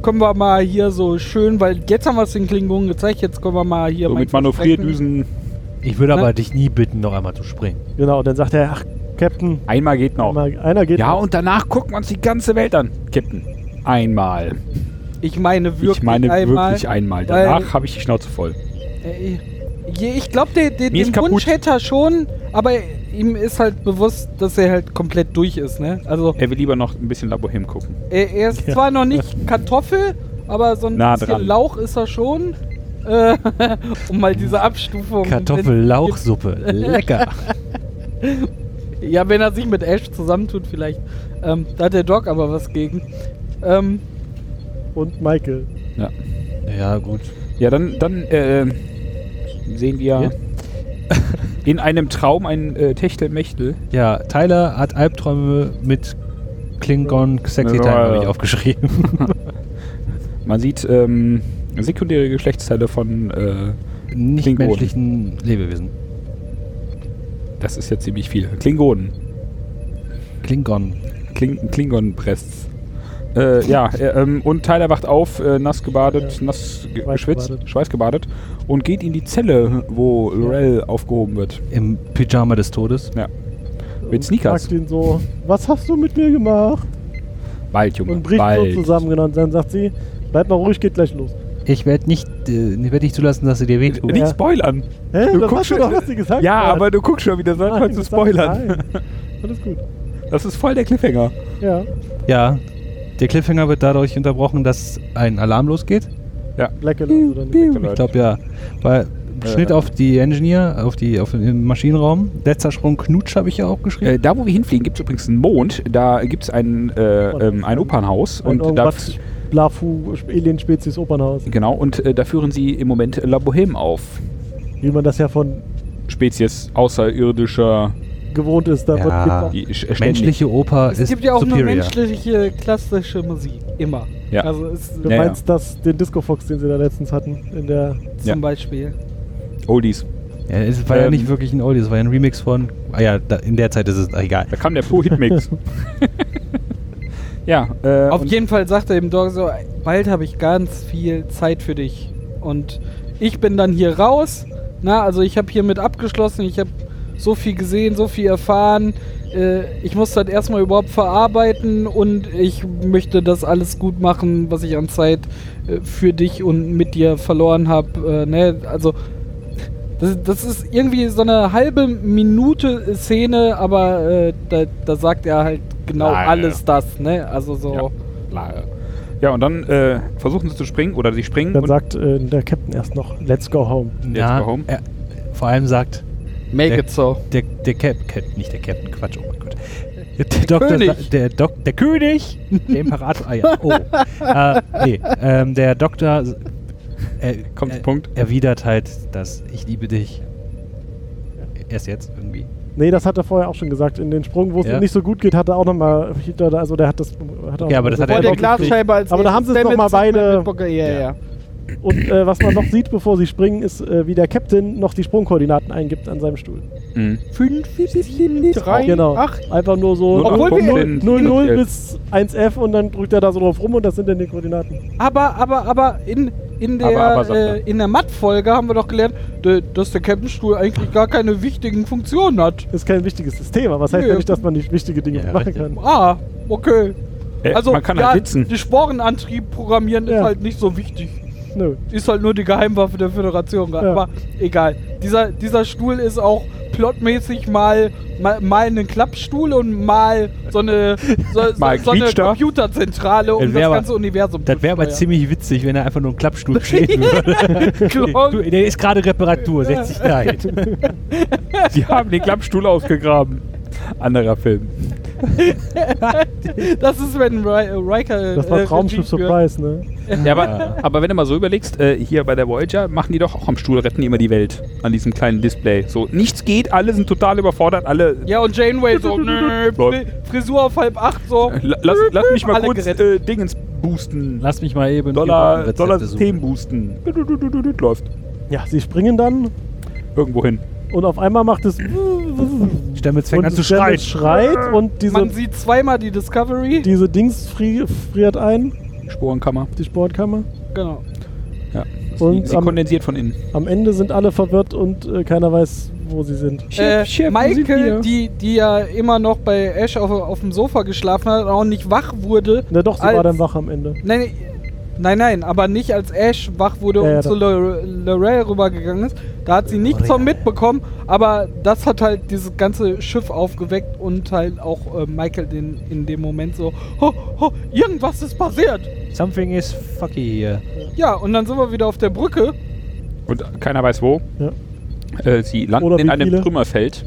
[SPEAKER 3] können wir mal hier so schön, weil jetzt haben wir es den Klingonen gezeigt, jetzt können wir mal hier.
[SPEAKER 4] So
[SPEAKER 3] mein
[SPEAKER 4] mit Manövrierdüsen.
[SPEAKER 1] Ich würde
[SPEAKER 3] Na?
[SPEAKER 1] aber dich nie bitten, noch einmal zu springen.
[SPEAKER 2] genau, und dann sagt er, ach Captain,
[SPEAKER 4] Einmal geht noch.
[SPEAKER 2] einmal- einer geht.
[SPEAKER 4] Genau. Ja,
[SPEAKER 2] noch.
[SPEAKER 4] und danach gucken wir uns die ganze Welt an. Captain. Einmal.
[SPEAKER 3] Versprechen. Ich meine wirklich
[SPEAKER 4] ich meine
[SPEAKER 3] einmal.
[SPEAKER 4] wirklich einmal.
[SPEAKER 3] weil-
[SPEAKER 4] Danach habe ich die Schnauze voll.
[SPEAKER 3] Ey, je- Ich glaube, den, den,
[SPEAKER 4] Mir ist
[SPEAKER 3] den
[SPEAKER 4] kaputt.
[SPEAKER 3] Wunsch hätte er schon, aber ihm ist halt bewusst, dass er halt komplett durch ist, ne? Also
[SPEAKER 4] Er will lieber noch ein bisschen Labohem gucken.
[SPEAKER 3] er, er ist zwar noch nicht Kartoffel, aber so ein
[SPEAKER 4] Nah
[SPEAKER 3] bisschen
[SPEAKER 4] dran.
[SPEAKER 3] Lauch ist er schon. Äh, um mal diese Abstufung.
[SPEAKER 1] Kartoffellauchsuppe. Lecker.
[SPEAKER 3] Ja, wenn er sich mit Ash zusammentut, vielleicht. Ähm, da hat der Doc aber was gegen. Ähm,
[SPEAKER 2] und Michael.
[SPEAKER 4] Ja,
[SPEAKER 1] Ja, gut.
[SPEAKER 4] ja dann, dann äh, sehen wir
[SPEAKER 1] Ja.
[SPEAKER 4] in einem Traum ein äh, Techtelmechtel.
[SPEAKER 1] Ja, Tyler hat Albträume mit Klingon Sexy
[SPEAKER 4] Ja,
[SPEAKER 1] Time, habe
[SPEAKER 4] ja.
[SPEAKER 1] ich aufgeschrieben.
[SPEAKER 4] Man sieht ähm, sekundäre Geschlechtsteile von. Äh,
[SPEAKER 1] Nicht menschlichen Lebewesen.
[SPEAKER 4] das ist ja ziemlich viel. Klingonen.
[SPEAKER 1] Klingon.
[SPEAKER 4] Kling Klingon-Brests. Äh, ja, äh, ähm, und Tyler wacht auf, äh, nass gebadet, nass ge geschwitzt,
[SPEAKER 2] Schweißgebadet.
[SPEAKER 4] schweißgebadet und geht in die Zelle, wo Lorel aufgehoben wird.
[SPEAKER 1] Im Pyjama des Todes.
[SPEAKER 4] Mit Sneakers.
[SPEAKER 2] Sagt ihn so, was hast du mit mir gemacht?
[SPEAKER 4] Bald, Junge,
[SPEAKER 2] Und bricht
[SPEAKER 4] bald.
[SPEAKER 2] so zusammen genau. Und dann sagt sie, bleib mal ruhig, geht gleich los.
[SPEAKER 1] Ich werde nicht, äh, werd nicht zulassen, dass sie dir wehtut.
[SPEAKER 4] Äh, Nicht
[SPEAKER 2] Ja.
[SPEAKER 4] spoilern.
[SPEAKER 2] Hä?
[SPEAKER 4] Du
[SPEAKER 2] das
[SPEAKER 4] guckst
[SPEAKER 2] hast du
[SPEAKER 4] schon-
[SPEAKER 2] doch, was sie gesagt
[SPEAKER 4] Ja,
[SPEAKER 2] hat.
[SPEAKER 4] aber du guckst schon wieder, seit
[SPEAKER 2] Nein,
[SPEAKER 4] wann zu
[SPEAKER 2] das sagt-
[SPEAKER 4] spoilern.
[SPEAKER 2] nein. Alles gut.
[SPEAKER 4] Das ist voll der Cliffhanger.
[SPEAKER 2] Ja.
[SPEAKER 1] Ja, Der Cliffhanger wird dadurch unterbrochen, dass ein Alarm losgeht.
[SPEAKER 2] Black Alert oder nicht?
[SPEAKER 4] Genau.
[SPEAKER 1] Ich glaube ja. Weil Schnitt auf die Engineer, auf die auf den Maschinenraum. Letzter Sprung Knutsch habe ich ja auch
[SPEAKER 4] Äh,
[SPEAKER 1] geschrieben.
[SPEAKER 4] da, wo wir hinfliegen, gibt es übrigens einen Mond. Da gibt es ein, äh, ähm, ein Opernhaus.
[SPEAKER 2] Und,
[SPEAKER 4] Und da,
[SPEAKER 2] irgendwas Blafu, Alien-Spezies Opernhaus.
[SPEAKER 4] genau, und äh, da führen sie im Moment La Bohème auf.
[SPEAKER 2] Wie man das ja von
[SPEAKER 4] Spezies außerirdischer.
[SPEAKER 2] gewohnt ist. Da
[SPEAKER 1] Ja.
[SPEAKER 2] wird
[SPEAKER 4] Die, sch-
[SPEAKER 1] Menschliche Oper
[SPEAKER 3] Es
[SPEAKER 1] ist
[SPEAKER 3] gibt ja auch
[SPEAKER 1] superior.
[SPEAKER 3] nur menschliche klassische Musik. Immer.
[SPEAKER 4] Ja.
[SPEAKER 3] Also es,
[SPEAKER 2] Du
[SPEAKER 4] Ja,
[SPEAKER 2] meinst das, den Disco-Fox, den sie da letztens hatten, in der
[SPEAKER 3] zum
[SPEAKER 1] Mhm.
[SPEAKER 4] Ja.
[SPEAKER 3] Beispiel.
[SPEAKER 4] Oldies.
[SPEAKER 1] Ja, es war ja
[SPEAKER 4] Ähm,
[SPEAKER 1] nicht wirklich ein Oldie, es war ja ein Remix von. Ah ja, da, in der Zeit ist es. Ach, egal.
[SPEAKER 4] Da kam der Pro-Hitmix. ja, äh,
[SPEAKER 3] Auf
[SPEAKER 4] und
[SPEAKER 3] jeden Fall sagt er dem Dog so, bald habe ich ganz viel Zeit für dich. Und ich bin dann hier raus. Na, also ich habe hiermit abgeschlossen. Ich habe so viel gesehen, so viel erfahren. Äh, ich muss das erstmal überhaupt verarbeiten und ich möchte das alles gut machen, was ich an Zeit äh, für dich und mit dir verloren habe. Äh, ne? Also das, das ist irgendwie so eine halbe Minute Szene, aber äh, da, da sagt er halt genau
[SPEAKER 4] Ah, ja,
[SPEAKER 3] alles das. Ne? Also so.
[SPEAKER 4] Ja. äh. ja, und dann äh, versuchen sie zu springen oder sie springen
[SPEAKER 2] Dann
[SPEAKER 4] und
[SPEAKER 2] sagt äh, der Captain erst noch, let's go home.
[SPEAKER 4] Ja, warum?
[SPEAKER 1] er, vor allem sagt
[SPEAKER 3] Make
[SPEAKER 1] Der-
[SPEAKER 3] it so.
[SPEAKER 1] der, der Cap, Cap, nicht der Captain, Quatsch, oh mein Gott. Der, Doktor,
[SPEAKER 3] König.
[SPEAKER 1] sa- Der, Dok, der König, der Imperator, ah ja, oh. äh, nee, ähm, der Doktor äh,
[SPEAKER 4] Kommt
[SPEAKER 1] äh,
[SPEAKER 4] zum Punkt.
[SPEAKER 1] erwidert halt, dass ich liebe dich. Erst jetzt irgendwie.
[SPEAKER 2] Nee, das hat er vorher auch schon gesagt. In den Sprung, wo es
[SPEAKER 1] Ja.
[SPEAKER 2] nicht so gut geht, hat er auch nochmal, also der hat das, hat auch
[SPEAKER 1] Ja, aber das hat er
[SPEAKER 2] sofort
[SPEAKER 1] ja
[SPEAKER 2] auf-
[SPEAKER 3] als
[SPEAKER 2] Aber da haben sie es noch
[SPEAKER 3] nächstes.
[SPEAKER 2] mal
[SPEAKER 3] Damit
[SPEAKER 2] beide-
[SPEAKER 3] sind wir mit Bock- Ja, ja.
[SPEAKER 1] Ja.
[SPEAKER 2] Und äh, was man noch sieht, bevor sie springen, ist, äh, wie der Captain noch die Sprungkoordinaten eingibt an seinem Stuhl.
[SPEAKER 4] Mhm.
[SPEAKER 3] 5, 3,
[SPEAKER 2] genau.
[SPEAKER 3] 8.
[SPEAKER 2] Einfach nur so
[SPEAKER 3] Obwohl wir-
[SPEAKER 2] 0, 0, 0
[SPEAKER 4] Äh,
[SPEAKER 2] bis 1F und dann drückt er da so drauf rum und das sind dann die Koordinaten.
[SPEAKER 3] Aber, aber, aber in, in der,
[SPEAKER 4] Aber, aber, sagt
[SPEAKER 3] äh,
[SPEAKER 4] er.
[SPEAKER 3] in der Matt-Folge haben wir doch gelernt, de- dass der Captain-Stuhl eigentlich gar keine wichtigen Funktionen hat.
[SPEAKER 2] Ist kein wichtiges System, aber was heißt
[SPEAKER 3] Nö.
[SPEAKER 2] ja nicht, dass man nicht wichtige Dinge
[SPEAKER 1] Ja,
[SPEAKER 2] machen
[SPEAKER 1] richtig.
[SPEAKER 2] kann.
[SPEAKER 3] Ah, okay.
[SPEAKER 2] Äh,
[SPEAKER 4] also man kann
[SPEAKER 3] ja,
[SPEAKER 4] halt sitzen.
[SPEAKER 3] Die Sporenantrieb programmieren ist
[SPEAKER 2] Ja.
[SPEAKER 3] halt nicht so wichtig.
[SPEAKER 2] Nö.
[SPEAKER 3] Ist halt nur die Geheimwaffe der Föderation.
[SPEAKER 2] Ja.
[SPEAKER 3] Aber egal. Dieser, dieser Stuhl ist auch plotmäßig mal, mal, mal ein Klappstuhl und mal so eine, so,
[SPEAKER 4] Mal
[SPEAKER 3] so, so eine
[SPEAKER 4] quietscht er.
[SPEAKER 3] Computerzentrale, um
[SPEAKER 1] Das
[SPEAKER 3] das
[SPEAKER 1] wär aber-
[SPEAKER 3] ganze Universum
[SPEAKER 1] Das wäre aber
[SPEAKER 3] steuern.
[SPEAKER 1] ziemlich witzig, wenn er einfach nur einen Klappstuhl stehen würde.
[SPEAKER 3] Klonk.
[SPEAKER 1] du, der ist gerade Reparatur, setz dich da hin.
[SPEAKER 4] Die haben den Klappstuhl ausgegraben. Anderer Film.
[SPEAKER 3] Das ist, wenn Ry- Riker.
[SPEAKER 2] Das war
[SPEAKER 3] äh,
[SPEAKER 2] Traumschiff
[SPEAKER 3] Regie führt.
[SPEAKER 2] Surprise, ne?
[SPEAKER 4] Ja, aber, aber wenn du mal so überlegst, äh, hier bei der Voyager machen die doch auch am Stuhl, retten immer die Welt an diesem kleinen Display. So, nichts geht, alle sind total überfordert, alle.
[SPEAKER 3] Ja, und Janeway so, nö, Fri- Frisur auf halb acht, so.
[SPEAKER 4] La- Lass, lass mich mal
[SPEAKER 3] Alle
[SPEAKER 4] kurz
[SPEAKER 3] gerettet.
[SPEAKER 4] äh, Dingens boosten.
[SPEAKER 1] Lass mich mal eben
[SPEAKER 4] Dollar,
[SPEAKER 1] Rezepte
[SPEAKER 4] Dollar
[SPEAKER 1] suchen.
[SPEAKER 4] System boosten. Du- du- du- du- du- du- Läuft.
[SPEAKER 2] Ja, sie springen dann
[SPEAKER 4] Irgendwo hin.
[SPEAKER 2] und auf einmal macht es.
[SPEAKER 1] Stamets fängt
[SPEAKER 2] und
[SPEAKER 1] an zu
[SPEAKER 2] Dennis
[SPEAKER 1] schreien. Ah,
[SPEAKER 2] schreit und diese,
[SPEAKER 3] Man sieht zweimal die Discovery.
[SPEAKER 2] diese Dings fri friert ein,
[SPEAKER 4] Sporenkammer.
[SPEAKER 2] die Sportkammer.
[SPEAKER 3] genau.
[SPEAKER 4] Ja.
[SPEAKER 2] Und
[SPEAKER 4] sie sie
[SPEAKER 2] am-
[SPEAKER 4] kondensiert von innen.
[SPEAKER 2] Am Ende sind alle verwirrt und äh, keiner weiß, wo sie sind.
[SPEAKER 3] Äh,
[SPEAKER 4] wir?
[SPEAKER 3] Michael, die, die ja immer noch bei Ash auf, auf dem Sofa geschlafen hat und auch nicht wach wurde.
[SPEAKER 2] Na doch, sie
[SPEAKER 3] als-
[SPEAKER 2] war dann wach am Ende.
[SPEAKER 3] Nein, nee, nein, nein, aber nicht als Ash wach wurde
[SPEAKER 2] Ja, ja,
[SPEAKER 3] und zu
[SPEAKER 2] doch.
[SPEAKER 3] Lore- Lorel rübergegangen ist. Da hat sie nichts
[SPEAKER 1] Lorel.
[SPEAKER 3] von mitbekommen, aber das hat halt dieses ganze Schiff aufgeweckt und halt auch äh, Michael den, in dem Moment so, ho, ho, irgendwas ist passiert.
[SPEAKER 1] Something is fucky hier.
[SPEAKER 3] Ja, und dann sind wir wieder auf der Brücke.
[SPEAKER 4] Und keiner weiß wo.
[SPEAKER 2] Ja.
[SPEAKER 4] Äh, sie landen
[SPEAKER 2] Oder
[SPEAKER 4] in
[SPEAKER 2] wie
[SPEAKER 4] einem
[SPEAKER 2] viele?
[SPEAKER 4] Trümmerfeld.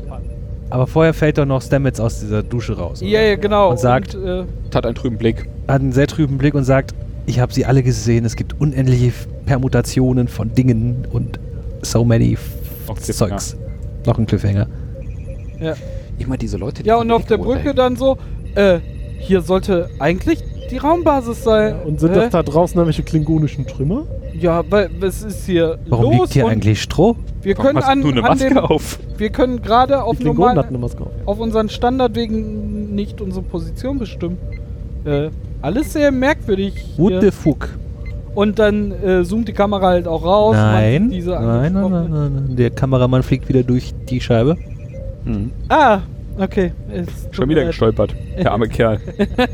[SPEAKER 1] Aber vorher fällt doch noch Stamets aus dieser Dusche raus. oder?
[SPEAKER 3] Ja, ja, genau.
[SPEAKER 1] Und sagt-
[SPEAKER 3] äh,
[SPEAKER 4] Hat einen trüben Blick.
[SPEAKER 1] Hat einen sehr trüben Blick und sagt, ich habe sie alle gesehen, es gibt unendliche F- Permutationen von Dingen und so many F-
[SPEAKER 4] Noch ein Cliffhanger.
[SPEAKER 1] Zeugs. Noch ein Cliffhanger.
[SPEAKER 3] ja.
[SPEAKER 4] Immer diese Leute,
[SPEAKER 3] ja, und auf der Brücke dann so, äh, hier sollte eigentlich die Raumbasis sein.
[SPEAKER 2] Ja, und sind
[SPEAKER 3] Hä?
[SPEAKER 2] das da draußen irgendwelche klingonischen Trümmer?
[SPEAKER 3] Ja, weil was ist hier
[SPEAKER 1] Warum
[SPEAKER 3] los?
[SPEAKER 1] liegt hier
[SPEAKER 3] Und
[SPEAKER 1] eigentlich Stroh?
[SPEAKER 3] Wir
[SPEAKER 4] Warum
[SPEAKER 3] können
[SPEAKER 4] hast
[SPEAKER 3] an,
[SPEAKER 4] du eine
[SPEAKER 3] an den,
[SPEAKER 4] Maske auf?
[SPEAKER 3] wir können gerade
[SPEAKER 2] Die
[SPEAKER 3] auf
[SPEAKER 2] Klingonen hatten
[SPEAKER 3] normalen,
[SPEAKER 2] eine Maske auf.
[SPEAKER 3] auf unseren Standard wegen nicht unsere Position bestimmen. Äh, alles sehr merkwürdig.
[SPEAKER 1] What
[SPEAKER 3] hier.
[SPEAKER 1] the fuck?
[SPEAKER 3] Und dann äh, zoomt die Kamera halt auch raus. man
[SPEAKER 1] Nein.
[SPEAKER 3] sieht diese
[SPEAKER 1] Nein, nein, nein,
[SPEAKER 3] angesprochene-
[SPEAKER 1] nein, nein. Der Kameramann fliegt wieder durch die Scheibe.
[SPEAKER 4] Hm.
[SPEAKER 3] Ah, okay. Es tut
[SPEAKER 4] Schon
[SPEAKER 3] mir
[SPEAKER 4] wieder
[SPEAKER 3] leid.
[SPEAKER 4] gestolpert. Der arme Kerl.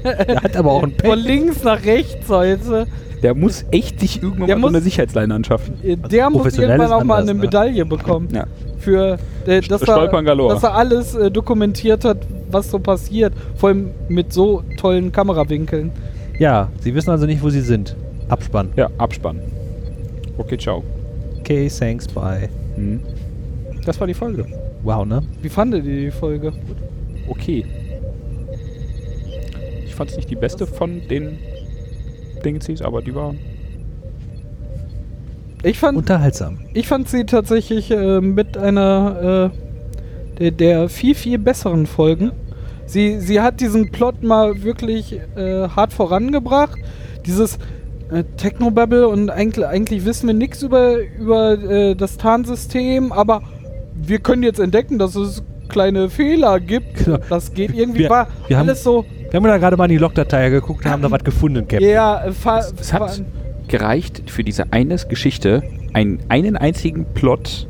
[SPEAKER 1] Der hat aber auch ein
[SPEAKER 3] Von
[SPEAKER 1] Pech.
[SPEAKER 3] links nach rechts heute.
[SPEAKER 4] Der muss echt sich irgendwann
[SPEAKER 3] Der
[SPEAKER 4] mal so eine
[SPEAKER 3] muss-
[SPEAKER 4] Sicherheitsleine anschaffen.
[SPEAKER 3] Äh, Der muss
[SPEAKER 1] professionell
[SPEAKER 3] irgendwann
[SPEAKER 1] ist
[SPEAKER 3] auch mal
[SPEAKER 1] anders,
[SPEAKER 3] eine
[SPEAKER 1] ne?
[SPEAKER 3] Medaille bekommen.
[SPEAKER 4] Ja.
[SPEAKER 3] Für, äh, dass, er,
[SPEAKER 4] Stolpern galore.
[SPEAKER 3] dass er alles äh, dokumentiert hat, was so passiert. Vor allem mit so tollen Kamerawinkeln.
[SPEAKER 1] Ja, Sie wissen also nicht, wo Sie sind. Abspann.
[SPEAKER 4] Ja, Abspann. Okay, ciao.
[SPEAKER 1] Okay, thanks, bye.
[SPEAKER 4] Hm. Das war die Folge.
[SPEAKER 1] Wow, ne?
[SPEAKER 3] Wie fandet ihr die Folge?
[SPEAKER 4] Okay. Ich fand es nicht die beste von den Dingsies, aber die war.
[SPEAKER 3] Ich fand,
[SPEAKER 1] Unterhaltsam.
[SPEAKER 3] ich fand sie tatsächlich äh, mit einer äh, der, der viel, viel besseren Folgen. Sie, sie hat diesen Plot mal wirklich äh, hart vorangebracht. Dieses äh, Technobabble und eigentlich, eigentlich wissen wir nichts über, über äh, das Tarnsystem, aber wir können jetzt entdecken, dass es kleine Fehler gibt.
[SPEAKER 1] Genau.
[SPEAKER 3] Das geht irgendwie.
[SPEAKER 1] Wir-
[SPEAKER 3] war
[SPEAKER 1] wir haben-
[SPEAKER 3] alles so.
[SPEAKER 1] Wir haben da gerade mal in die Logdatei geguckt und haben da was gefunden, Captain.
[SPEAKER 3] Ja, äh, fa-
[SPEAKER 4] Es
[SPEAKER 3] fa-
[SPEAKER 4] hat gereicht, für diese eine Geschichte einen, einen einzigen Plot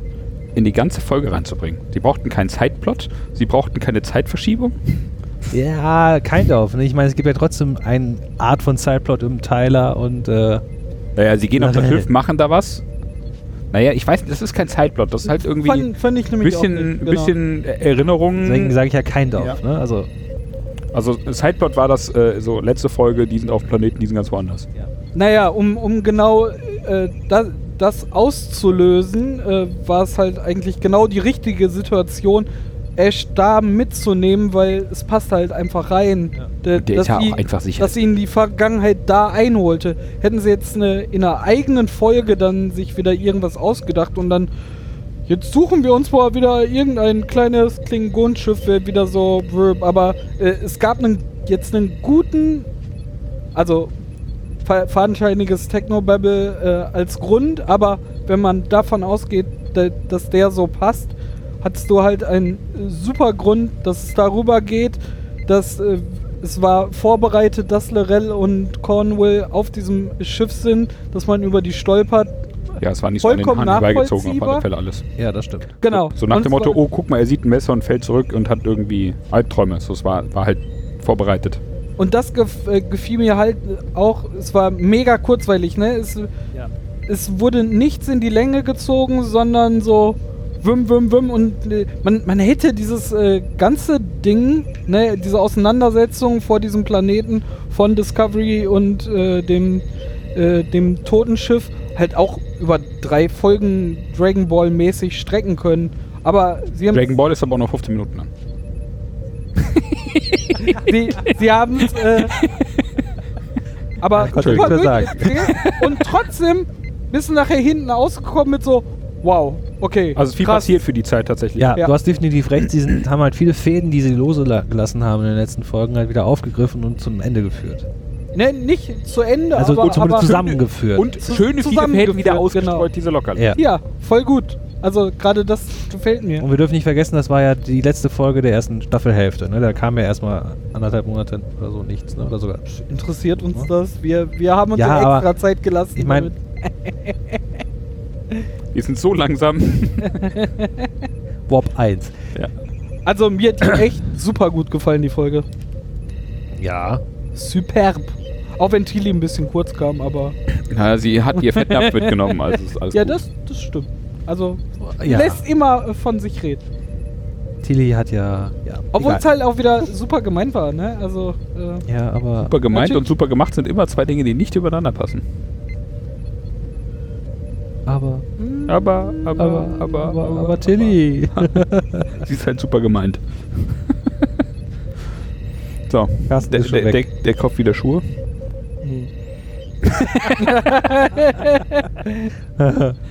[SPEAKER 4] in die ganze Folge reinzubringen. Sie brauchten keinen Zeitplot, sie brauchten keine Zeitverschiebung.
[SPEAKER 1] Ja, kind of. Ne? Ich meine, es gibt ja trotzdem eine Art von Sideplot im Tyler und äh,
[SPEAKER 4] Naja, sie gehen auf das
[SPEAKER 1] Nein.
[SPEAKER 4] Schiff, machen da was. Naja, ich weiß, das ist kein Zeitplot, das ist halt irgendwie ein
[SPEAKER 3] fand, fand ich nämlich auch
[SPEAKER 4] bisschen,
[SPEAKER 3] nicht, genau.
[SPEAKER 4] bisschen äh, Erinnerungen.
[SPEAKER 1] deswegen sage ich ja kind of.
[SPEAKER 4] Mm. Ja.
[SPEAKER 1] Ne? Also,
[SPEAKER 4] Also Sideplot war das äh, so letzte Folge, die sind auf dem Planeten, die sind ganz woanders.
[SPEAKER 3] Naja, um, um genau äh, das, das auszulösen, äh, war es halt eigentlich genau die richtige Situation, Ash da mitzunehmen, weil es passt halt einfach rein. D-
[SPEAKER 4] Und der
[SPEAKER 3] dass
[SPEAKER 4] ist ja
[SPEAKER 3] sie-
[SPEAKER 4] auch einfach sicher.
[SPEAKER 3] Dass ihn die Vergangenheit da einholte. Hätten sie jetzt eine, in einer eigenen Folge dann sich wieder irgendwas ausgedacht und dann Jetzt suchen wir uns mal wieder irgendein kleines Klingonschiff, wird wieder so, brr, aber äh, es gab einen, jetzt einen guten, also fa- fadenscheiniges Technobabble äh, als Grund, aber wenn man davon ausgeht, da, dass der so passt, hattest du halt einen äh, super Grund, dass es darüber geht, dass äh, es war vorbereitet, dass Lorel und Cornwall auf diesem Schiff sind, dass man über die stolpert.
[SPEAKER 4] Ja, es war nicht so an den
[SPEAKER 3] Vollkommen
[SPEAKER 4] Haaren herbeigezogen, auf alle
[SPEAKER 3] nachvollziehbar.
[SPEAKER 4] Fälle alles.
[SPEAKER 1] ja, das stimmt.
[SPEAKER 3] Genau.
[SPEAKER 4] So nach
[SPEAKER 3] Und
[SPEAKER 4] dem
[SPEAKER 3] es
[SPEAKER 4] Motto,
[SPEAKER 3] war-
[SPEAKER 4] oh, guck mal, er sieht ein Messer und fällt zurück und hat irgendwie Albträume. So, es war, war halt vorbereitet.
[SPEAKER 3] Und das gef äh, gefiel mir halt auch, es war mega kurzweilig, ne? Es, es wurde nichts in die Länge gezogen, sondern so wim, wim, wim und äh, man, man hätte dieses äh, ganze Ding, ne, diese Auseinandersetzung vor diesem Planeten von Discovery und äh, dem, äh, dem Totenschiff halt auch über drei Folgen Dragon Ball mäßig strecken können. Aber sie haben
[SPEAKER 4] Dragon Ball ist aber auch noch 15 Minuten lang.
[SPEAKER 3] Sie, sie haben es. Äh, aber
[SPEAKER 1] Ja, konnte ich
[SPEAKER 3] super
[SPEAKER 1] nur sagen.
[SPEAKER 3] durchgedreht und trotzdem bist du nachher hinten ausgekommen mit so, wow, okay.
[SPEAKER 4] Also viel
[SPEAKER 3] krass.
[SPEAKER 4] passiert für die Zeit tatsächlich.
[SPEAKER 1] Ja,
[SPEAKER 3] Ja.
[SPEAKER 1] du hast definitiv recht. Sie sind, haben halt viele Fäden, die sie lose la- gelassen haben in den letzten Folgen, halt wieder aufgegriffen und zum Ende geführt.
[SPEAKER 3] Ne, nicht zu Ende,
[SPEAKER 1] Also
[SPEAKER 3] aber,
[SPEAKER 1] zumindest
[SPEAKER 3] aber
[SPEAKER 1] zusammengeführt.
[SPEAKER 4] Und
[SPEAKER 3] Zu-
[SPEAKER 4] schöne viele Fäden
[SPEAKER 3] zusammengeführt,
[SPEAKER 4] wieder ausgestreut,
[SPEAKER 3] genau.
[SPEAKER 4] diese locker.
[SPEAKER 1] ja.
[SPEAKER 3] ja, voll gut. Also gerade das gefällt mir.
[SPEAKER 1] Und wir dürfen nicht vergessen, das war ja die letzte Folge der ersten Staffelhälfte. Ne? Da kam ja erstmal anderthalb Monate oder so nichts. Ne? Oder sogar.
[SPEAKER 3] Interessiert uns das? Wir, wir haben uns
[SPEAKER 1] Ja,
[SPEAKER 3] ja,
[SPEAKER 1] aber
[SPEAKER 3] extra Zeit gelassen.
[SPEAKER 1] ich mein-
[SPEAKER 3] damit.
[SPEAKER 4] Die sind so langsam.
[SPEAKER 1] Warp 1.
[SPEAKER 4] ja.
[SPEAKER 3] also mir hat die echt super gut gefallen, die Folge.
[SPEAKER 1] Ja.
[SPEAKER 3] Superb. Auch wenn Tilly ein bisschen kurz kam, aber.
[SPEAKER 4] Na, sie hat ihr Fettnapf mitgenommen, also ist alles
[SPEAKER 3] ja,
[SPEAKER 4] gut.
[SPEAKER 3] das, das stimmt. Also
[SPEAKER 1] ja.
[SPEAKER 3] lässt immer äh, von sich reden.
[SPEAKER 1] Tilly hat ja. ja
[SPEAKER 3] Obwohl
[SPEAKER 1] egal.
[SPEAKER 3] es halt auch wieder super gemeint war, ne? Also, äh,
[SPEAKER 1] Ja, aber.
[SPEAKER 4] Super gemeint
[SPEAKER 3] Natürlich-
[SPEAKER 4] und super gemacht sind immer zwei Dinge, die nicht übereinander passen.
[SPEAKER 1] Aber.
[SPEAKER 4] Aber, aber,
[SPEAKER 1] Aber,
[SPEAKER 4] aber,
[SPEAKER 1] aber, aber, Tilly.
[SPEAKER 4] Sie ist halt super gemeint. so,
[SPEAKER 1] Carsten
[SPEAKER 4] der,
[SPEAKER 1] ist schon
[SPEAKER 4] der, der,
[SPEAKER 1] weg.
[SPEAKER 4] der Kopf wieder Schuhe.
[SPEAKER 2] Hm.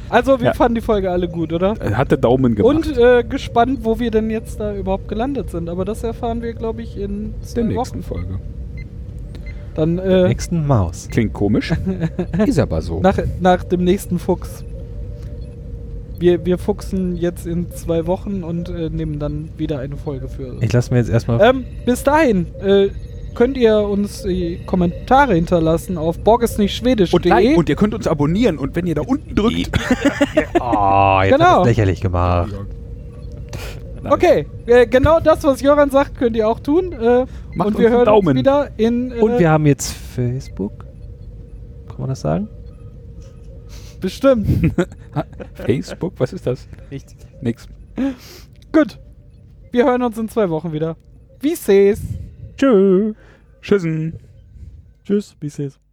[SPEAKER 3] also wir
[SPEAKER 4] Ja.
[SPEAKER 3] fanden die Folge alle gut, oder?
[SPEAKER 4] Er Hat der Daumen gemacht.
[SPEAKER 3] Und äh, gespannt, wo wir denn jetzt da überhaupt gelandet sind. Aber das erfahren wir, glaube ich, in zwei
[SPEAKER 4] der
[SPEAKER 3] Wochen.
[SPEAKER 4] nächsten Folge.
[SPEAKER 3] Dann äh,
[SPEAKER 1] Nächsten Maus.
[SPEAKER 4] Klingt komisch. ist aber so.
[SPEAKER 3] nach, nach dem nächsten Fuchs. Wir, wir fuchsen jetzt in zwei Wochen und äh, nehmen dann wieder eine Folge für.
[SPEAKER 1] Ich lasse mir jetzt erstmal.
[SPEAKER 3] Ähm, bis dahin äh, könnt ihr uns äh, Kommentare hinterlassen auf E. borgesnichtschwedisch.de.
[SPEAKER 4] und, like, und ihr könnt uns abonnieren und wenn ihr da unten drückt.
[SPEAKER 1] oh, jetzt
[SPEAKER 3] genau.
[SPEAKER 1] hat das lächerlich gemacht.
[SPEAKER 3] Okay, äh, genau das, was Joran sagt, könnt ihr auch tun. Äh,
[SPEAKER 4] Macht
[SPEAKER 3] und wir
[SPEAKER 4] uns einen
[SPEAKER 3] hören
[SPEAKER 4] Daumen.
[SPEAKER 3] uns wieder in äh,
[SPEAKER 1] Und wir haben jetzt Facebook. Kann man das sagen?
[SPEAKER 3] bestimmt.
[SPEAKER 4] Facebook, was ist das?
[SPEAKER 1] Nichts.
[SPEAKER 4] Nix.
[SPEAKER 3] Gut. Wir hören uns in zwei Wochen wieder. Wie seh's?
[SPEAKER 1] Tschüss.
[SPEAKER 4] Tschüssen.
[SPEAKER 2] Tschüss, bis jetzt.